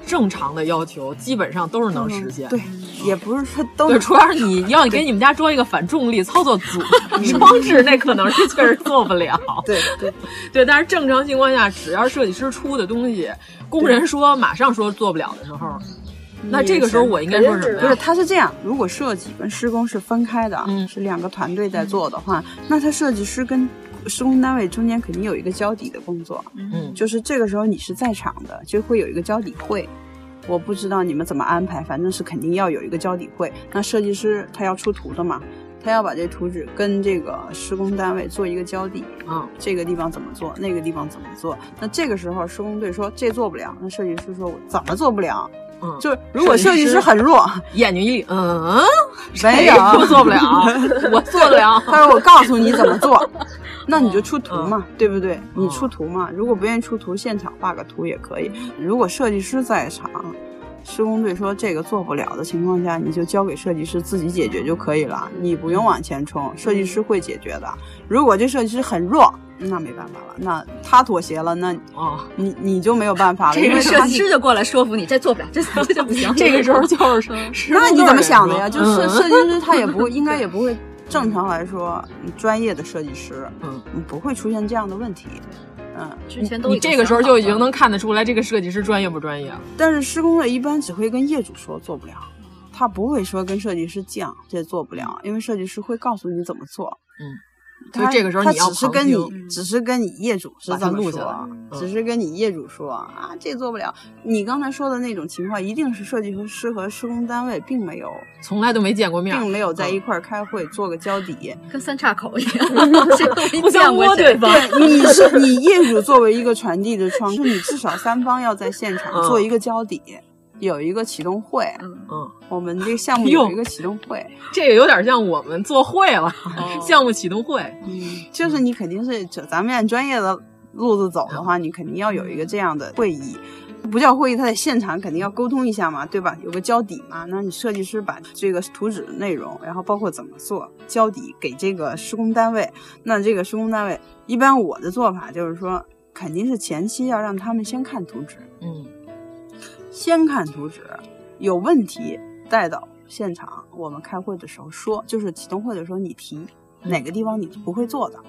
正常的要求，基本上都是能实现。嗯对，也不是说都对，能主要是你要给你们家装一个反重力操作组，装置那可能是确实做不了。对对对，但是正常情况下，只要设计师出的东西，工人说马上说做不了的时候，那这个时候我应该说什么嗯不是，呀？它是这样，如果设计跟施工是分开的，嗯，是两个团队在做的话，那它设计师跟施工单位中间肯定有一个交底的工作，嗯就是这个时候你是在场的，就会有一个交底会。我不知道你们怎么安排，反正是肯定要有一个交底会。那设计师他要出图的嘛，他要把这图纸跟这个施工单位做一个交底，嗯，这个地方怎么做，那个地方怎么做。那这个时候施工队说这做不了，那设计师说我怎么做不了？嗯，就是如果设计师很弱，眼睛一立，嗯，没谁有说做 不了，我做得了。 他说我告诉你怎么做，那你就出图哦嘛，对不对？你出图嘛，如果不愿意出图，现场画个图也可以。如果设计师在场，施工队说这个做不了的情况下，你就交给设计师自己解决就可以了，你不用往前冲，嗯设计师会解决的。如果这设计师很弱，那没办法了，那他妥协了，那哦，。你你就没有办法了，这因个为设他计师就过来说服你，这做不了，这这就不 行这个时候就是施工嗯那你队怎么儿想的说 呀？就是嗯设计师他也不应该也不会，正常来说，专业的设计师，嗯，不会出现这样的问题，嗯。之前都你这个时候就已经能看得出来这个设计师专业不专业了。但是施工队一般只会跟业主说做不了，他不会说跟设计师犟这做不了，因为设计师会告诉你怎么做。嗯，所以他这个时候他你要只是跟旁听你，只是跟你业主是把它这么录说下来嗯只是跟你业主说啊，这做不了。你刚才说的那种情况，一定是设计师和施工单位并没有从来都没见过面儿，嗯并没有在一块儿开会做个交底。跟三岔口一样， 谁都没互相见过摸谁对方对，你是 你业主作为一个传递的窗口，你至少三方要在现场嗯做一个交底，有一个启动会。嗯，我们这个项目有一个启动会，这个有点像我们做会了，哦项目启动会。就是你肯定是，就咱们按专业的路子走的话，你肯定要有一个这样的会议。不叫会议，他在现场肯定要沟通一下嘛，对吧？有个交底嘛。那你设计师把这个图纸内容，然后包括怎么做交底给这个施工单位，那这个施工单位一般我的做法就是说，肯定是前期要让他们先看图纸，嗯，先看图纸，有问题带到现场，我们开会的时候说，就是启动会的时候你提哪个地方你不会做的，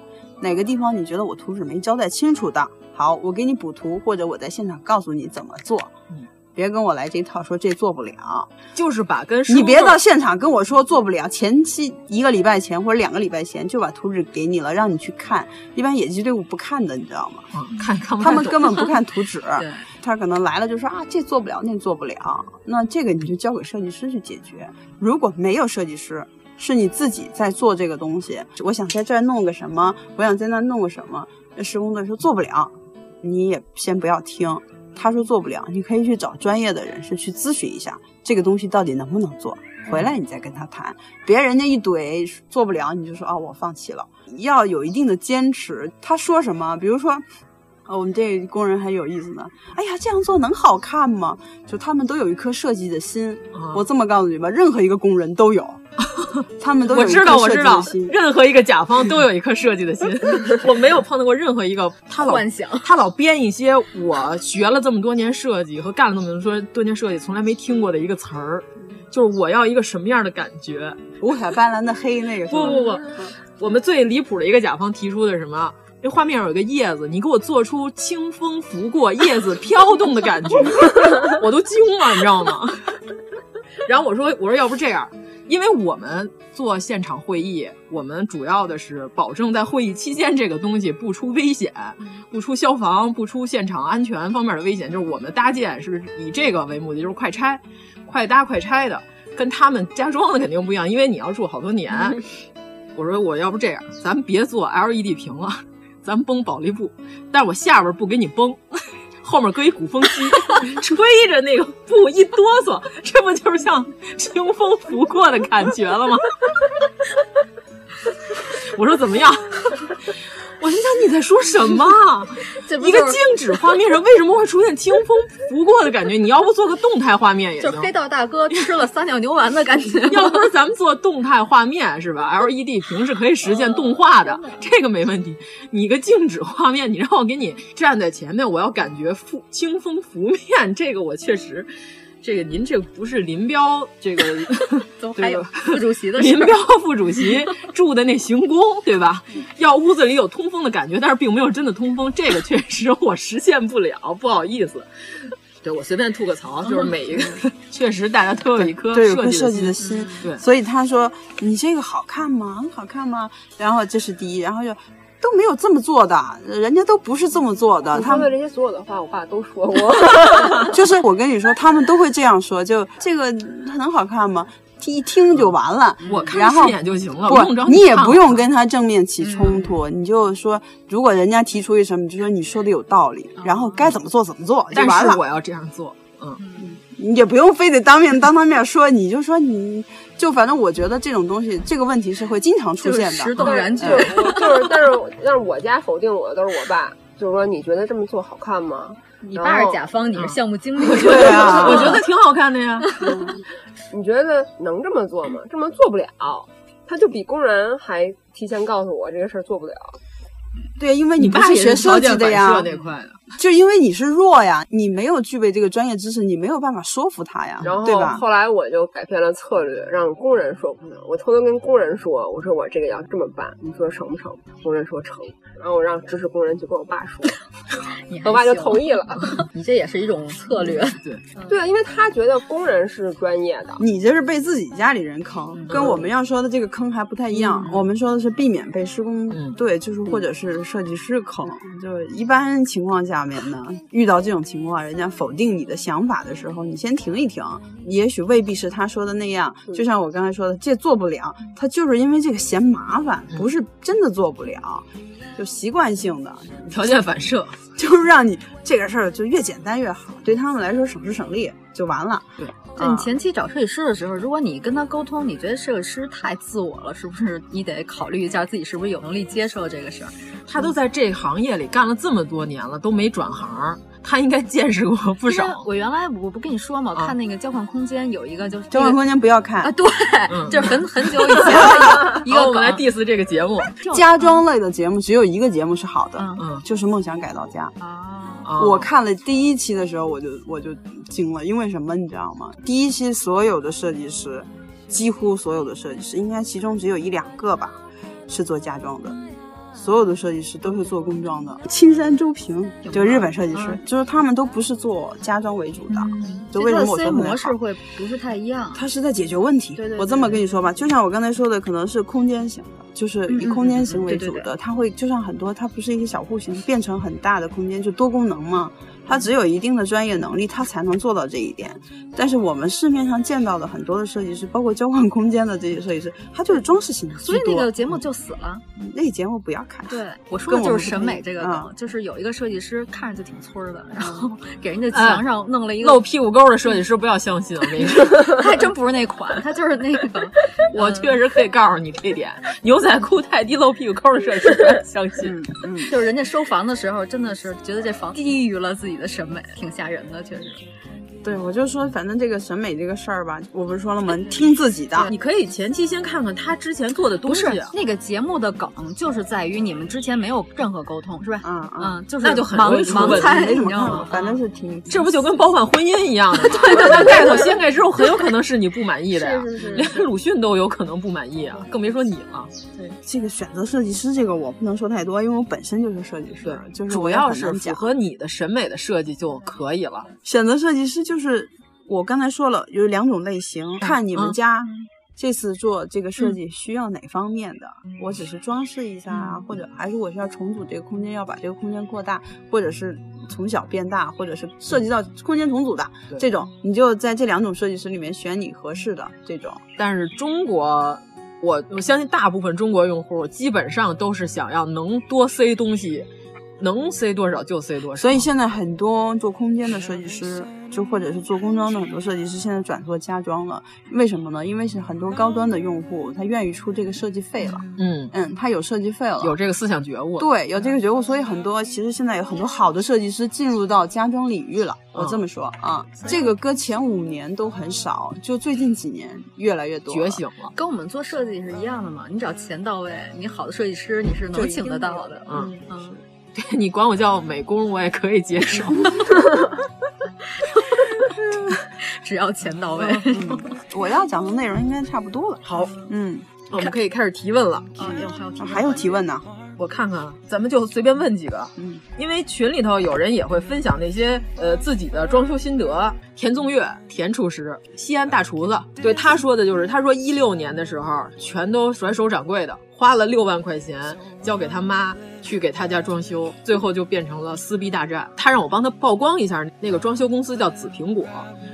哪个地方你觉得我图纸没交代清楚的，好，我给你补图，或者我在现场告诉你怎么做。嗯别跟我来这一套，说这做不了，就是把跟施你工别队到现场跟我说做不了，前期一个礼拜前或者两个礼拜前就把图纸给你了，让你去看。一般野鸡队伍不看的，你知道吗？嗯看看不他看们懂根本不 看图纸对，他可能来了就说啊，这做不了，那做不了，那这个你就交给设计师去解决。如果没有设计师，是你自己在做这个东西，我想在这儿弄个什么，我想在那儿弄个什么，那施工队说做不了，你也先不要听，他说做不了，你可以去找专业的人士去咨询一下，这个东西到底能不能做，回来你再跟他谈，别人家一怼做不了，你就说啊、我放弃了，要有一定的坚持。他说什么，比如说。呃，我们这工人还有意思呢。哎呀，这样做能好看吗？就他们都有一颗设计的心。啊我这么告诉你吧，任何一个工人都 有，他们都有我一知颗道，设我计知的道心，任何一个甲方都有一颗设计的 心。我没有碰到过任何一个 他老幻想，他老编一些我学了这么多年设计和干了这么多多年设计从来没听过的一个词儿，就是我要一个什么样的感觉。五彩斑斓的黑那个是不吗不 不，我们最离谱的一个甲方提出的是什么？这画面上有一个叶子，你给我做出清风拂过、叶子飘动的感觉，我都惊了，你知道吗？然后我说，我说要不这样，因为我们做现场会议，我们主要的是保证在会议期间这个东西不出危险，不出消防、不出现场安全方面的危险，就是我们搭建是以这个为目的，就是快拆、快搭、快拆的，跟他们家装的肯定不一样，因为你要住好多年。我说我要不这样，咱们别做 LED 屏了， 咱们崩保利布，但是我下边不给你崩， 后面搁一鼓风机， 吹着那个布一哆嗦，这不就是像清风拂过的感觉了吗？ 我说怎么样？我心想你在说什么？这不一个就是静止画面上为什么会出现清风拂过的感觉？你要不做个动态画面也就行。是。黑道大哥吃了撒尿牛丸的感觉 要不是咱们做动态画面是吧？LED 屏是可以实现动画的，嗯这个没问题。你个静止画面，你让我给你站在前面，我要感觉拂清风拂面，这个我确实。这个您这不是林彪这 个，怎么对还有吧副主席的事儿林彪副主席 住的那行宫，对吧？要屋子里有通风的感觉，但是并没有真的通风，这个确实我实现不了，不好意思。对我随便吐个 槽，就是每一个，确实大家都有一颗对，有计个设计的心嗯心。对，所以他说你这个好看吗？很好看吗？然后这是第一，然后就都没有这么做的，人家都不是这么做的，嗯你他说们的这些所有的话，我爸都 说过。就是我跟你说，他们都会这样说，就这个能好看吗？听一听就完了，嗯我看然后顺眼就行了不我用不着你你也看嗯不我用跟他正面起冲突，你就说，如果人家提出一什么，你就说你说的有道理，然后该怎么做怎么做就哦但完了是。我要这样做，嗯，你也不用非得当面当他面说，你就说你就反正我觉得这种东西，这个问题是会经常出现的。就是我就是，但是但是我家否定我的都是我爸，就是说你觉得这么做好看吗？你爸是甲方，你是项目经理，我嗯觉得对 啊我觉得挺好看的 呀。你觉得能这么做吗？这么做不了，他就比工人还提前告诉我这个事儿做不了。对，因为你不爸是也学是设条计件的反呀射那块 的，就因为你是弱呀，你没有具备这个专业知识，你没有办法说服他呀，然后啊对吧？后来我就改变了策略，让工人说不能。我偷偷跟工人说，我说我这个要这么办，你说成不成？工人说成。然后我让指使工人去跟我爸 说，我爸就同意了。你这也是一种策略，对， 对啊，因为他觉得工人是专业的。你这是被自己家里人坑，跟我们要说的这个坑还不太一样。我们说的是避免被施工队，就是或者是设计师坑。就一般情况下面呢，遇到这种情况，人家否定你的想法的时候，你先停一停，也许未必是他说的那样。就像我刚才说的，这做不了，他就是因为这个嫌麻烦，不是真的做不了，就习惯性的条件反射。就是让你这个事儿就越简单越好，对他们来说省时省力就完了。对，对你前期找设计师的时候，如果你跟他沟通，你觉得设计师太自我了，是不是？你得考虑一下自己是不是有能力接受这个事儿。他都在这行业里干了这么多年了，都没转行。他应该见识过不少。我原来我不跟你说嘛，看那个交换空间有一个就是交换空间不要看啊，对，这很很久以前的一个哦我们来 diss 这个节 目，嗯家装类的节目只有一个节目是好的，嗯，就是《梦想改造家》啊。哦我看了第一期的时候，我就我就惊了，因为什么你知道吗？第一期所有的设计师，几乎所有的设计师，应该其中只有一两个吧，是做家装的。所有的设计师都是做工装的，青山周平就日本设计嗯师，就是他们都不是做家装为主的。就为什么我说模式会嗯不是太一样？它是在解决问题。我这么跟你说吧，就像我刚才说的，可能是空间嗯型的，就是以空间型为主的，它会就像很多，它不是一些小户型变成很大的空间，就多功能嘛。它只有一定的专业能力，它才能做到这一点。但是我们市面上见到的很多的设计师，包括交换空间的这些设计师，他就是嗯装饰型的。嗯所以那个节目就死了，那节目不要看。对，我说的就是审美这个梗，就是有一个设计师看着就挺村儿的，然后给人家墙上弄了一个 露屁股沟的设计师，不要相信，我啊跟你说，他还真不是那款，他就是那个。我确实可以告诉你这点，牛仔裤太低露屁股沟的设计师不要相信。嗯就是人家收房的时候，真的是觉得这房低于了自己。的审美挺吓人的，确实。对，我就说，反正这个审美这个事儿吧，我不是说了吗？听自己的，你可以前期先看看他之前做的东西。不是啊那个节目的梗，就是在于你们之前没有任何沟通，是吧？嗯嗯，就是那就很容易出问题，没什么看法，反正是听。这不就跟包办婚姻一样的吗？ 对对对，盖头掀开之后，很有可能是你不满意的呀，连鲁迅都有可能不满意啊，更别说你了。对，这个选择设计师，这个我不能说太多，因为我本身就是设计师，就是主要是符合你的审美的设计就可以了。选择设计师就是。就是我刚才说了，有两种类型，嗯看你们家这次做这个设计需要哪方面的。嗯、我只是装饰一下啊，嗯、或者还是我需要重组这个空间，要把这个空间扩大，或者是从小变大，或者是涉及到空间重组的这种，你就在这两种设计师里面选你合适的这种。但是中国。我我相信大部分中国用户基本上都是想要能多塞东西，能塞多少就塞多少。所以现在很多做空间的设计师。就或者是做工装的很多设计师，现在转做家装了，为什么呢？因为是很多高端的用户，他愿意出这个设计费了。嗯嗯，他有设计费了，有这个思想觉悟。对，有这个觉悟，所以很多其实现在有很多好的设计师进入到家装领域了。嗯我这么说啊，这个搁前五年都很少，就最近几年越来越多，觉醒了。跟我们做设计是一样的嘛，你只要钱到位，你好的设计师你是能请得到的。嗯嗯， 对你管我叫美工，我也可以接受。只要钱到位，嗯、我要讲的内容应该差不多了。 好，嗯，我们可以开始提问了。啊，还有还有提问呢？我看看，咱们就随便问几个。嗯，因为群里头有人也会分享那些呃自己的装修心得。田宗岳，田厨师，西安大厨子，对他说的就是，他说一六年的时候全都甩手掌柜的，花了六万块钱交给他妈去给他家装修，最后就变成了撕逼大战。他让我帮他曝光一下，那个装修公司叫紫苹果，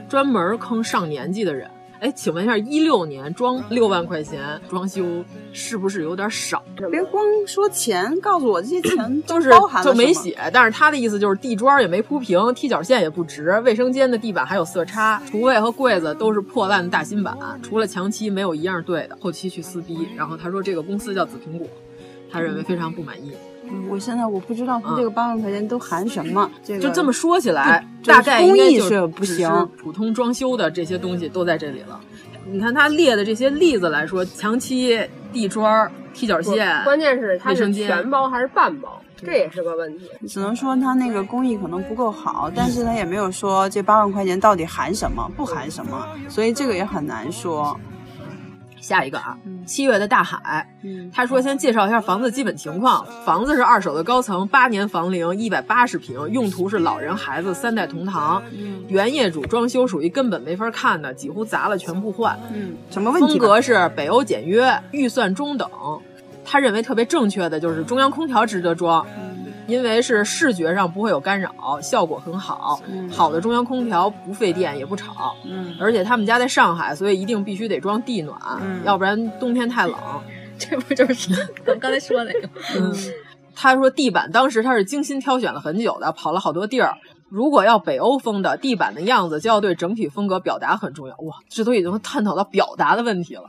专门坑上年纪的人。哎，请问一下，一六年装六万块钱装修是不是有点少？别光说钱，告诉我这些钱都是包含就没写。但是他的意思就是地砖也没铺平，踢脚线也不直，卫生间的地板还有色差，厨卫和柜子都是破烂的大新板，除了墙漆没有一样对的。后期去撕逼，然后他说这个公司叫紫苹果，他认为非常不满意。嗯，我现在我不知道他这个八万块钱都含什么，这个嗯就这么说起来，大概应该是不行。普通装修的这些东西都在这里了。你看他列的这些例子来说，墙漆、地砖、踢脚嗯线，关键是它是全包还是半包，这也是个问题。只能说他那个工艺可能不够好，但是他也没有说这八万块钱到底含什么，不含什么，所以这个也很难说。下一个啊，嗯七月的大海，他说先介绍一下房子基本情况。房子是二手的高层，八年房龄，一百八十平，用途是老人孩子三代同堂。嗯原业主装修属于根本没法看的，几乎砸了全部换。嗯，什么问题？风格是北欧简约，预算中等。他认为特别正确的就是中央空调值得装。嗯因为是视觉上不会有干扰，效果很好。嗯、好的中央空调不费电也不吵。嗯，而且他们家在上海，所以一定必须得装地暖，嗯、要不然冬天太冷。 这不就是 咱们刚才说那个？嗯，他说地板当时他是精心挑选了很久的，跑了好多地儿。如果要北欧风的地板的样子，就要对整体风格表达很重要。哇，这都已经探讨到表达的问题了。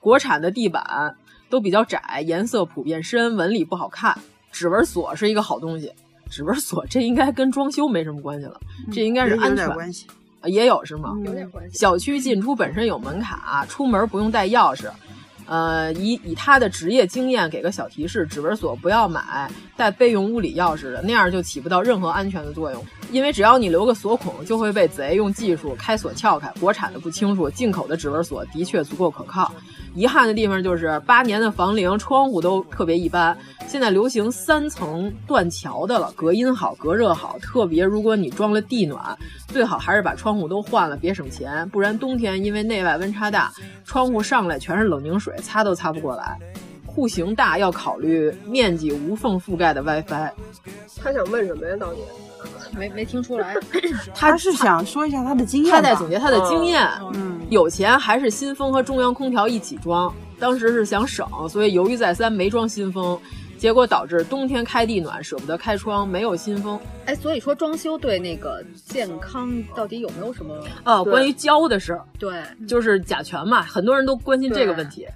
国产的地板都比较窄，颜色普遍深，纹理不好看。指纹锁是一个好东西，指纹锁这应该跟装修没什么关系了，嗯这应该是安有全点关系。啊也有是吗？嗯有点关系。小区进出本身有门卡，出门不用带钥匙。呃，以以他的职业经验给个小提示：指纹锁不要买带备用物理钥匙的，那样就起不到任何安全的作用。因为只要你留个锁孔，就会被贼用技术开锁撬开。国产的不清楚，进口的指纹锁的确足够可靠。遗憾的地方就是八年的房龄，窗户都特别一般。现在流行三层断桥的了，隔音好，隔热好。特别如果你装了地暖，最好还是把窗户都换了，别省钱。不然冬天因为内外温差大，窗户上来全是冷凝水，擦都擦不过来。户型大要考虑面积无缝覆盖的 WiFi。他想问什么呀？到底没没听出来。他是想说一下他的经验吧， 他在总结他的经 验，嗯，有钱还是新风和中央空调一起装。当时是想省，所以犹豫再三没装新风，结果导致冬天开地暖舍不得开窗，没有新风。哎，所以说装修对那个健康到底有没有什么？哦，对关于胶的事儿，对，就是甲醛嘛，很多人都关心这个问题。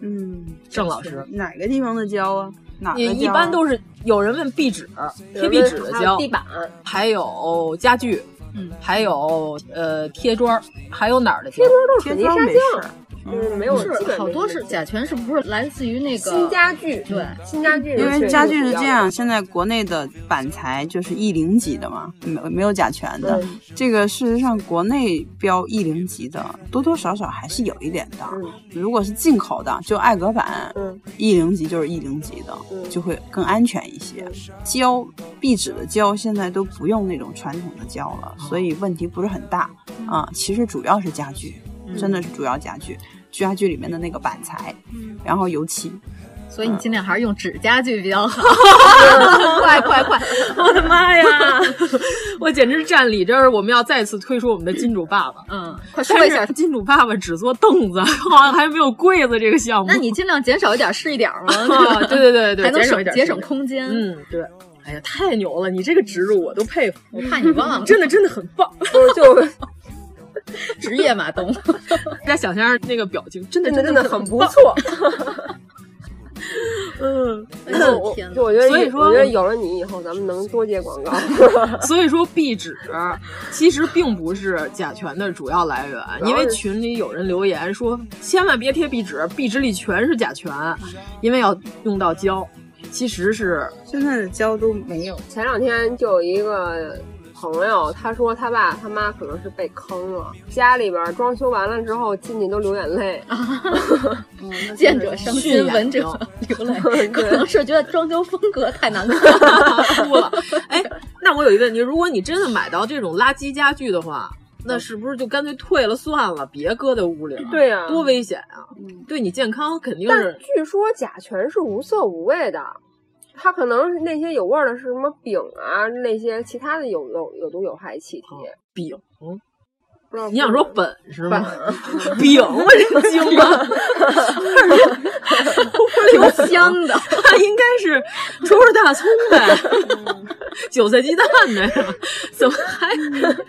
嗯，郑老师，哪个地方的胶啊？哪个你胶啊？一般都是有人问壁纸、贴壁纸的还有胶，地板，还有家具，嗯，还有呃贴砖儿，还有哪儿的胶？贴 砖都是水贴泥砖砂没事浆儿，，嗯嗯就是没有嗯是基本好没多是甲醛，是不是来自于那个新家具，对新家具，嗯因为家具是是这样，，现在国内的板材就是一零级的嘛，没没有甲醛的。嗯这个事实上国内标一零级的多多少少还是有一点的。嗯如果是进口的，就艾格板嗯，一零级就是一零级的，嗯就会更安全一些。胶壁纸的胶现在都不用那种传统的胶了，所以问题不是很大啊、其实主要是家具，真的是主要家具，家具里面的那个板材，然后油漆。所以你尽量还是用纸家具比较好。快快快！我的妈呀！我简直站里这儿，我们要再次推出我们的金主爸爸。嗯，快说一下但是，金主爸爸只做凳子， 好像还没有柜子这个项目。那你尽量减少一点是一点嘛啊， 对对对对，还能减少 省一点节省。空间。嗯，对。哎呀，太牛了！你这个植入我都佩服，我怕你忘了真的真的很棒。 就是就是职业马东。大家想象那个表情，真的真的真的的很不错。嗯，哎呦我的天就我觉得，所以说我觉得有了你以后，咱们能多接广告。 所以说壁纸其实并不是甲醛的主要来源，主要是因为群里有人留言说，千万别贴壁纸，壁纸里全是甲醛，因为要用到胶。其实 是现在的胶都没有。前两天就有一个朋友，他说他爸他妈可能是被坑了，家里边装修完了之后进去都流眼泪。见者伤驯心，养闻者 流泪，可能是觉得装修风格太难看 了。哭了。哎，那我有一个问题，如果你真的买到这种垃圾家具的话，那是不是就干脆退了算了，别搁在屋里了？对呀嗯多危险啊！对你健康肯定但是据说甲醛是无色无味的，它可能是那些有味儿的是什么丙啊，那些其他的有有有毒有害气体。饼。不知道你想说本是吗？饼，我 真惊了，屋里有香 的，它应该是除了大葱呗，嗯韭菜鸡蛋呗，怎么还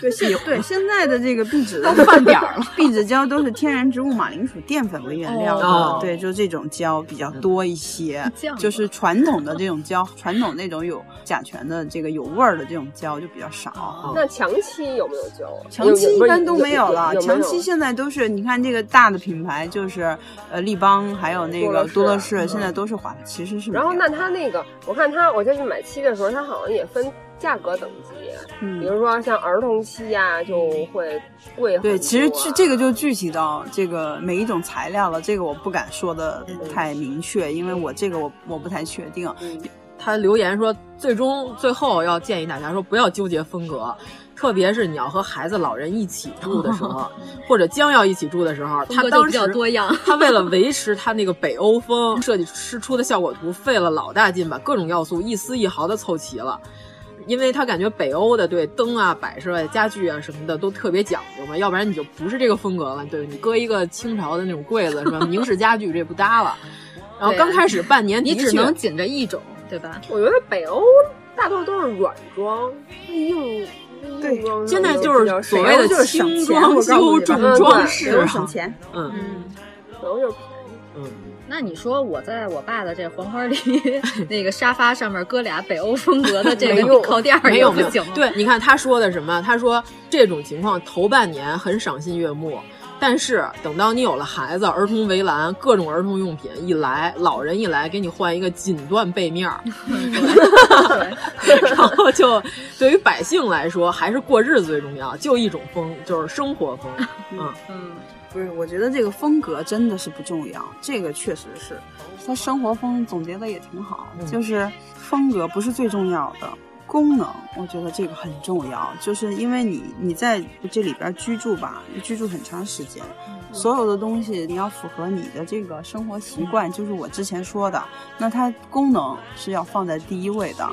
对，现对现在的这个壁纸都饭点儿了， 壁纸胶都是天然植物马铃薯淀粉为原料的，哦对，就这种胶比嗯较多一些这样，就是传统的这种胶，传统那种有甲醛的这个有味儿的这种胶就比较少。那长期有没有胶？长期一般都没有有了，长期现现在都是你看这个大的品牌就是呃立邦，还有那个多多乐乐士士，现在都是华，其实是没然后有那它那个，我看它，我这次买漆的时候，它好像也分价格等级，比嗯。如说像儿童漆呀、就会贵很多啊、对，其实具这个就具体到这个每一种材料了，这个我不敢说的太明确，因为我这个我我不太确定。他留言说，最终最后要建议大家说，不要纠结风格，特别是你要和孩子、老人一起住的时 候，或者将要一起住的时候，风格他就当时比较多样他为了维持他那个北欧风，设计师出的效果图费了老大劲，把各种要素一丝一毫的凑齐了。因为他感觉北欧的对灯啊、摆设啊、家具啊什么的都特别讲究嘛，要不然你就不是这个风格了。对你搁一个清朝的那种柜子是吧？明式家具这不搭 了。然后对啊刚开始半年你的只确能紧着一种，对吧？我觉得北欧大多都是软装，硬对硬装现在就就是比较所少谓的就是省轻钱我装告诉修、你吧重装饰省啊，钱。嗯，可能就是便宜。嗯，那你说我在我爸的这黄花 梨那个沙发上面搁俩北欧风格的这没个用靠垫儿没有也没不有行吗？对，你看他说的什么？他说这种情况头半年很赏心悦目，但是等到你有了孩子，儿童围栏、各种儿童用品一来，老人一来，给你换一个锦缎背面儿，啊然后就对于百姓来说，还是过日子最重要，就一种风，就是生活风。嗯，嗯，不是，我觉得这个风格真的是不重要，这个确实是。他生活风总结的也挺好，嗯就是风格不是最重要的，功能我觉得这个很重要，就是因为你你在这里边居住吧，居住很长时间，所有的东西你要符合你的这个生活习惯，就是我之前说的，那它功能是要放在第一位的，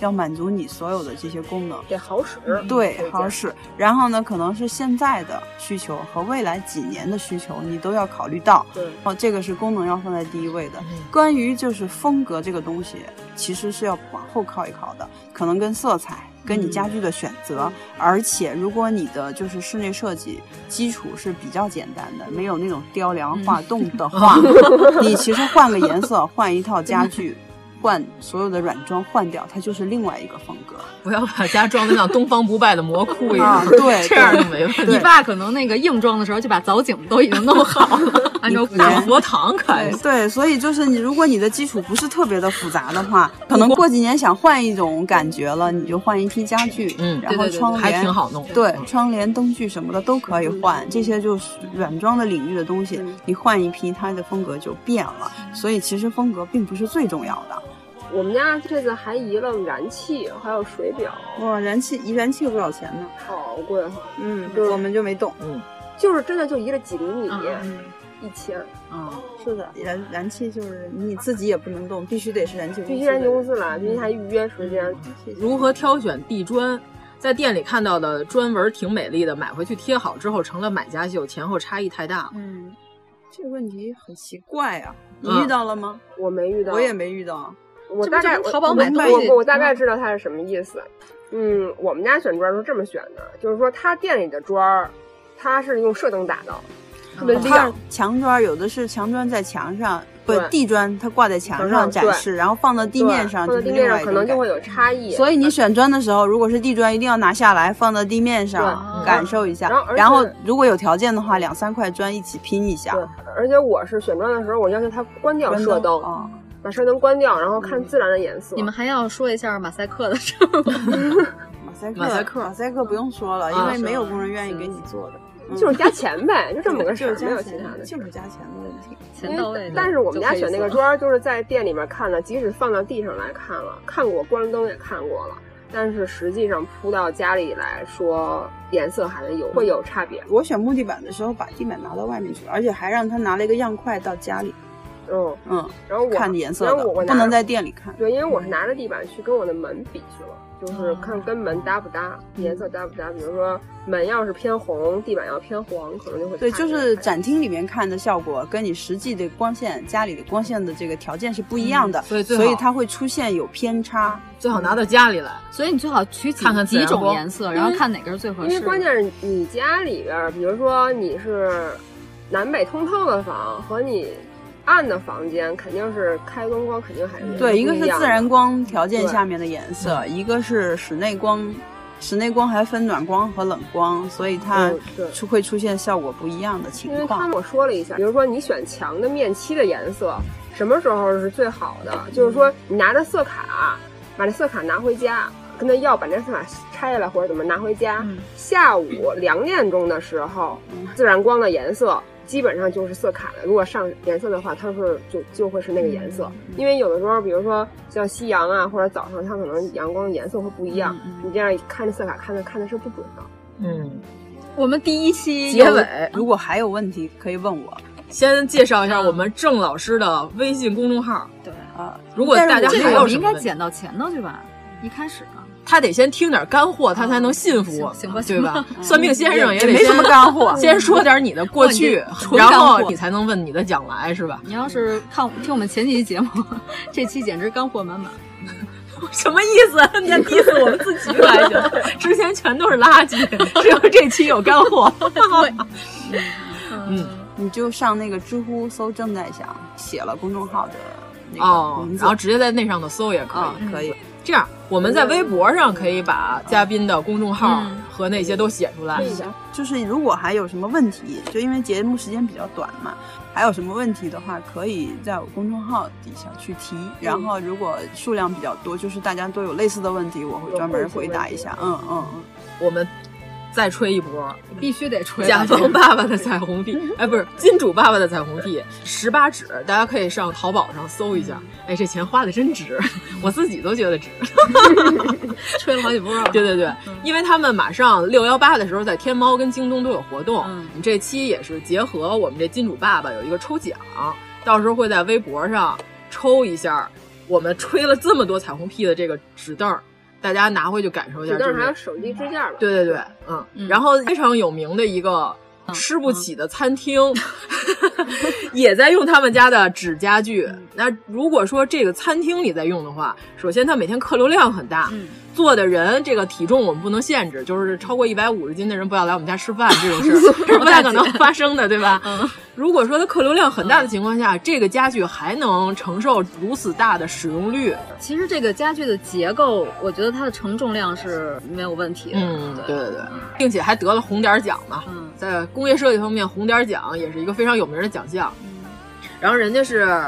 要满足你所有的这些功能，得好使嗯对，好使。然后呢，可能是现在的需求和未来几年的需求，你都要考虑到。对哦，这个是功能要放在第一位的。关于就是风格这个东西，其实是要往后靠一靠的，可能跟色彩。跟你家具的选择，而且如果你的就是室内设计基础是比较简单的，没有那种雕梁画栋的话， 你其实换个颜色，换一套家具，换所有的软装换掉，它就是另外一个风格。不要把家装的像东方不败的魔窟一样 啊，对这样就没问题。你爸可能那个硬装的时候就把藻井都已经弄好了，按照大佛堂开对对，所以就是你，如果你的基础不是特别的复杂的话，可能过几年想换一种感觉了，你就换一批家具，嗯然对后对对窗帘还挺好弄的对，窗帘、灯具什么的都可以换，这些就是软装的领域的东西，你换一批，它的风格就变了。所以其实风格并不是最重要的。我们家这次还移了燃气，还有水表，哇，燃气一燃气有多少钱呢？好贵哈。嗯对我们就没动。嗯，就是真的就移了几厘米，嗯一千，啊，是的，燃燃气就是你自己也不能动，必须得是燃气公司的。必须燃气公司嗯来，必须还预约时间。如何挑选地砖？在店里看到的砖纹挺美丽的，买回去贴好之后成了买家秀，前后差异太大了。嗯，这个问题很奇怪啊，你嗯遇到了吗？我没遇到，我也没遇到。我这不大概就我是淘宝我买我东西我我大概知道它是什么意思。嗯，我们家选砖是这么选的，就是说他店里的砖儿，它是用射灯打的，哦特别它亮。墙砖有的是墙砖在墙上，不对地砖它挂在墙上展示，对然后放到地面上对就是放到地另面外上一可种能感就觉。会有差异。呃所以你选砖的时候，如果是地砖，一定要拿下来放到地面上对感受一下啊然后而，且然后如果有条件的话，两三块砖一起拼一下。而且我是选装的时候，我要求他关掉关射灯哦灯，把射灯关掉，然后看自然的颜色。嗯你们还要说一下马赛克的事马赛克，马赛克，马赛克不用说了，啊因为是没有吧工人愿意给你做的，嗯就是加钱呗，就这么个事就儿是，没有加其他钱，的。就是加钱的问题。因为但是我们家选那个砖，儿，就是在店里面看的，即使放到地上来看了，看过关灯也看过了，但是实际上铺到家里来说，颜色还是有会有差别。我选木地板的时候，把地板拿到外面去，而且还让他拿了一个样块到家里，嗯嗯，然后我看颜色然的后我我，拿不能在店嗯里看。对，因为我是拿着地板去跟我的门比去了，就是哦看跟门搭不搭，嗯颜色搭不搭。比如说门要是偏红，地板要偏黄，可能就会对，差就别是展厅里面看的效果，跟你实际的光线、家里的光线的这个条件是不一样的，嗯所以最所以好它会出现有偏差。嗯最好拿到家里来，所以你最好取几看看自几然种嗯光颜色，然后看哪个是最合因适。为关键是你家里边儿，比如说你是南北通透的房和你暗的房间，肯定是开灯光肯定还是对，一不个是样自的然光条件对下面的颜色，一个是室内光，室内光还分暖光和冷光，所以它嗯对出会出现效果不一样的情因为他况跟。我说了一下，比如说你选墙的面漆的颜色，什么时候是最好的？就是说你拿着色卡，把这色卡拿回家，跟他要把这色卡拆下来或者怎么拿回家。嗯下午两点钟的时候，自然光的颜色。基本上就是色卡了。如果上颜色的话，它是就就会是那个颜色。嗯因为有的时候，比如说像夕阳啊，或者早上，它可能阳光颜色会不一样。你这样看着色卡看的看的是不准的。嗯，我们第一期结有尾如果还有问题可以问我。先介绍一下我们郑老师的微信公众号。对啊，如果大家这个还我有们什应么该问题，剪到前头去吧？一开始啊，他得先听点干货，他才能信服我，行吧对行吧吧？算命先生也得也没什么先干货 先说点你的 过去哇你这，纯然干货后你才能问你的将来，是吧？你要是看听我们前几期节目， 这期简直干货满满。什么意思？你 diss 我们自己来着？ 之前全都是垃圾，只有这期有干货。对，嗯，你就上那个知乎搜“正在想”，写了公众号的那个哦嗯名，字，然后直接在那上头搜也可哦以，可以。这样，我们在微博上可以把嘉宾的公众号嗯和那些都写出嗯来。就是如果还有什么问题，就因为节目时间比较短嘛，还有什么问题的话，可以在我公众号底下去提。然后如果数量比较多，就是大家都有类似的问题，我会专门回答一下。嗯嗯嗯，我们再吹一波，嗯必须得吹甲方爸爸的彩 虹屁，哎，不是金主爸爸的彩虹屁，十八指，大家可以上淘宝上搜一嗯下，哎，这钱花的真值， 我自己都 觉得值，吹 了好几波啊了。对对对，嗯因为他们马上六幺八的时候，在天猫跟京东都有活动，嗯、这期也是结合我们这金主爸爸有一个抽奖，到时候会在微博上抽一下我们吹了这么多彩虹屁的这个纸袋儿，大家拿回去感受一下，但就是是还有手机支架吧？对对对，嗯，然后非常有名的一个吃不起的餐厅， 也在用他们家的纸家具。那如果说这个餐厅你在用的话，首先它每天客流量很大，做的人这个体重我们不能限制，就是超过一百五十斤的人不要来我们家吃饭，这种事儿是不太可能发生的，对吧？如果说它客流量很大的情况下，这个家具还能承受如此大的使用率，其实这个家具的结构，我觉得它的承重量是没有问题的。嗯，对对嗯对，并且还得了红点儿奖呢。在工业设计方面，红点儿奖也是一个非常有名的奖项。然后人家是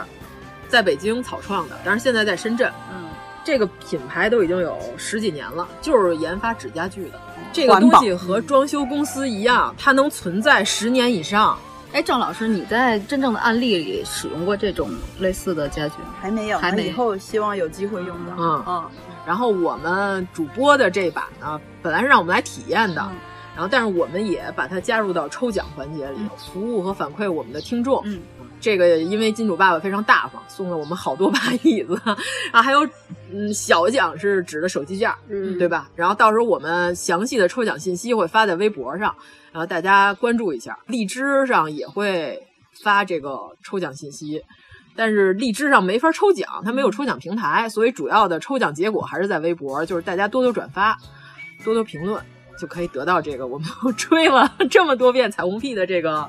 在北京草创的，但是现在在深圳。嗯，这个品牌都已经有十几年了，就是研发纸家具的。这个东环西保和装修公司一样，它能存在十年以上。哎，郑老师，你在真正的案例里使用过这种类似的家具吗？还没有，还没以后希望有机会用到。嗯嗯，然后我们主播的这把呢，本来是让我们来体验的，然后但是我们也把它加入到抽奖环节里，服务和反馈我们的听众。嗯，这个因为金主爸爸非常大方，送了我们好多把椅子， 啊，还有嗯小奖是指的手机架，嗯对吧？然后到时候我们详细的抽奖信息会发在微博上，然后大家关注一下，荔枝上也会发这个抽奖信息。但是荔枝上没法抽奖，它没有抽奖平台，所以主要的抽奖结果还是在微博，就是大家多多转发，多多评论，就可以得到这个我们 吹了这么多遍彩虹屁的这个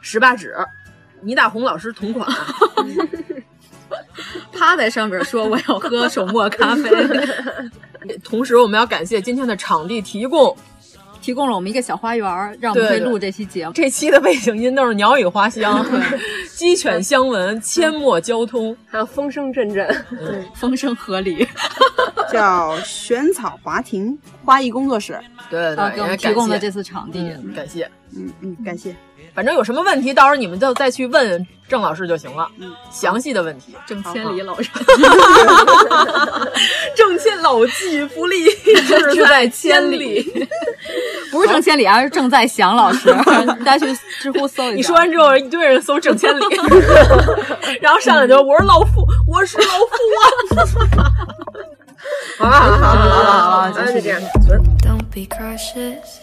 十八指，倪大红老师同款。啊趴在上面说我要喝手磨咖啡， 同时，我们要感谢今天的场地提供， 提供了我们一个小花园儿，让我们可以对对录这期节目。这期的背景音都是鸟语花香、 鸡犬相闻、阡陌交通，还有风声 阵阵，风声合理。叫 玄草华庭花艺工作室。对啊对，给也我们感提供了谢这次场地。嗯感谢。嗯嗯，感谢。反正有什么问题，到时候你们就再去问郑老师就行了。嗯，详细的问题。郑千里老师，郑千老骥伏枥，志在千里。不是郑千里啊，是郑在祥老 师，大家去知乎搜一下。你说完之后，一堆人搜郑千里， 然后上来就我是老夫，我是老夫啊！好了好了好了好了，那就这样。 Don't be cautious,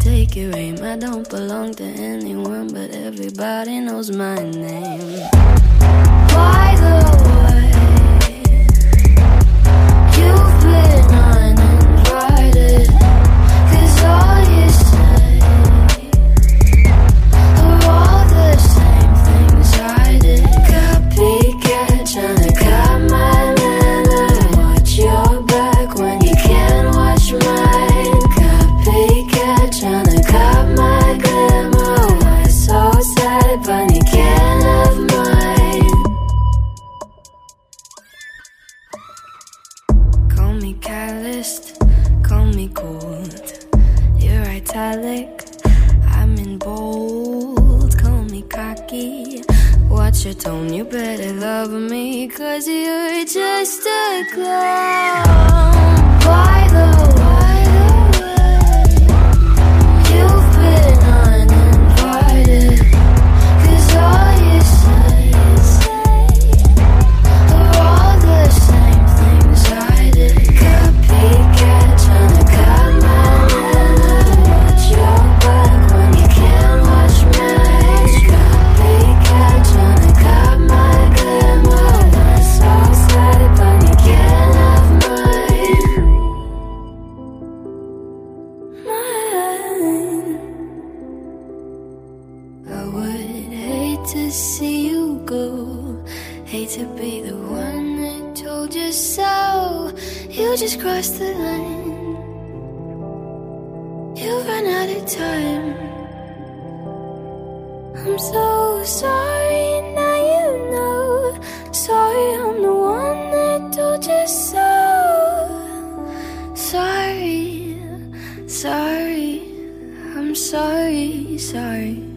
take your aim. I don't belong to anyone, but everybody knows my name. By the way, you've been uninvited. 'Cause all you say are all the same things I did. Copycat, tryna cop my manner. Watch your back when you can watch mine. Copycat, tryna cop my glamour. Why so sad when you can't have mine? Call me calloused, call me cold. You're italic, I'm in bold. Call me cocky, watch your tone. You better love me, cause you're just a clown. By the way, you've been uninvited. Cause all you say is, are all the same things I did. to see you go. Hate to be the one that told you so. You just crossed the line. You've run out of time. I'm so sorry now you know. Sorry I'm the one that told you so. Sorry, sorry, I'm sorry, sorry.